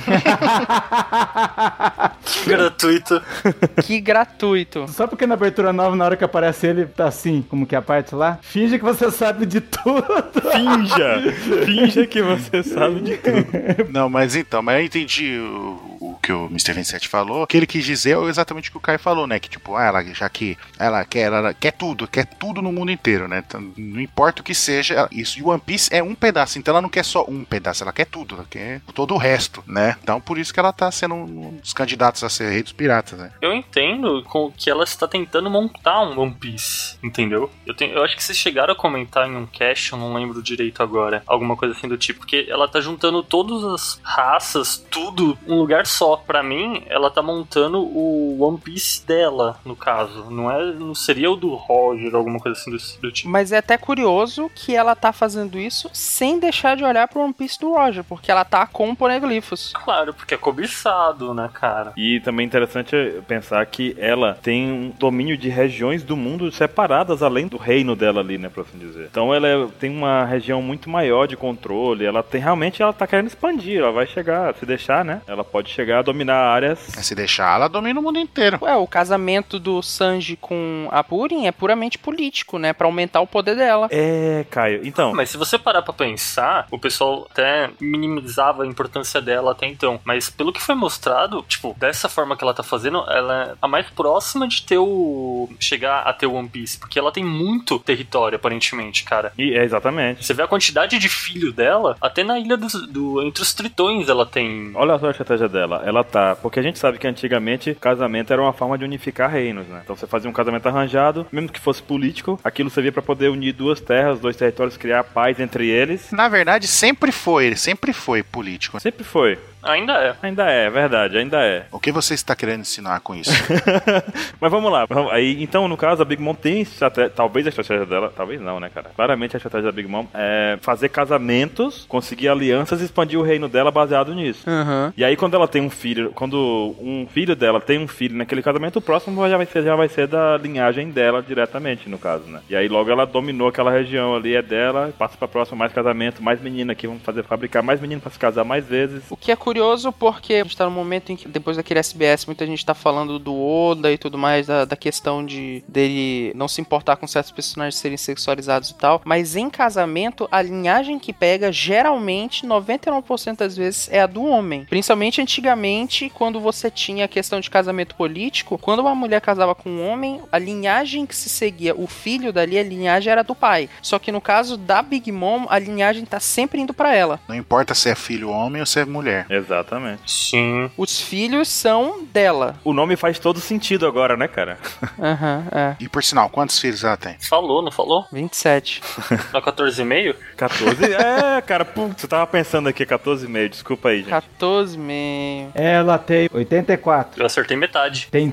Speaker 4: Gratuito.
Speaker 3: Que gratuito.
Speaker 5: Só porque na abertura nova, na hora que aparece ele, tá assim, como que é a parte lá? Finge que você sabe de tudo.
Speaker 1: Finja! Finja que você sabe de tudo.
Speaker 9: Não, mas então, mas eu entendi o, o que o Mr. 27 falou. O que ele quis dizer é exatamente o que o Caio falou, né? Que tipo, ah, ela já que ela quer, ela quer tudo, quer tudo no mundo inteiro, né? Então, não importa o que seja, ela- isso. E One Piece é um pedaço, então ela não quer só um pedaço, ela quer tudo, ela quer todo o resto, né? Então por isso que ela tá sendo um dos candidatos a ser rei dos piratas, né?
Speaker 4: Eu entendo com que ela está tentando montar um One Piece, entendeu? Eu, tenho- eu acho que vocês chegaram a comentar em um cast, eu não lembro direito agora, alguma coisa assim do tipo, porque ela tá juntando todas as raças, tudo, um lugar só. Pra mim, ela tá montando o One Piece dela, no caso. Não é, não seria o do Roger, alguma coisa assim do, do tipo.
Speaker 3: Mas é até curioso que ela tá fazendo isso sem deixar de olhar pro One Piece do Roger, porque ela tá com poneglyphos.
Speaker 4: Claro, porque é cobiçado, né, cara?
Speaker 1: E também é interessante pensar que ela tem um domínio de regiões do mundo separadas além do reino dela ali, né, por assim dizer. Então ela é- tem uma região muito maior de controle, ela tem realmente ela tá querendo expandir, ela vai chegar, se deixar, né? Ela pode chegar a dominar áreas.
Speaker 9: É Se deixar, ela domina o mundo inteiro.
Speaker 3: Ué, o casamento do Sanji com a Purin é puramente político, né? Pra aumentar o poder dela.
Speaker 1: É, Caio. Então,
Speaker 4: Mas se você parar pra pensar, o pessoal até minimizava a importância dela até então. Mas pelo que foi mostrado, tipo, dessa forma que ela tá fazendo, ela é a mais próxima de ter o. chegar a ter o One Piece. Porque ela tem muito território, aparentemente, cara.
Speaker 1: e é exatamente.
Speaker 4: Você vê a quantidade de filho dela, até na ilha dos- do. Entre os tritões ela tem.
Speaker 1: Olha só a estratégia dela. Ela tá. Porque a gente sabe que antigamente casamento era uma forma de unificar reinos, né? Então você fazia um casamento arranjado, mesmo que fosse político, aquilo servia pra poder unir duas terras, dois territórios, criar paz entre eles.
Speaker 9: Na verdade, sempre foi, ele sempre foi político.
Speaker 1: Sempre foi.
Speaker 4: Ainda é.
Speaker 1: Ainda é, é verdade, ainda é.
Speaker 9: O que você está querendo ensinar com isso?
Speaker 1: Mas vamos lá. vamos- Aí, então, no caso, a Big Mom tem estratégia. Talvez a estratégia dela. Talvez não, né, cara? Claramente a estratégia da Big Mom é fazer casamentos, conseguir alianças e expandir o reino dela baseado nisso.
Speaker 3: Aham.
Speaker 1: E aí, quando ela tem um filho, quando um filho dela tem um filho naquele casamento, o próximo já vai ser, já vai ser da linhagem dela diretamente, no caso, né? E aí, logo ela dominou aquela região ali, é dela, passa pra próxima, mais casamento, mais menina aqui, vamos fazer fabricar mais menino pra se casar mais vezes.
Speaker 3: O que é curioso porque a gente tá num momento em que, depois daquele SBS, muita gente tá falando do Oda e tudo mais, da, da questão de dele não se importar com certos personagens serem sexualizados e tal. Mas em casamento, a linhagem que pega, geralmente, 99% das vezes é a do homem. Principalmente antigamente, quando você tinha a questão de casamento político, quando uma mulher casava com um homem, a linhagem que se seguia, o filho dali, a linhagem era do pai. Só que no caso da Big Mom, a linhagem tá sempre indo pra ela.
Speaker 9: Não importa se é filho homem ou se é mulher.
Speaker 1: Exatamente.
Speaker 4: Sim.
Speaker 3: Os filhos são dela.
Speaker 1: O nome faz todo sentido agora, né, cara?
Speaker 3: Aham, é.
Speaker 9: E por sinal, quantos filhos ela tem?
Speaker 4: Falou, não falou?
Speaker 3: 27.
Speaker 4: Na 14,5?
Speaker 1: 14. É, cara, putz, eu tava pensando aqui, 14 e meio, desculpa aí, gente.
Speaker 3: 14 meio.
Speaker 5: Ela tem 84.
Speaker 4: Eu acertei metade.
Speaker 5: Tem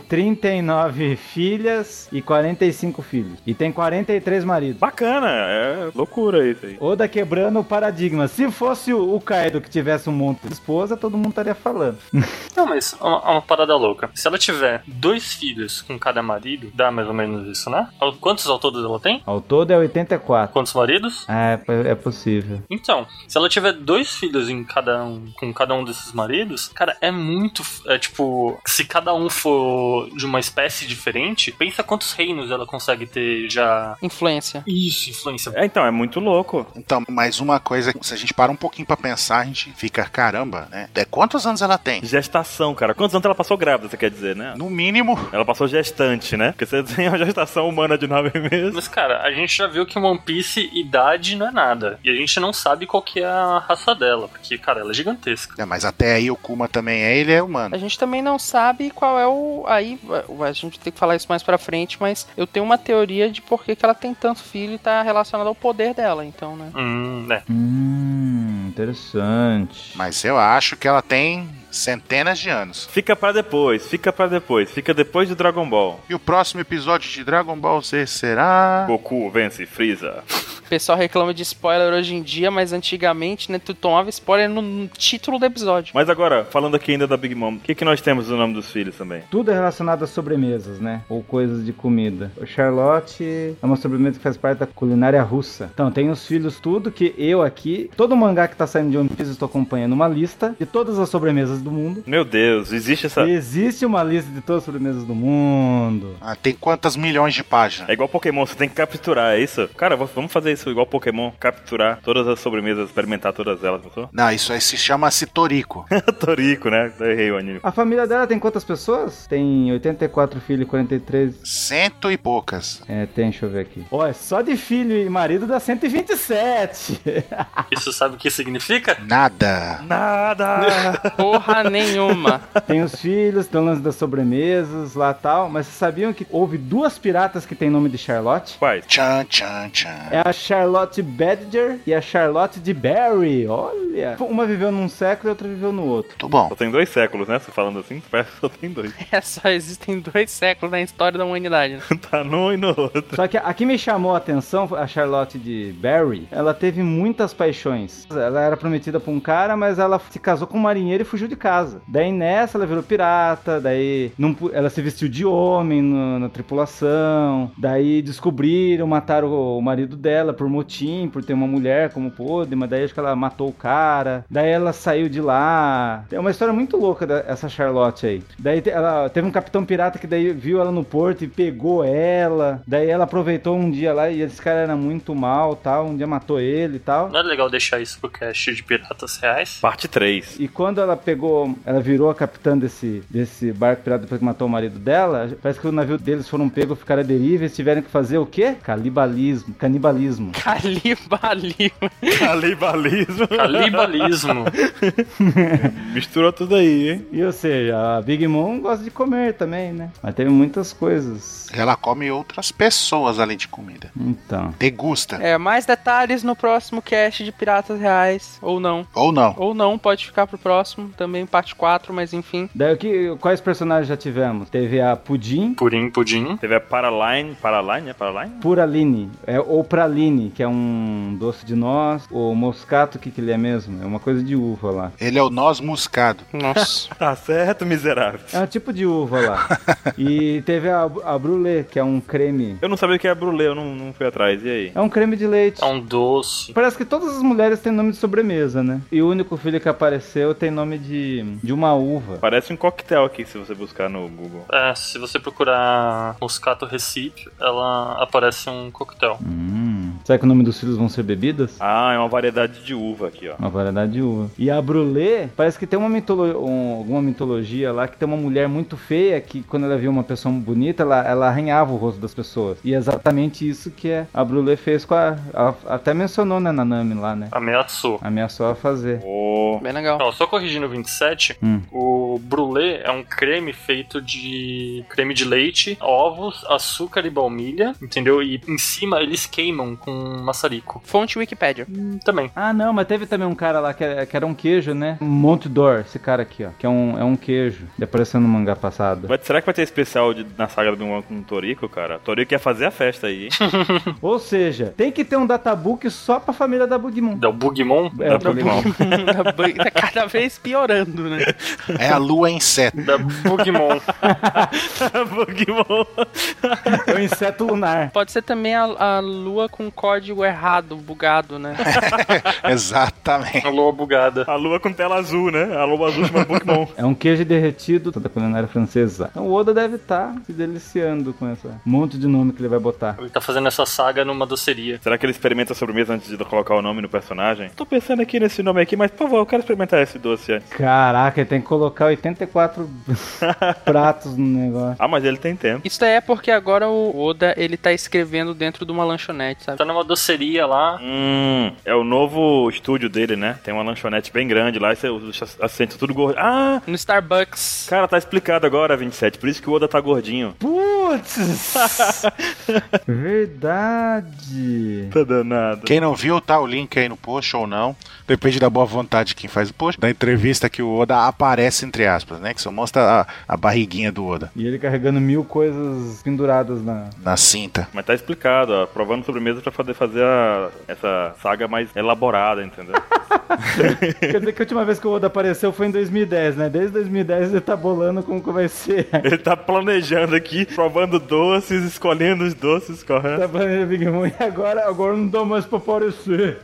Speaker 5: 39 filhas e 45 filhos. E tem 43 maridos.
Speaker 1: Bacana, é loucura isso aí.
Speaker 5: Oda quebrando o paradigma. Se fosse o o Kaido que tivesse um monte de esposa, todo mundo estaria falando.
Speaker 4: Não, mas é uma, é uma parada louca. Se ela tiver dois filhos com cada marido, dá mais ou menos isso, né? Quantos ao todo ela tem?
Speaker 5: Ao todo é 84.
Speaker 4: Quantos maridos?
Speaker 5: É, é possível.
Speaker 4: Então, se ela tiver dois filhos em cada um, com cada um desses maridos, cara, é muito. É tipo, se cada um for de uma espécie diferente, pensa quantos reinos ela consegue ter já.
Speaker 3: Influência.
Speaker 4: Isso, influência.
Speaker 1: É, então, é muito louco.
Speaker 9: Então, mais uma coisa, se a gente para um pouquinho pra pensar, a gente fica, caramba, né?
Speaker 2: né? É quantos anos ela tem?
Speaker 1: Gestação, cara. Quantos anos ela passou grávida, você quer dizer, né?
Speaker 2: No mínimo.
Speaker 1: Ela passou gestante, né? Porque você tem uma gestação humana de nove meses.
Speaker 4: Mas, cara, a gente já viu que One Piece, idade não é nada. E a gente não sabe qual que é a raça dela, porque, cara, ela é
Speaker 9: né?
Speaker 4: gigantesca.
Speaker 2: É, mas até aí o Kuma também é, ele é humano.
Speaker 3: A gente também não sabe qual é o. Aí a gente tem que falar isso mais pra frente, mas eu tenho uma teoria de por que, que ela tem tanto filho e tá relacionada ao poder dela, então, né?
Speaker 4: Hum, né?
Speaker 5: Hum, interessante.
Speaker 2: Mas eu acho que ela tem centenas de anos.
Speaker 1: Fica pra depois, fica pra depois, fica depois de Dragon Ball.
Speaker 2: E o próximo episódio de Dragon Ball Z será.
Speaker 1: Goku vence Freeza.
Speaker 3: O pessoal reclama de spoiler hoje em dia, mas antigamente, né, tu tomava spoiler no- no título do episódio.
Speaker 1: Mas agora, falando aqui ainda da Big Mom, o que, que nós temos no nome dos filhos também?
Speaker 5: Tudo é relacionado a sobremesas, né? Ou coisas de comida. O Charlotte é uma sobremesa que faz parte da culinária russa. Então, tem os filhos tudo que eu aqui, todo mangá que tá saindo de One Piece, eu estou acompanhando uma lista de todas as sobremesas do mundo.
Speaker 1: Meu Deus, existe essa.
Speaker 5: E existe uma lista de todas as sobremesas do mundo.
Speaker 2: Ah, tem quantas milhões de páginas?
Speaker 1: É igual Pokémon, você tem que capturar, é isso? Cara, v- vamos fazer isso igual Pokémon, capturar todas as sobremesas, experimentar todas elas, não sou?
Speaker 2: Não, isso aí se chama Citorico.
Speaker 1: Torico, né? Eu errei o anime.
Speaker 5: A família dela tem quantas pessoas? Tem 84 filhos e 43.
Speaker 2: Cento e poucas.
Speaker 5: É, tem, deixa eu ver aqui. Ó, é só de filho e marido dá 127.
Speaker 4: Isso sabe o que significa?
Speaker 2: Nada.
Speaker 1: Nada!
Speaker 3: Porra nenhuma.
Speaker 5: Tem os filhos, tem o lance das sobremesas lá tal. Mas vocês sabiam que houve duas piratas que tem nome de Charlotte?
Speaker 1: Quais?
Speaker 2: Tchan, tchan, tchan.
Speaker 5: É a Charlotte Badger e a Charlotte de Barry. Olha! Uma viveu num século e outra viveu no outro.
Speaker 2: Muito bom.
Speaker 1: Só tem dois séculos, né? Você falando assim, parece que só tem dois.
Speaker 3: É, só existem dois séculos na história da humanidade. né?
Speaker 1: tá num e no outro.
Speaker 5: Só que a que me chamou a atenção, a Charlotte de Barry, ela teve muitas paixões. Ela era prometida pra um cara, mas ela se casou com um marinheiro e fugiu de casa. Daí nessa ela virou pirata, daí não pu- ela se vestiu de homem no- na tripulação. Daí descobriram, mataram o, o marido dela por motim, por ter uma mulher como pôde, mas daí acho que ela matou o cara. Daí ela saiu de lá. É uma história muito louca da- essa Charlotte aí. Daí te- ela teve um capitão pirata que daí viu ela no porto e pegou ela. Daí ela aproveitou um dia lá e esse cara era muito mal, tal, um dia matou ele e tal.
Speaker 4: Não é legal deixar isso pro cast de piratas reais?
Speaker 1: Parte 3.
Speaker 5: E quando ela pegou, ela virou a capitã desse, desse barco pirata depois que matou o marido dela, parece que o navio deles foram pegos, ficaram à deriva e eles tiveram que fazer o quê? Calibalismo, canibalismo.
Speaker 3: Calibalismo.
Speaker 1: Calibalismo.
Speaker 4: Calibalismo.
Speaker 1: Misturou tudo aí, hein?
Speaker 5: E ou seja, a Big Mom gosta de comer também, né? Mas teve muitas coisas.
Speaker 2: Ela come outras pessoas além de comida.
Speaker 5: Então.
Speaker 2: Degusta.
Speaker 3: É, mais detalhes no próximo cast de Piratas Reais. Ou não.
Speaker 2: Ou não.
Speaker 3: Ou não, pode ficar pro próximo. Também parte 4, mas enfim.
Speaker 5: Daí o que, quais personagens já tivemos? Teve a Pudim,
Speaker 4: Purim, pudim.
Speaker 1: Teve a Paraline. Paraline, é Paraline?
Speaker 5: Puraline, é, ou Praline, que é um doce de noz, ou Moscato, o que, que ele é mesmo? É uma coisa de uva lá.
Speaker 2: Ele é o noz muscado.
Speaker 3: Nossa.
Speaker 1: Tá certo, miserável.
Speaker 5: É um tipo de uva lá. e teve a, a Brulé, que é um creme.
Speaker 1: Eu não sabia o que é brulê, eu não, não fui atrás. E aí?
Speaker 5: É um creme de leite.
Speaker 4: É um doce.
Speaker 5: Parece que todas as mulheres têm nome de sobremesa, né? E o único filho que apareceu tem nome de, de uma uva.
Speaker 1: Parece um coquetel aqui, se você buscar no Google.
Speaker 4: É, se você procurar Moscato Recife, ela aparece um coquetel.
Speaker 5: Hum. Será que o nome dos filhos vão ser bebidas?
Speaker 1: Ah, é uma variedade de uva aqui, ó.
Speaker 5: Uma variedade de uva. E a Brulé, parece que tem uma mitolo um- alguma mitologia lá que tem uma mulher muito feia que quando ela via uma pessoa bonita, ela, ela arranhava o rosto das pessoas. E é exatamente isso que é- a Brulé fez com a, a- Até mencionou, né, Nanami lá, né?
Speaker 4: Ameaçou.
Speaker 5: Ameaçou a fazer.
Speaker 1: Oh,
Speaker 3: Bem legal.
Speaker 4: Não, só corrigindo o 27,
Speaker 5: Hum.
Speaker 4: o brulé é um creme feito de creme de leite, ovos, açúcar e baunilha, entendeu? E em cima eles queimam com maçarico.
Speaker 3: Fonte Wikipédia.
Speaker 4: Hum, também.
Speaker 5: Ah, não, mas teve também um cara lá que era, que era um queijo, né? Um Monte d'Or, esse cara aqui, ó. Que é um, é um queijo. Ele apareceu no mangá passado.
Speaker 1: Vai- será que vai ter especial de- na saga do Bimon com o Torico, cara? Torico ia fazer a festa aí, hein?
Speaker 5: Ou seja, tem que ter um databook só pra família da Bugmon.
Speaker 4: É o Bugmon.
Speaker 5: É, tá legal.
Speaker 3: Tá bem- tá cada vez piorando, né?
Speaker 2: É a
Speaker 9: lua é inseto.
Speaker 4: Da Pokémon.
Speaker 1: Pokémon.
Speaker 5: É um inseto lunar.
Speaker 3: Pode ser também a, a lua com código errado, bugado, né?
Speaker 9: Exatamente.
Speaker 4: A lua bugada.
Speaker 1: A lua com tela azul, né? A lua azul chama Pokémon.
Speaker 5: É um queijo derretido toda a culinária francesa. Então o Oda deve estar se deliciando com esse monte de nome que ele vai botar.
Speaker 4: Ele tá fazendo essa saga numa doceria.
Speaker 1: Será que ele experimenta a sobremesa antes de colocar o nome no personagem? Tô pensando aqui nesse nome aqui, mas por favor, eu quero experimentar esse doce antes.
Speaker 5: Caraca, ele tem que colocar 84 pratos no negócio.
Speaker 1: Ah, mas ele tem tempo.
Speaker 3: Isso daí é porque agora o Oda, ele tá escrevendo dentro de uma lanchonete, sabe?
Speaker 4: Tá numa doceria lá.
Speaker 1: Hum, é o novo estúdio dele, né? Tem uma lanchonete bem grande lá e você os assentos tudo gordo. Ah!
Speaker 3: No Starbucks.
Speaker 1: Cara, tá explicado agora, 27. Por isso que o Oda tá gordinho.
Speaker 5: Putz! Verdade.
Speaker 1: Tá danado.
Speaker 9: Quem não viu, tá o link aí no post ou não. Depende da boa vontade de quem faz o post. Da entrevista que o Oda aparece, entre aspas, né? Que só mostra a, a barriguinha do Oda
Speaker 5: E ele carregando mil coisas penduradas na.
Speaker 9: na cinta.
Speaker 1: Mas tá explicado, ó. Provando sobremesa pra fazer, fazer a- essa saga mais elaborada, entendeu?
Speaker 5: Quer dizer que a última vez que o Oda apareceu foi em 2010, né? Desde 2010 ele tá bolando como que vai ser.
Speaker 1: Ele tá planejando aqui, provando doces, escolhendo os doces, correto?
Speaker 5: Tá planejando Big Mom e agora, agora não dá mais pra aparecer.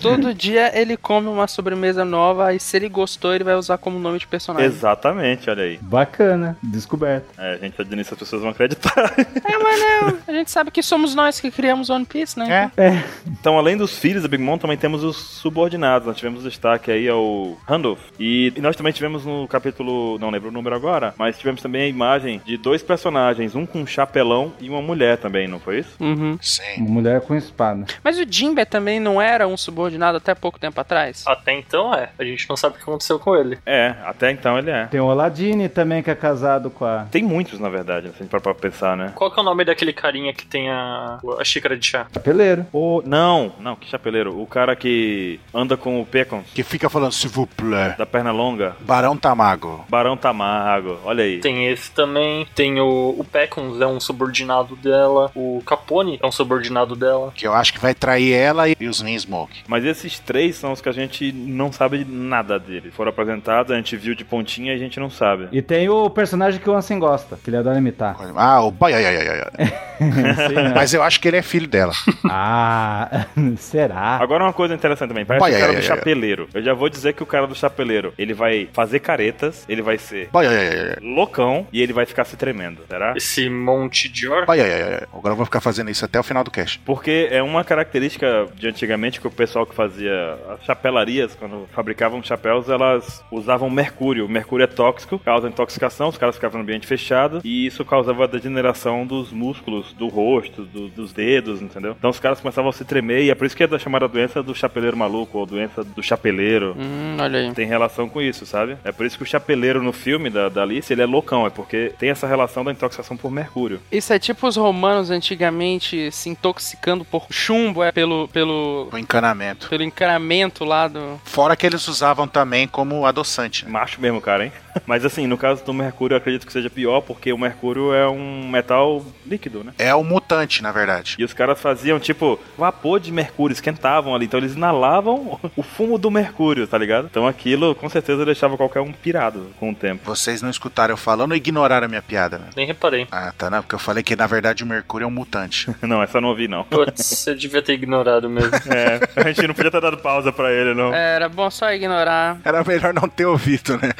Speaker 3: Todo dia ele come uma sobremesa nova e se ele gostou, ele vai usar como nome de personagem.
Speaker 1: Exatamente, olha aí.
Speaker 5: Bacana, descoberta.
Speaker 1: É, a gente tá dizendo isso, as pessoas vão acreditar.
Speaker 3: É, mas não, a gente sabe que somos nós que criamos One Piece, né?
Speaker 9: É.
Speaker 1: então, além dos filhos da Big Mom, também temos os subordinados. Nós tivemos destaque aí ao Randolph. E, e nós também tivemos no capítulo, não lembro o número agora, mas tivemos também a imagem de dois personagens, um com um chapelão e uma mulher também, não foi isso?
Speaker 3: Uhum.
Speaker 9: Sim.
Speaker 5: Uma mulher com espada.
Speaker 3: Mas o Jinbe também não era um subordinado até pouco tempo atrás?
Speaker 4: Até então é. A gente não sabe o que aconteceu com ele.
Speaker 1: É, até então ele é.
Speaker 5: Tem o Aladine também que é casado com a.
Speaker 1: Tem muitos, na verdade, se a gente parar pra pensar, né?
Speaker 4: Qual que é o nome daquele carinha que tem a, a xícara de chá?
Speaker 5: Chapeleiro.
Speaker 1: O... Não, não, que chapeleiro. O cara que anda com o Pecons,
Speaker 9: Que fica falando, se vous plaît.
Speaker 1: da perna longa.
Speaker 9: Barão Tamago.
Speaker 1: Barão Tamago, olha aí.
Speaker 4: Tem esse também. Tem o, o Pecons, é um subordinado dela. O Capone é um subordinado dela.
Speaker 9: Que eu acho que vai trair ela e e os Smoke.
Speaker 1: Mas esses três são os que a gente não sabe nada deles. Foram apresentados, a gente viu de pontinha e a gente não sabe.
Speaker 5: E tem o personagem que o Ansem gosta, que ele adora imitar.
Speaker 9: Ah, o boy, ai, ai, ai, ai.
Speaker 5: Sei
Speaker 2: né?
Speaker 5: não.
Speaker 9: Mas eu acho que ele é filho dela.
Speaker 5: Ah, será?
Speaker 1: Agora uma coisa interessante também, parece
Speaker 9: Ai,
Speaker 1: o
Speaker 9: ai,
Speaker 1: cara
Speaker 9: ai,
Speaker 1: do
Speaker 9: ai,
Speaker 1: chapeleiro. Eu já vou dizer que o cara do chapeleiro, ele vai fazer caretas, ele vai ser
Speaker 9: Boy, ai, ai, ai, ai.
Speaker 1: loucão e ele vai ficar se tremendo, será?
Speaker 4: Esse Monte Dior.
Speaker 9: Boy, ai, ai, ai, ai. Agora eu vou ficar fazendo isso até o final do cast.
Speaker 1: Porque é uma característica de antigamente que o pessoal que fazia as chapelarias, quando fabricavam chapéus, elas usavam mercúrio. O mercúrio é tóxico, causa intoxicação, os caras ficavam no ambiente fechado e isso causava a degeneração dos músculos, do rosto, do- dos dedos, entendeu? Então os caras começavam a se tremer e é por isso que é da chamada doença do chapeleiro maluco ou doença do chapeleiro.
Speaker 3: Hum, olha aí.
Speaker 1: Tem relação com isso, sabe? É por isso que o chapeleiro no filme da, da Alice, ele é loucão, é porque tem essa relação da intoxicação por mercúrio.
Speaker 3: Isso é tipo os romanos antigamente se intoxicando por chumbo, é pelo pelo
Speaker 9: O encanamento.
Speaker 3: pelo encaramento lá do.
Speaker 9: Fora que eles usavam também como adoçante. né?
Speaker 1: Macho mesmo, cara, hein? Mas assim, no caso do mercúrio, eu acredito que seja pior, porque o mercúrio é um metal líquido, né?
Speaker 9: É o mutante, na verdade.
Speaker 1: E os caras faziam, tipo, vapor de mercúrio, esquentavam ali. Então eles inalavam o fumo do mercúrio, tá ligado? Então aquilo, com certeza, deixava qualquer um pirado com o tempo.
Speaker 9: Vocês não escutaram eu falando ou ignoraram a minha piada, né?
Speaker 4: Nem reparei.
Speaker 9: Ah, tá, não, porque eu falei que na verdade o Mercúrio é um mutante.
Speaker 1: Não, essa eu não ouvi, não.
Speaker 4: Putz, eu devia ter ignorado mesmo.
Speaker 1: É, a gente não podia ter dado pausa pra ele, não.
Speaker 3: É, Era bom só ignorar.
Speaker 9: Era melhor não ter ouvido, né?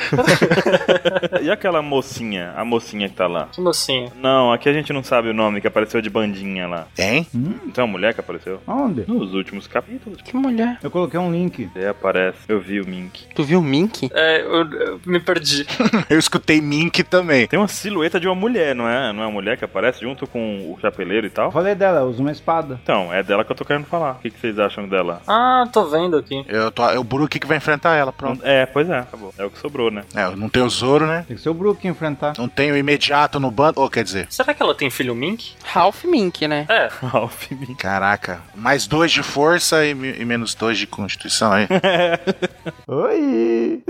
Speaker 1: E aquela mocinha, a mocinha que tá lá?
Speaker 4: Como assim?
Speaker 1: Não, aqui a gente não sabe o nome, que apareceu de bandinha lá.
Speaker 9: Hein?
Speaker 1: Então a mulher que apareceu?
Speaker 5: Onde?
Speaker 1: Nos últimos capítulos.
Speaker 3: Que mulher?
Speaker 5: Eu coloquei um link.
Speaker 1: Ele aparece. Eu vi o Mink.
Speaker 3: Tu viu o Mink?
Speaker 4: É, eu, eu me perdi.
Speaker 9: Eu escutei Mink também.
Speaker 1: Tem uma silhueta de uma mulher, não é? Não é uma mulher que aparece junto com o chapeleiro e
Speaker 5: Eu
Speaker 1: tal?
Speaker 5: falei dela, usa uma espada.
Speaker 1: Então, é dela que eu tô querendo falar. O que, que vocês acham dela?
Speaker 4: Ah, tô vendo aqui.
Speaker 9: Eu tô, é o Brook que vai enfrentar ela, pronto.
Speaker 1: É, pois é, acabou. É o que sobrou, né?
Speaker 9: É, não tem o Zoro, né?
Speaker 4: né?
Speaker 5: Tem que ser o Brook enfrentar.
Speaker 2: Não tem o imediato no bando. Ou quer dizer,
Speaker 4: Será que ela tem filho Mink?
Speaker 3: Ralph Mink, né?
Speaker 4: É,
Speaker 1: Ralph Mink.
Speaker 2: caraca, mais dois de força e, me- e menos dois de constituição aí.
Speaker 5: Oi!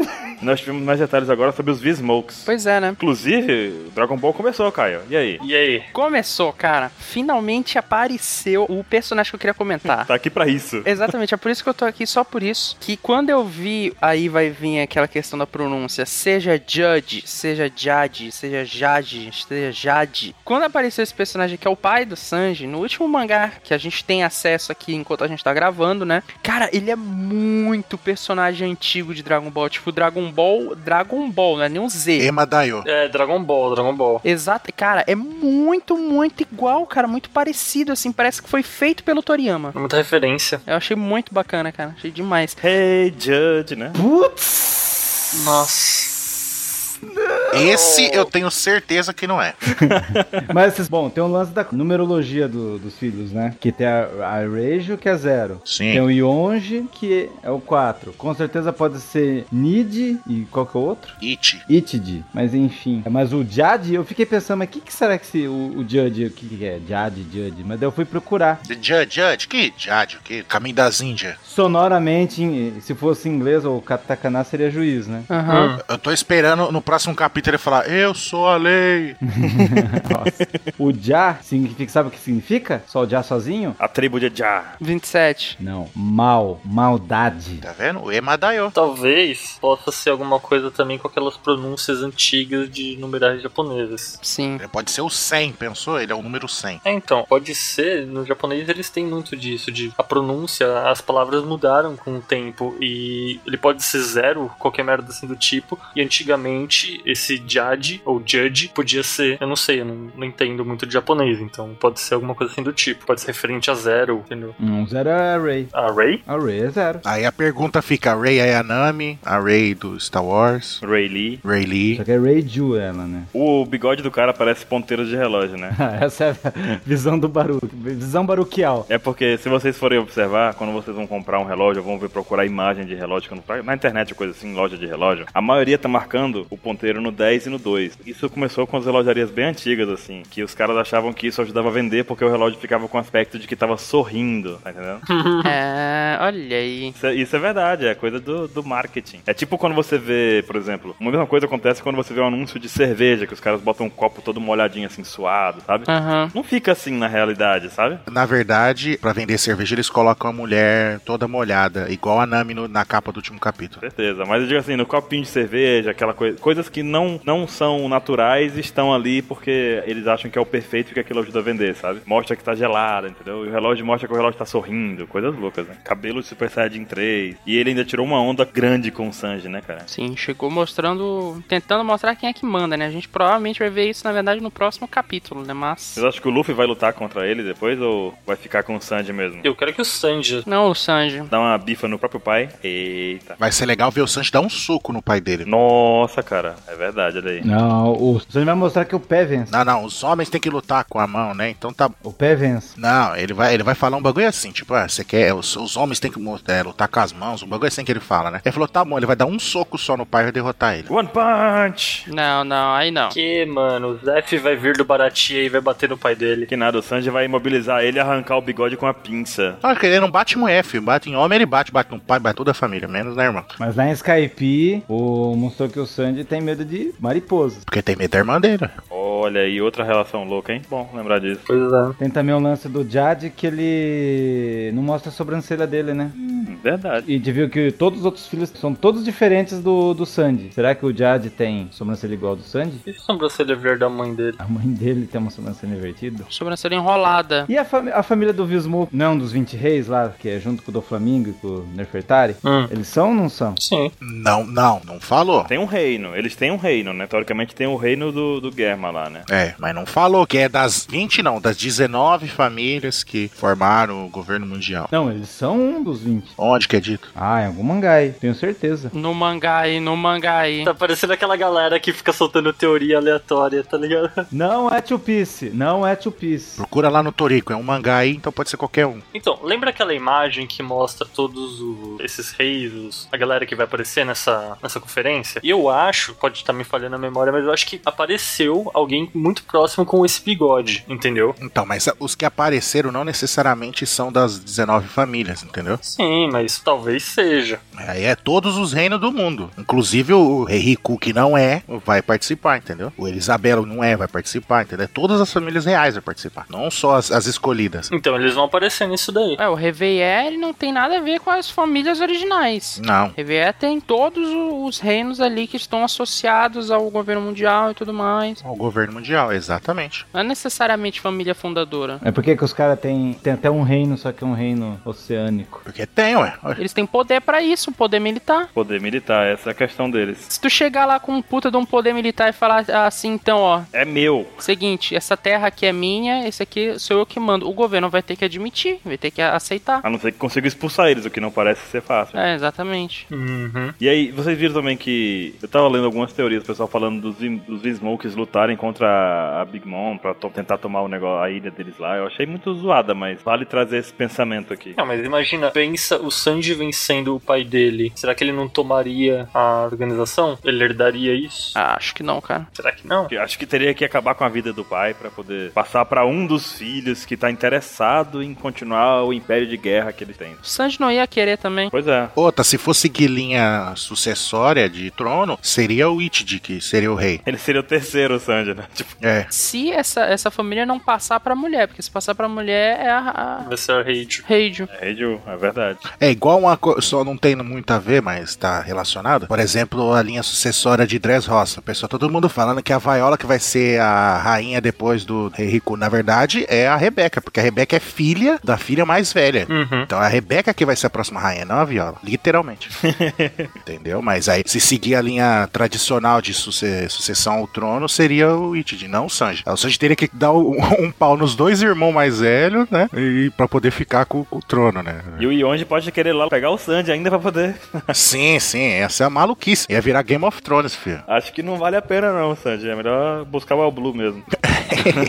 Speaker 1: Nós tivemos mais detalhes agora sobre os V-Smokes.
Speaker 3: Pois é, né?
Speaker 1: Inclusive, Dragon Ball começou, Caio. E aí?
Speaker 4: e aí?
Speaker 3: Começou, cara. Finalmente apareceu o personagem que eu queria comentar.
Speaker 1: Tá aqui pra isso.
Speaker 3: Exatamente, é por isso que eu tô aqui, só por isso. Que quando eu vi, aí vai vir aquela questão da pronúncia, seja Judge, seja Jade, seja Jade, seja Jade. Quando apareceu esse personagem que é o pai do Sanji, no último mangá que a gente tem acesso aqui enquanto a gente tá gravando, né? Cara, ele é muito personagem antigo de Dragon Ball. Tipo, Dragon Ball, Dragon Ball, não é nem um Z.
Speaker 2: Ema Dayo.
Speaker 4: É, Dragon Ball, Dragon Ball.
Speaker 3: Exato, cara, é muito, muito igual, cara, muito parecido, assim, parece que foi feito pelo Toriyama.
Speaker 4: Muita referência.
Speaker 3: Eu achei muito bacana, cara, achei demais.
Speaker 1: Hey, Judge, né?
Speaker 5: Putz!
Speaker 4: Nossa.
Speaker 2: Esse eu tenho certeza que não é.
Speaker 5: Mas, vocês- bom, tem um lance da numerologia do- dos filhos, né? Que tem a, a Reijo, que é zero. Tem
Speaker 2: Sim.
Speaker 5: o Yonji, que é o 4. Com certeza pode ser Nid e qual que é o outro?
Speaker 2: It.
Speaker 5: Itid. Mas enfim. Mas o Jade, eu fiquei pensando, mas o que, que será que se o, o Jade, o que, que é? Jade, Jade. Mas daí eu fui procurar.
Speaker 2: The Judge, Judge, que Judge, que caminho das Índias.
Speaker 5: Sonoramente, em- se fosse em inglês, o katakana seria juiz, né?
Speaker 3: Aham.
Speaker 2: Eu tô esperando no próximo capítulo ele falar, eu sou a lei.
Speaker 9: Hum.
Speaker 5: Nossa. o Já significa, sabe o que significa? Só o Já sozinho?
Speaker 1: A tribo de Jah.
Speaker 3: 27.
Speaker 5: Não. Mal. Maldade.
Speaker 2: Tá vendo? O Ema Dayo.
Speaker 4: Talvez possa ser alguma coisa também com aquelas pronúncias antigas de numerais japoneses.
Speaker 3: Sim.
Speaker 2: Ele Pode ser o 100, pensou? Ele é o número 100.
Speaker 4: É, então, pode ser, no japonês eles têm muito disso, de a pronúncia, as palavras mudaram com o tempo, e ele pode ser zero, qualquer merda assim do tipo, e antigamente esse judge, ou judge, podia ser, eu não sei, eu não, não entendo muito de japonês, então pode ser alguma coisa assim do tipo, pode ser referente a zero, entendeu?
Speaker 5: Hum, zero é Ray.
Speaker 4: A Ray?
Speaker 5: A Ray é zero.
Speaker 2: Aí a pergunta fica, a Rey é a Nami, a Rey do Star Wars,
Speaker 1: Ray Lee.
Speaker 2: Rey Lee.
Speaker 5: Só que é Ray Ju ela, né?
Speaker 1: O bigode do cara parece ponteiro de relógio, né?
Speaker 5: Essa é a visão do Baruque. Visão baruquial.
Speaker 1: É porque se vocês forem observar, quando vocês vão comprar um relógio, ou vão ver procurar imagem de relógio quando tá na internet, ou coisa assim, loja de relógio, a maioria tá marcando o ponteiro no 10 e no 2. Isso começou com as relojarias bem antigas, assim, que os caras achavam que isso ajudava a vender porque o relógio ficava com o aspecto de que tava sorrindo, tá entendendo?
Speaker 3: É, olha aí.
Speaker 1: Isso, é- isso é verdade, é coisa do, do marketing. É tipo quando você vê, por exemplo, uma mesma coisa acontece quando você vê um anúncio de cerveja, que os caras botam um copo todo molhadinho, assim, suado, sabe?
Speaker 3: Aham.
Speaker 1: Não fica assim na realidade, sabe?
Speaker 2: Na verdade, pra vender cerveja, eles colocam a mulher toda molhada, igual a Nami no- na capa do último capítulo.
Speaker 1: Certeza, mas eu digo assim, no copinho de cerveja, aquela coisa, coisas que não, não são naturais estão ali porque eles acham que é o perfeito e que aquilo ajuda a vender, sabe? Mostra que tá gelada, entendeu? E o relógio mostra que o relógio tá sorrindo, coisas loucas, né? Cabelo de Super Saiyajin 3. E ele ainda tirou uma onda grande com o Sanji, né, cara?
Speaker 3: Sim, chegou mostrando. Tentando mostrar quem é que manda, né? A gente provavelmente vai ver isso, na verdade, no próximo capítulo, né? Mas.
Speaker 1: Vocês acham que o Luffy vai lutar contra ele depois ou vai ficar com o Sanji mesmo?
Speaker 4: Eu quero que o Sanji.
Speaker 3: Não, o Sanji.
Speaker 1: Dá uma bifa no próprio pai? Eita.
Speaker 2: Vai ser legal ver o Sanji dar um soco no pai dele.
Speaker 1: Nossa, cara, é verdade, olha aí.
Speaker 5: Não, o Sanji vai mostrar que o pé vence.
Speaker 2: Não, não, os homens têm que lutar com a mão, né? Então tá.
Speaker 5: O pé vence.
Speaker 2: Não, ele vai, ele vai falar um bagulho assim, tipo, ah, você quer. Os, os homens têm que mo- é, lutar com as mãos, um bagulho assim que ele fala, né? Ele falou, tá bom, ele vai dar um soco só no pai e vai derrotar ele.
Speaker 1: One Punch!
Speaker 3: Não, não, aí não.
Speaker 4: Que, mano, o Zef vai vir do Baratia e vai bater no pai dele.
Speaker 1: Que nada, o Sanji vai imobilizar ele e arrancar o bigode com a pinça.
Speaker 2: Não, porque ele não bate no F, bate em homem, ele bate, bate no pai, bate toda a família, menos na irmã.
Speaker 5: Mas lá em Skype, o mostrou que o Sanji tem medo de mariposas.
Speaker 2: Porque tem medo da irmã dele.
Speaker 1: Olha aí, outra relação louca, hein? Bom lembrar disso.
Speaker 4: Pois é.
Speaker 5: Tem também o lance do Jade que ele não mostra a sobrancelha dele, né?
Speaker 1: Hum, verdade.
Speaker 5: E de viu que todos os outros filhos são todos diferentes do, do Sanji. Será que o Jade tem sobrancelha igual ao do Sanji?
Speaker 4: E se a sobrancelha verde da mãe dele?
Speaker 5: A mãe dele tem uma sobrancelha invertida?
Speaker 3: Sobrancelha enrolada.
Speaker 5: E a, fami- a família do Vismu, não dos 20 reis lá, que é junto com o do Flamingo e com o Nefertari?
Speaker 4: Hum.
Speaker 5: Eles são ou não são?
Speaker 4: Sim.
Speaker 2: Não, não, não falou.
Speaker 1: Tem um reino, eles têm um reino, né? Teoricamente tem o reino do, do Germa lá, né?
Speaker 2: É, mas não falou que é das 20, não, das 19 famílias que formaram o governo mundial.
Speaker 5: Não, eles são um dos 20.
Speaker 2: Bom, Aonde que é dito?
Speaker 5: Ah, é algum mangá aí, tenho certeza.
Speaker 3: No mangá aí, no mangá aí.
Speaker 4: Tá parecendo aquela galera que fica soltando teoria aleatória, tá ligado?
Speaker 5: Não é Two Piece, não é Two Piece.
Speaker 2: Procura lá no Torico, é um mangá aí, então pode ser qualquer um.
Speaker 4: Então, lembra aquela imagem que mostra todos o- esses reis, os- a galera que vai aparecer nessa, nessa conferência? E eu acho, pode estar me falhando a memória, mas eu acho que apareceu alguém muito próximo com esse bigode, entendeu?
Speaker 2: Então, mas ah, os que apareceram não necessariamente são das 19 famílias, entendeu?
Speaker 4: Sim, mas talvez seja.
Speaker 2: Aí é todos os reinos do mundo. Inclusive o rei Riku, que não é, vai participar, entendeu? O Elisabelo não é, vai participar, entendeu? Todas as famílias reais vão participar, não só as, as escolhidas.
Speaker 4: Então, eles vão aparecer nisso daí.
Speaker 3: É, o Reveillé ele não tem nada a ver com as famílias originais.
Speaker 2: Não.
Speaker 3: Reveillé tem todos o- os reinos ali que estão associados ao governo mundial e tudo mais.
Speaker 2: É O governo mundial, exatamente.
Speaker 3: Não é necessariamente família fundadora.
Speaker 5: É porque que os caras têm tem até um reino, só que é um reino oceânico.
Speaker 2: Porque tem, ué. Olha,
Speaker 3: Eles têm poder pra isso, poder militar.
Speaker 1: Poder militar, essa é a questão deles.
Speaker 3: Se tu chegar lá com um puta de um poder militar e falar assim, então, ó,
Speaker 1: É meu.
Speaker 3: seguinte, essa terra aqui é minha, esse aqui sou eu que mando. O governo vai ter que admitir, vai ter que a- aceitar.
Speaker 1: A não ser que consiga expulsar eles, o que não parece ser fácil. né?
Speaker 3: É, exatamente.
Speaker 4: Uhum.
Speaker 1: E aí, vocês viram também que. Eu tava lendo algumas teorias, o pessoal falando dos, In- dos Smokes lutarem contra a Big Mom pra to- tentar tomar o negócio, a ilha deles lá. Eu achei muito zoada, mas vale trazer esse pensamento aqui.
Speaker 4: Não, mas imagina, pensa o Sanji vencendo o pai dele. Será que ele não tomaria a organização? Ele herdaria isso?
Speaker 3: Ah, acho que não, cara.
Speaker 4: Será que não?
Speaker 1: Eu acho que teria que acabar com a vida do pai pra poder passar pra um dos filhos que tá interessado em continuar o império de guerra que ele tem.
Speaker 3: O Sanji não ia querer também.
Speaker 1: Pois é.
Speaker 2: Outra, se fosse guilinha sucessória de trono, seria o Itid, que seria o rei.
Speaker 1: Ele seria o terceiro, Sanji, né? Tipo,
Speaker 2: É.
Speaker 3: Se essa, essa família não passar pra mulher, porque se passar pra mulher é a. a...
Speaker 4: Vai ser a Rage.
Speaker 3: Reijo.
Speaker 1: é, Edu, é verdade.
Speaker 2: É igual uma coisa, só não tem muito a ver, mas tá relacionado. Por exemplo, a linha sucessória de Dress Roça. Pessoal, todo mundo falando que a Viola que vai ser a rainha depois do Rei Rico, na verdade, é a Rebeca, porque a Rebeca é filha da filha mais velha.
Speaker 4: Uhum.
Speaker 2: Então é a Rebeca que vai ser a próxima rainha, não a Viola. Literalmente. Entendeu? Mas aí, se seguir a linha tradicional de suce- sucessão ao trono, seria o Itid, não o Sanji. Aí O Sanji teria que dar um, um pau nos dois irmãos mais velhos, né? E pra poder ficar com, com o trono, né?
Speaker 1: E o Yonji pode querer lá pegar o Sanji ainda pra poder.
Speaker 2: Sim, sim, essa é a maluquice. Ia virar Game of Thrones, filho.
Speaker 1: Acho que não vale a pena, não, Sanji. É melhor buscar o Blue mesmo.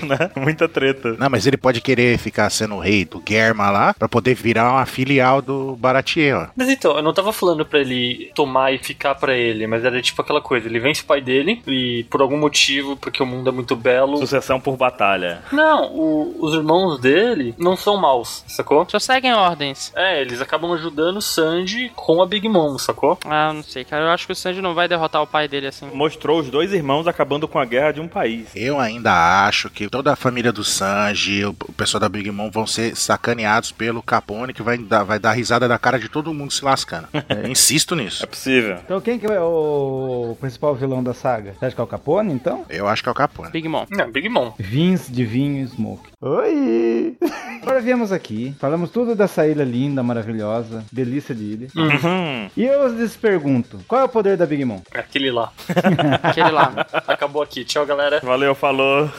Speaker 1: Né? Muita treta.
Speaker 2: Não, mas ele pode querer ficar sendo o rei do Germa lá, pra poder virar uma filial do Baratier, ó.
Speaker 4: Mas então, eu não tava falando pra ele tomar e ficar pra ele, mas era tipo aquela coisa, ele vence o pai dele e por algum motivo, porque o mundo é muito belo.
Speaker 1: Sucessão por batalha.
Speaker 4: Não, o- os irmãos dele não são maus, sacou?
Speaker 3: Só seguem ordens.
Speaker 4: É, eles acabam ajudando o Sanji com a Big Mom, sacou?
Speaker 3: Ah, não sei, cara. Eu acho que o Sanji não vai derrotar o pai dele assim.
Speaker 1: Mostrou os dois irmãos acabando com a guerra de um país.
Speaker 2: Eu ainda acho que toda a família do Sanji, o o pessoal da Big Mom vão ser sacaneados pelo Capone, que vai dar, vai dar risada da cara de todo mundo se lascando. Eu insisto
Speaker 1: É
Speaker 2: nisso.
Speaker 1: possível.
Speaker 5: Então quem que é o principal vilão da saga? Você acha que é o Capone, então?
Speaker 2: Eu acho que é o Capone.
Speaker 3: Big Mom.
Speaker 4: Não, Big Mom.
Speaker 5: Vins de vinho e smoke. Oi! Agora viemos aqui, falamos tudo dessa ilha linda, maravilhosa, delícia de ilha.
Speaker 1: Uhum.
Speaker 5: E eu lhes pergunto, qual é o poder da Big Mom?
Speaker 4: É aquele lá.
Speaker 3: Aquele lá.
Speaker 4: Acabou aqui. Tchau, galera.
Speaker 1: Valeu, falou.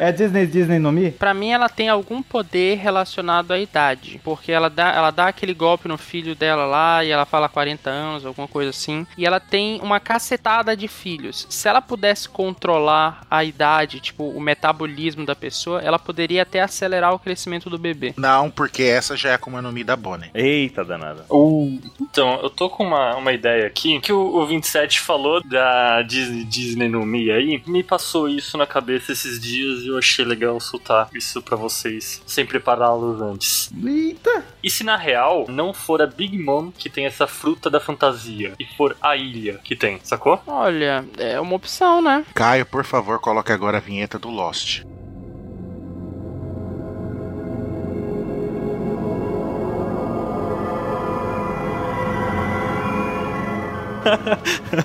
Speaker 5: É Disney Disney no Mi?
Speaker 3: Pra mim, ela tem algum poder relacionado à idade. Porque ela dá, ela dá aquele golpe no filho dela lá e ela fala 40 anos, alguma coisa assim. E ela tem uma cacetada de filhos. Se ela pudesse controlar a idade, tipo, o metabolismo da pessoa, ela poderia até acelerar o crescimento do bebê.
Speaker 2: Não, porque essa já é como é nome da Bonnie.
Speaker 1: Eita danada.
Speaker 4: Então, eu tô com uma, uma ideia aqui que o, o 27 falou da Disney, Disney no Mi aí. Me passou isso na cabeça esses dias e eu achei legal soltar isso pra vocês sem prepará-los antes.
Speaker 5: Eita!
Speaker 4: E se na real não for a Big Mom que tem essa fruta da fantasia e for a ilha que tem, sacou?
Speaker 3: Olha, é uma opção, né?
Speaker 2: Caio, por favor, coloque agora a vinheta do Lost.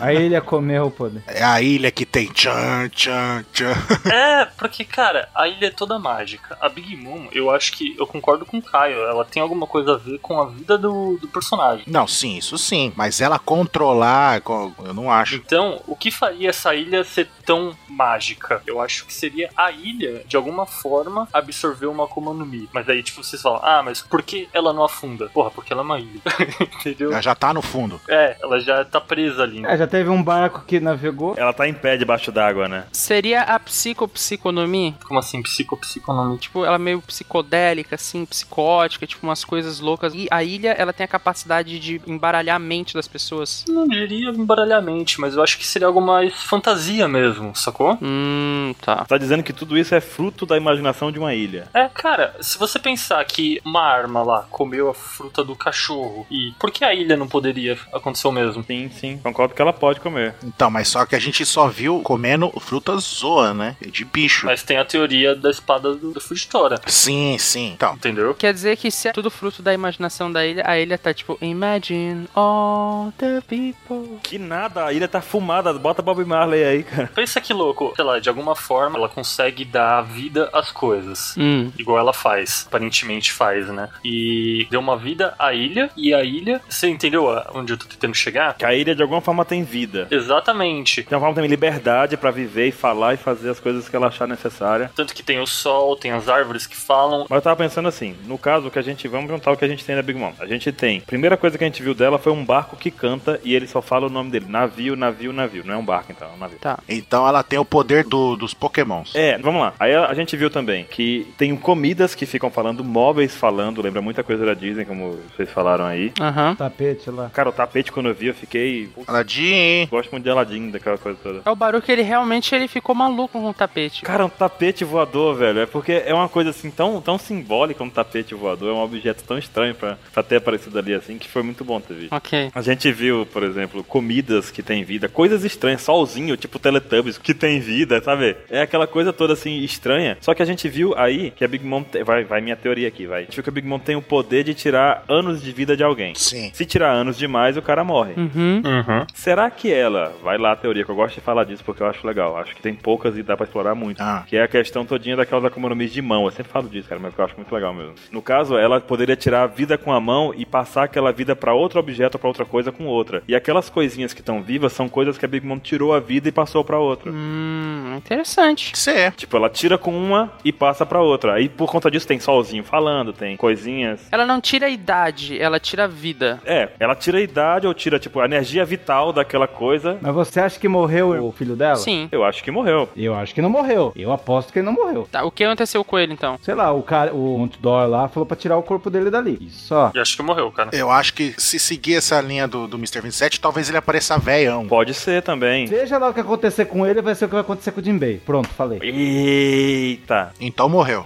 Speaker 5: A ilha comeu o poder.
Speaker 9: É a ilha que tem tchan, tchan, tchan.
Speaker 4: É, porque, cara, a ilha é toda mágica. A Big Mom, eu acho que eu concordo com o Caio, ela tem alguma coisa a ver com a vida do, do personagem.
Speaker 9: Não, sim, isso sim. Mas ela controlar, co- eu não acho.
Speaker 4: Então, o que faria essa ilha ser tão mágica? Eu acho que seria a ilha, de alguma forma, absorver uma Akuma no Mi. Mas aí, tipo, vocês falam, ah, mas por que ela não afunda? Porra, porque ela é uma ilha. Entendeu?
Speaker 9: Ela já tá no fundo.
Speaker 4: É, ela já tá presa ali.
Speaker 5: É, já teve um barco que navegou.
Speaker 1: Ela tá em pé debaixo d'água, né?
Speaker 3: Seria a psicopsiconomia?
Speaker 4: Como assim, psico, psiconomia?
Speaker 3: Tipo, ela é meio psicodélica, assim, psicótica, tipo, umas coisas loucas. E a ilha, ela tem a capacidade de embaralhar a mente das pessoas.
Speaker 4: Não diria embaralhamente, mas eu acho que seria algo mais fantasia mesmo, sacou?
Speaker 3: Hum, tá.
Speaker 1: Tá dizendo que tudo isso é fruto da imaginação de uma ilha.
Speaker 4: É, cara, se você pensar que uma arma lá comeu a fruta do cachorro, e por que a ilha não poderia acontecer o mesmo?
Speaker 1: Sim, sim. Concordo que ela pode comer.
Speaker 9: Então, mas só que a gente só viu comendo fruta zoa, né? De bicho.
Speaker 4: Mas tem a teoria da espada do, do Fugitora,
Speaker 9: Sim, sim. Então,
Speaker 4: entendeu?
Speaker 3: Quer dizer que se é tudo fruto da imaginação da ilha, a ilha tá tipo, imagine all the people.
Speaker 1: Que nada, a ilha tá fumada. Bota Bob Marley aí, cara.
Speaker 4: Pensa que louco, sei lá, de alguma forma ela consegue dar vida às coisas.
Speaker 3: Hum.
Speaker 4: Igual ela faz, aparentemente faz, né? E deu uma vida à ilha, e a ilha, você entendeu a- onde eu tô tentando chegar?
Speaker 1: Que a ilha de alguma forma tem vida.
Speaker 4: Exatamente.
Speaker 1: De alguma forma tem liberdade pra viver e falar e fazer as coisas que ela achar necessária.
Speaker 4: Tanto que tem o sol, tem as árvores que falam.
Speaker 1: Mas eu tava pensando assim, no caso o que a gente vamos juntar o que a gente tem da Big Mom. A gente tem, a primeira coisa que a gente viu dela foi um barco que canta e ele só fala o nome dele, navio, navio, navio. Não é um barco então, é um navio.
Speaker 9: então ela tem o poder do- dos pokémons.
Speaker 1: É, vamos lá. Aí a a gente viu também que tem comidas que ficam falando, móveis falando, lembra muita coisa da Disney, como vocês falaram aí.
Speaker 3: Aham.
Speaker 5: Tapete lá.
Speaker 1: Cara, o tapete quando eu vi, eu fiquei. Putz,
Speaker 9: Aladim.
Speaker 1: gosto muito de Aladdin, daquela coisa toda.
Speaker 3: É o barulho que ele realmente ele ficou maluco com o tapete.
Speaker 1: Cara, um tapete voador, velho. É porque é uma coisa assim tão, tão simbólica um tapete voador. É um objeto tão estranho pra, pra ter aparecido ali assim, que foi muito bom ter visto.
Speaker 3: Ok.
Speaker 1: A gente viu, por exemplo, comidas que têm vida, coisas estranhas, solzinho, tipo Teletubbies, que tem vida, sabe? É aquela coisa toda assim estranha. Só que a gente viu aí que a Big Mom. te- Vai, vai minha teoria aqui, vai. A gente viu que a Big Mom tem o poder de tirar anos de vida de alguém.
Speaker 9: Sim.
Speaker 1: Se tirar anos demais, o cara morre.
Speaker 3: Uhum.
Speaker 4: Uhum.
Speaker 1: Será que ela, vai lá a teoria, que eu gosto de falar disso porque eu acho legal, acho que tem poucas e dá pra explorar muito,
Speaker 9: Ah.
Speaker 1: que é a questão todinha daquelas economias de mão, eu sempre falo disso, cara, mas eu acho muito legal mesmo. No caso, ela poderia tirar a vida com a mão e passar aquela vida pra outro objeto, pra outra coisa com outra. E aquelas coisinhas que estão vivas são coisas que a Big Mom tirou a vida e passou pra outra.
Speaker 3: Hum, interessante.
Speaker 9: Isso é.
Speaker 1: Tipo, ela tira com uma e passa pra outra. Aí por conta disso tem solzinho falando, tem coisinhas
Speaker 3: Ela não tira a idade, ela tira a vida.
Speaker 1: É, ela tira a idade ou tira, tipo, a energia vital daquela coisa.
Speaker 5: Mas você acha que morreu o filho dela?
Speaker 3: Sim.
Speaker 1: Eu acho que morreu.
Speaker 5: Eu acho que não morreu. Eu aposto que ele não morreu.
Speaker 3: Tá, o que aconteceu com ele então?
Speaker 5: Sei lá, o cara, o Montdor lá falou pra tirar o corpo dele dali. Isso só.
Speaker 4: E acho que morreu, cara.
Speaker 9: Eu acho que se seguir essa linha do, do Mr. 27, talvez ele apareça veião.
Speaker 1: Pode ser também.
Speaker 5: Seja lá o que acontecer com ele, vai ser o que vai acontecer com o Jinbei. Pronto, falei.
Speaker 1: Eita!
Speaker 9: Então morreu.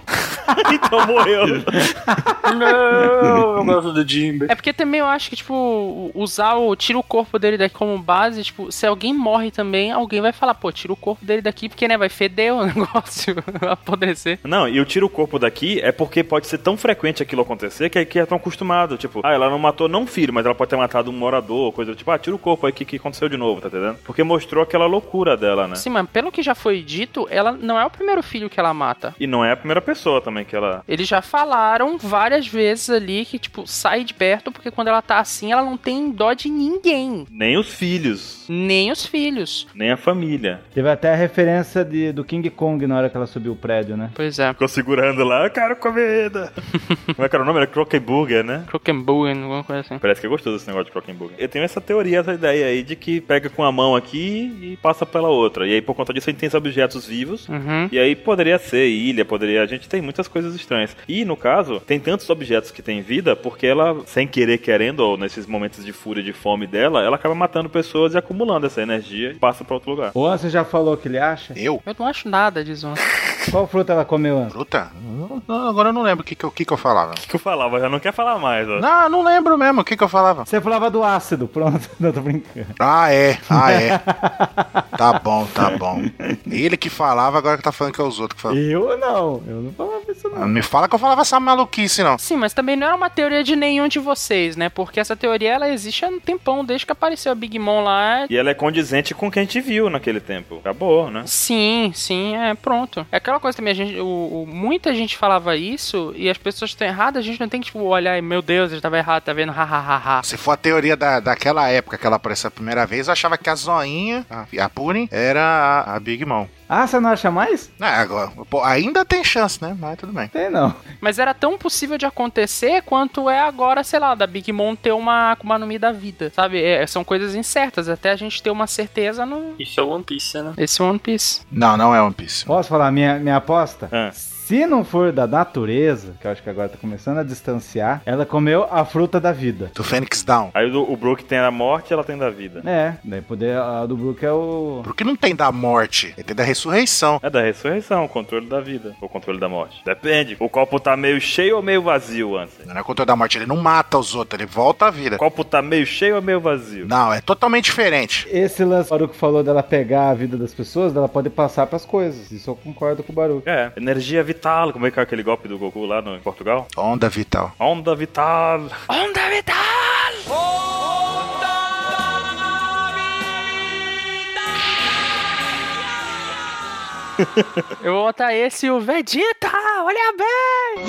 Speaker 1: Então morreu.
Speaker 4: Não, eu gosto do Jimbe.
Speaker 3: É porque também eu acho que, tipo, usar o. Tira o corpo dele daqui como base, tipo, se alguém morre também, alguém vai falar, pô, tira o corpo dele daqui, porque, né, vai feder o negócio, vai apodrecer.
Speaker 1: Não, e eu tiro o corpo daqui é porque pode ser tão frequente aquilo acontecer que aqui é tão acostumado. Tipo, ah, ela não matou não um filho, mas ela pode ter matado um morador, coisa do tipo, ah, tira o corpo aí que, que aconteceu de novo, tá entendendo? Porque mostrou aquela loucura dela, né?
Speaker 3: Sim, mas pelo que já foi dito, ela não é o primeiro filho que ela mata.
Speaker 1: E não é a primeira pessoa também que ela.
Speaker 3: Eles já falaram várias vezes ali que, tipo, sai de perto, porque quando ela tá assim, ela não tem dó de ninguém.
Speaker 1: Nem os filhos,
Speaker 3: Nem os filhos.
Speaker 1: nem a família.
Speaker 5: Teve até a referência de, do King Kong na hora que ela subiu o prédio, né?
Speaker 3: Pois é.
Speaker 1: Ficou segurando lá, eu quero comida. Como é que era o nome? Era Croquemburger, né?
Speaker 3: Croquembuin, alguma coisa assim.
Speaker 1: Parece que é gostoso esse negócio de Crockenburger. Eu tenho essa teoria, essa ideia aí de que pega com a mão aqui e passa pela outra. E aí, por conta disso, a gente tem esses objetos vivos.
Speaker 3: Uhum.
Speaker 1: E aí poderia ser ilha, poderia. A gente tem muitas coisas estranhas. E no caso, tem tantos objetos que têm vida, porque ela, sem querer, querendo, ou nesses momentos de fúria e de fome dela, ela acaba matando pessoas e acumulando essa energia e passa pra outro lugar.
Speaker 5: O Anson já falou que ele acha?
Speaker 9: Eu?
Speaker 3: Eu não acho nada disso.
Speaker 5: Qual fruta ela comeu, Anson?
Speaker 9: Fruta? Não, agora eu não lembro o que, que, eu- o que, que eu falava. Ah,
Speaker 1: O que eu falava? Já não quer falar mais, ó.
Speaker 9: Não, não lembro mesmo o que, que eu falava.
Speaker 5: Você falava do ácido, pronto. Não, tô brincando.
Speaker 9: Ah, é. Ah, é. Tá bom, tá bom. Ele que falava, agora que tá falando que é os outros que falam.
Speaker 5: Eu não. Eu não falava isso isso, não.
Speaker 2: Ah, Me fala que eu falava essa maluquice, não.
Speaker 3: Sim, mas também não era uma teoria de nenhum de vocês, né? Porque essa teoria ela existe há um tempão, desde que apareceu a Big Mom lá.
Speaker 1: E ela é condizente com o que a gente viu naquele tempo. Acabou, né?
Speaker 3: Sim, sim, é pronto. É aquela coisa também, a gente, o, o- muita gente falava isso e as pessoas estão erradas, a gente não tem que tipo, olhar e, meu Deus, ele tava errado, tá vendo? Ha, ha, ha, ha.
Speaker 2: Se for a teoria da, daquela época que ela apareceu a primeira vez, eu achava que a Zoinha, a, a Puni, era a, a Big Mom.
Speaker 5: Ah, você não acha mais?
Speaker 2: Não, agora, pô, ainda tem chance, né? Mas tudo bem.
Speaker 5: Tem não.
Speaker 3: Mas era tão possível de acontecer quanto é agora, sei lá, da Big Mom ter uma Akuma no Mi da vida, sabe? É, são coisas incertas, até a gente ter uma certeza no.
Speaker 4: Isso é One Piece, né?
Speaker 3: Esse One Piece.
Speaker 2: Não, não é One Piece.
Speaker 5: Posso falar minha, minha aposta?
Speaker 1: Ah.
Speaker 5: Se não for da natureza, que eu acho que agora tá começando a distanciar, ela comeu a fruta da vida.
Speaker 2: Do Phoenix Down.
Speaker 1: Aí o, o Brook tem a morte e ela tem da vida.
Speaker 5: É, daí poder a do Brook é o.
Speaker 2: Porque não tem da morte, ele tem da ressurreição.
Speaker 1: É da ressurreição, o controle da vida. Ou controle da morte. Depende. O copo tá meio cheio ou meio vazio, Ansem?
Speaker 2: Não é controle da morte, ele não mata os outros, ele volta à vida.
Speaker 1: O copo tá meio cheio ou meio vazio?
Speaker 2: Não, é totalmente diferente.
Speaker 5: Esse lance, o Baruco falou dela pegar a vida das pessoas, dela poder passar pras coisas. Isso eu concordo com o Baruco.
Speaker 1: É, energia vital. Como é que é aquele golpe do Goku lá no, em Portugal?
Speaker 2: Onda vital.
Speaker 1: Onda vital.
Speaker 3: Onda Vital! Eu vou botar esse e o Vegeta! Olha bem!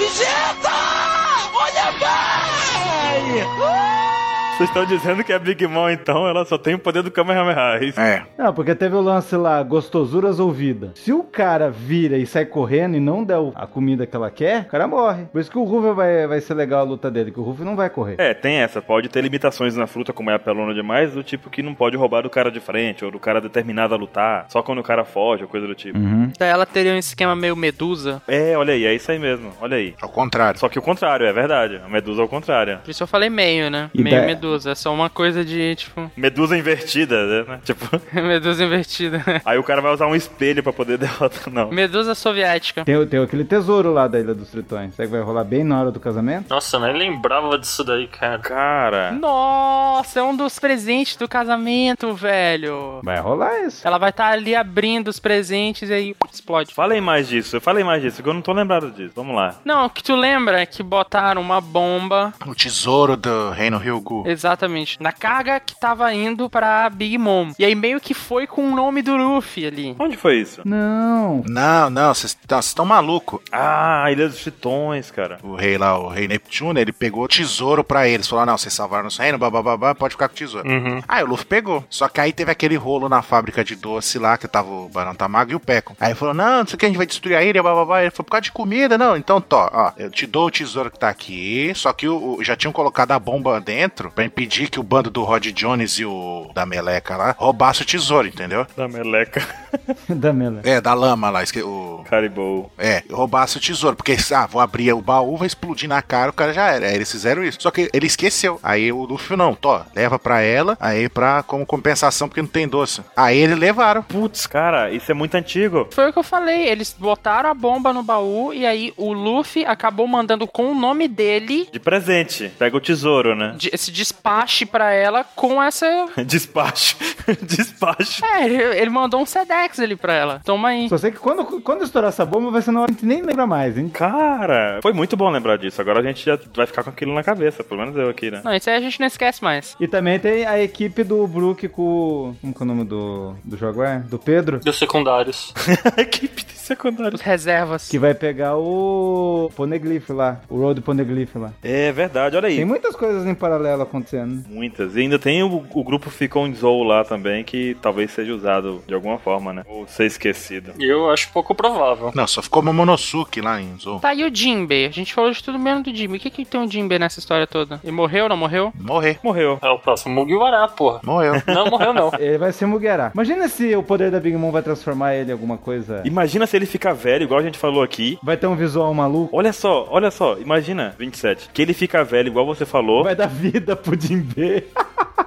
Speaker 1: Vocês estão dizendo que a Big Mom, então, ela só tem o poder do Kamehameha. é isso?
Speaker 2: É.
Speaker 5: Não, porque teve o lance lá, gostosuras ou vida. Se o cara vira e sai correndo e não der o- a comida que ela quer, o cara morre. Por isso que o Ruffy vai, vai ser legal a luta dele, que o Ruffy não vai correr.
Speaker 1: É, tem essa. Pode ter limitações na fruta, como é a pelona demais, do tipo que não pode roubar do cara de frente, ou do cara determinado a lutar, só quando o cara foge, ou coisa do tipo.
Speaker 5: Uhum.
Speaker 3: Daí ela teria um esquema meio medusa.
Speaker 1: É, olha aí, é isso aí mesmo, olha aí.
Speaker 2: Ao contrário.
Speaker 1: Só que o contrário, é verdade. A medusa é o contrário.
Speaker 3: Por isso eu falei meio, né?
Speaker 5: E
Speaker 3: meio
Speaker 5: daí-
Speaker 3: medusa. É só uma coisa de, tipo,
Speaker 1: Medusa invertida, né? Tipo,
Speaker 3: medusa invertida.
Speaker 1: aí o cara vai usar um espelho pra poder derrotar. Não.
Speaker 3: medusa soviética.
Speaker 5: Tem, o- tem aquele tesouro lá da Ilha dos Tritões. Será que vai rolar bem na hora do casamento?
Speaker 4: Nossa, eu nem lembrava disso daí, cara.
Speaker 1: Cara.
Speaker 3: Nossa, é um dos presentes do casamento, velho.
Speaker 5: Vai rolar isso.
Speaker 3: Ela vai estar ali abrindo os presentes e aí explode.
Speaker 1: Falem mais disso, falem mais disso, que eu não tô lembrado disso. Vamos lá.
Speaker 3: Não, o que tu lembra é que botaram uma bomba,
Speaker 2: O tesouro do reino Ryugu.
Speaker 3: exatamente, na carga que tava indo pra Big Mom. E aí meio que foi com o nome do Luffy ali.
Speaker 1: Onde foi isso?
Speaker 5: Não.
Speaker 2: Não, não, vocês estão malucos.
Speaker 1: Ah, a Ilha dos Titões, cara.
Speaker 2: O rei lá, o rei Neptuno, ele pegou o tesouro pra eles. Falou: "Ah, não, vocês salvaram nosso reino, bababá, pode ficar com o tesouro.
Speaker 4: Uhum.
Speaker 2: Aí o Luffy pegou. Só que aí teve aquele rolo na fábrica de doce lá, que tava o Barão Tamago e o Pecon. Aí falou: não, não sei o que, a gente vai destruir a ilha, bababá. Ele falou: por causa de comida, não. Então, tó, ó, eu te dou o tesouro que tá aqui. Só que o, o- já tinham colocado a bomba dentro pra impedir que o bando do Rod Jones e o da Meleca lá roubasse o tesouro, entendeu?
Speaker 1: Da meleca.
Speaker 5: da Mela.
Speaker 2: É, da lama lá, esque- o,
Speaker 1: Caribou.
Speaker 2: É, roubasse o tesouro, porque, ah, vou abrir o baú, vai explodir na cara, o cara já era. Aí eles fizeram isso. Só que ele esqueceu. Aí o Luffy, não, tó, leva pra ela, aí pra, como compensação, porque não tem doce. Aí eles levaram.
Speaker 1: Putz, cara, isso é muito antigo.
Speaker 3: Foi o que eu falei, eles botaram a bomba no baú e aí o Luffy acabou mandando com o nome dele
Speaker 1: De presente. Pega o tesouro, né?
Speaker 3: de- esse despache pra ela com essa.
Speaker 1: Despacho. Despacho.
Speaker 3: É, ele, ele mandou um Sedex ali pra ela. Toma aí.
Speaker 5: Só sei que quando, quando estourar essa bomba vai ser na hora que a gente nem lembra mais, hein?
Speaker 1: Cara, foi muito bom lembrar disso. Agora a gente já vai ficar com aquilo na cabeça, pelo menos eu aqui, né?
Speaker 3: Não, isso aí a gente não esquece mais.
Speaker 5: E também tem a equipe do Brook com. Como que é o nome do, do Jaguar? Do Pedro?
Speaker 4: Dos secundários.
Speaker 1: A equipe de secundário.
Speaker 3: Os reservas.
Speaker 5: Que vai pegar o Poneglyph lá, o Road Poneglyph lá.
Speaker 1: É verdade, olha
Speaker 5: Tem
Speaker 1: aí.
Speaker 5: muitas coisas em paralelo acontecendo.
Speaker 1: Muitas. E ainda tem o, o grupo Ficon Zou lá também, que talvez seja usado de alguma forma, né? Ou ser esquecido.
Speaker 4: E eu acho pouco provável.
Speaker 2: Não, só ficou Momonosuke lá em Zou.
Speaker 3: Tá, e o Jinbe? A gente falou de tudo menos do Jinbe. O que que tem o Jinbe nessa história toda? Ele morreu, não morreu?
Speaker 2: Morrer.
Speaker 1: Morreu.
Speaker 4: É o próximo Mugiwara, porra.
Speaker 2: Morreu.
Speaker 4: Não, morreu não.
Speaker 5: Ele vai ser Mugiará. Imagina se o poder da Big Mom vai transformar ele em alguma coisa.
Speaker 1: Imagina se ele ficar velho, igual a gente falou aqui.
Speaker 5: Vai ter um visual maluco.
Speaker 1: Olha só, olha só, imagina, 27. Que ele fica velho, igual você falou.
Speaker 5: Vai dar vida pro Jinbe.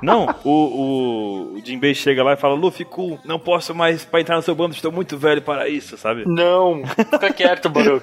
Speaker 1: Não, o, o, o Jinbei chega lá e fala, Luffy, cool, não posso mais pra entrar no seu bando, estou muito velho para isso, sabe?
Speaker 4: Não, fica quieto, Baruch.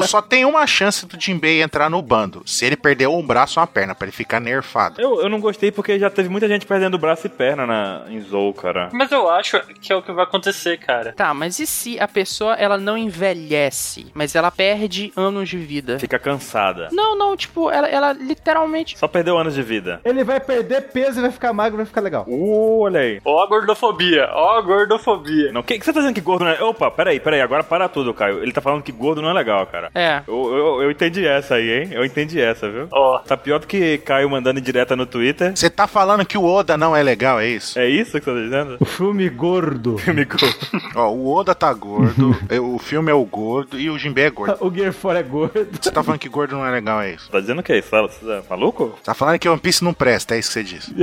Speaker 9: Só tem uma chance do Jinbei entrar no bando. Se ele perder um braço ou uma perna, pra ele ficar nerfado.
Speaker 1: Eu, eu não gostei porque já teve muita gente perdendo braço e perna na, em Zou, cara.
Speaker 4: Mas eu acho que é o que vai acontecer, cara.
Speaker 3: Tá, mas e se a pessoa ela não envelhece, mas ela perde anos de vida?
Speaker 1: Fica cansada.
Speaker 3: Não, não, tipo, ela, ela literalmente.
Speaker 1: Só perdeu anos de vida.
Speaker 5: Ele vai perder peso e vai ficar magro, vai ficar legal.
Speaker 1: Uh, olha aí.
Speaker 4: Ó a gordofobia, ó a gordofobia.
Speaker 1: Não, o que, que você tá dizendo que gordo não é... Opa, peraí, peraí, agora para tudo, Caio. Ele tá falando que gordo não é legal, cara.
Speaker 3: É.
Speaker 1: Eu, eu, eu entendi essa aí, hein? Eu entendi essa, viu?
Speaker 4: Ó,
Speaker 1: Tá pior do que Caio mandando direta no Twitter.
Speaker 9: Você tá falando que o Oda não é legal, é isso?
Speaker 1: É isso que você tá dizendo?
Speaker 5: O filme gordo.
Speaker 1: Amigo.
Speaker 9: Ó, o Oda tá gordo, é, o filme é o gordo e o Jinbei é gordo.
Speaker 5: o Gear 4 é gordo.
Speaker 9: Você tá falando que gordo não é legal, é isso?
Speaker 1: Tá dizendo o que é isso? Você é maluco?
Speaker 9: Você tá falando que One Piece não presta, é isso que você disse.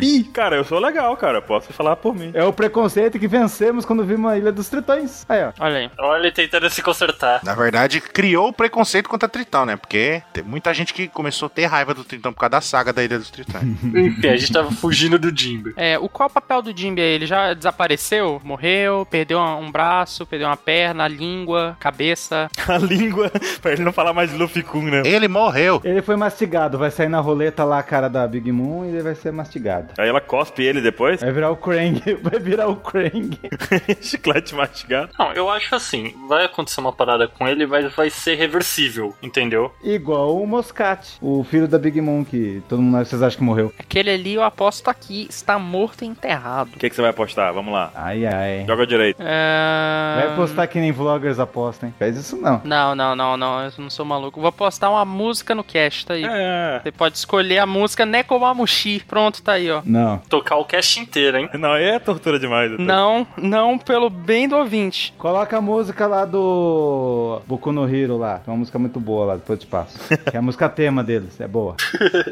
Speaker 1: Ih, cara, eu sou legal, cara. Posso falar por mim.
Speaker 5: É o preconceito que vencemos quando vimos a Ilha dos Tritões. Aí, ó.
Speaker 3: Olha aí.
Speaker 4: olha ele tentando se consertar.
Speaker 9: Na verdade, criou o preconceito contra Tritão, né? Porque tem muita gente que começou a ter raiva do Tritão por causa da saga da Ilha dos Tritões.
Speaker 4: Enfim, a gente tava fugindo do Jimbo.
Speaker 3: É, o qual é o papel do Jimbe aí? Ele já desapareceu? Morreu? Perdeu uma- um braço? Perdeu uma perna? Língua? Cabeça?
Speaker 1: A língua, pra ele não falar mais de Luffy Kun, né?
Speaker 9: Ele morreu.
Speaker 5: Ele foi mastigado, vai sair na roleta lá a cara da Big Moon e ele vai ser mastigado.
Speaker 4: É.
Speaker 1: Aí ela cospe ele depois.
Speaker 5: Vai virar o Krang, vai virar o Krang.
Speaker 1: Chiclete mastigado.
Speaker 4: Não, eu acho assim, vai acontecer uma parada com ele, mas vai ser reversível, entendeu?
Speaker 5: Igual o Moscat, o filho da Big Moon que todo mundo vocês acham que morreu.
Speaker 3: Aquele ali, eu aposto tá aqui, está morto e enterrado.
Speaker 1: O que, que você vai apostar? Vamos lá.
Speaker 5: Ai, ai.
Speaker 1: Joga direito.
Speaker 3: É...
Speaker 5: Vai postar que nem vloggers apostam, hein? Faz isso não.
Speaker 3: Não, não, não, não, eu não sou maluco. Vou postar uma música no cast, tá aí.
Speaker 1: É.
Speaker 3: Você pode escolher a música Nekomamushi. Pronto, tá aí, ó.
Speaker 5: Não.
Speaker 4: Tocar o cast inteiro, hein?
Speaker 1: Não, aí é tortura demais. doutor.
Speaker 3: Não, não pelo bem do ouvinte.
Speaker 5: Coloca a música lá do Boku no Hero lá. Tem uma música muito boa lá, depois eu te passo. Que é a música tema deles, é boa.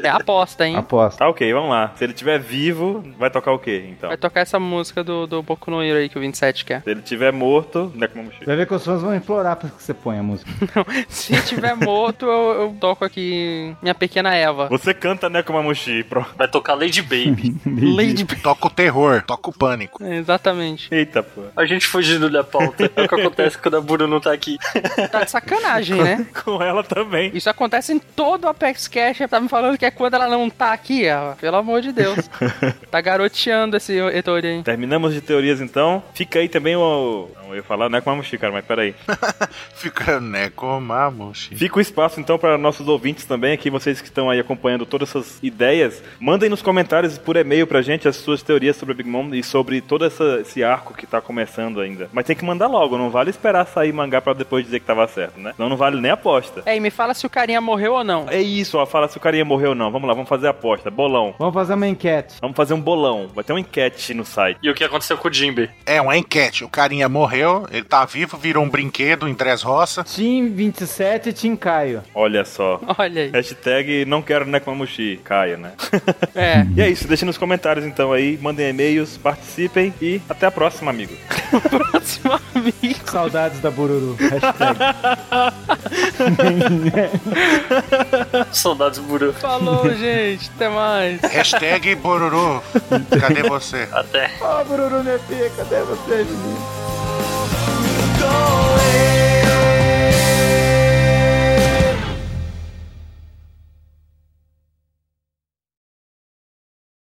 Speaker 3: É a aposta, hein?
Speaker 5: Aposta.
Speaker 1: Tá ok, vamos lá. Se ele tiver vivo, vai tocar o quê, então?
Speaker 3: Vai tocar essa música do, do Boku no Hero aí que o 27 quer.
Speaker 1: Se ele tiver morto, né, como
Speaker 5: Você vai ver que os fãs vão implorar pra que você ponha a música.
Speaker 3: Se tiver morto, eu, eu toco aqui minha pequena Eva.
Speaker 1: Você canta Nekomamushi, pronto.
Speaker 4: Vai tocar Lady Baby.
Speaker 3: Lady B.
Speaker 9: Tipo, Toca o terror, toca o pânico.
Speaker 3: É, Exatamente.
Speaker 1: Eita, pô.
Speaker 4: A gente fugindo da pauta. É o que acontece quando a Buru não tá aqui.
Speaker 3: Tá de sacanagem, né?
Speaker 1: Com ela também.
Speaker 3: Isso acontece em todo o Apex Cash. Tá me falando que é quando ela não tá aqui, ó. Pelo amor de Deus. Tá garoteando esse Etori aí.
Speaker 1: Terminamos de teorias, então. Fica aí também o... Não, eu ia falar Nekomamushi, cara, mas peraí.
Speaker 9: Fica né, Nekomamushi.
Speaker 1: Fica o espaço então para nossos ouvintes também, aqui vocês que estão aí acompanhando todas essas ideias, mandem nos comentários por e-mail pra gente as suas teorias sobre a Big Mom e sobre todo essa- esse arco que tá começando ainda. Mas tem que mandar logo, não vale esperar sair mangá pra depois dizer que tava certo, né? Senão não vale nem a aposta.
Speaker 3: Ei, me fala se o carinha morreu ou não.
Speaker 1: É isso, ó, fala se o carinha morreu ou não. Vamos lá, vamos fazer a aposta, bolão.
Speaker 5: Vamos fazer uma enquete.
Speaker 1: Vamos fazer um bolão, vai ter uma enquete no site.
Speaker 4: E o que aconteceu com o Jimbe?
Speaker 9: É uma enquete. O carinha morreu, ele tá vivo, virou um brinquedo em Três Roça.
Speaker 5: Team 27 e Team Caio.
Speaker 1: Olha só.
Speaker 3: Olha aí.
Speaker 1: Hashtag não quero Nekomamushi, caia, né?
Speaker 3: É.
Speaker 1: e é isso, deixem nos comentários então aí, mandem e-mails, participem e até a próxima, amigo.
Speaker 3: Próximo amigo.
Speaker 5: Saudades da Bururu. Hashtag.
Speaker 4: Saudades, Buru.
Speaker 3: Falou, gente. Até mais.
Speaker 9: Hashtag Boruru. Cadê você?
Speaker 4: Até.
Speaker 5: Ó, Bururu, minha filha, cadê você, menino?
Speaker 10: go.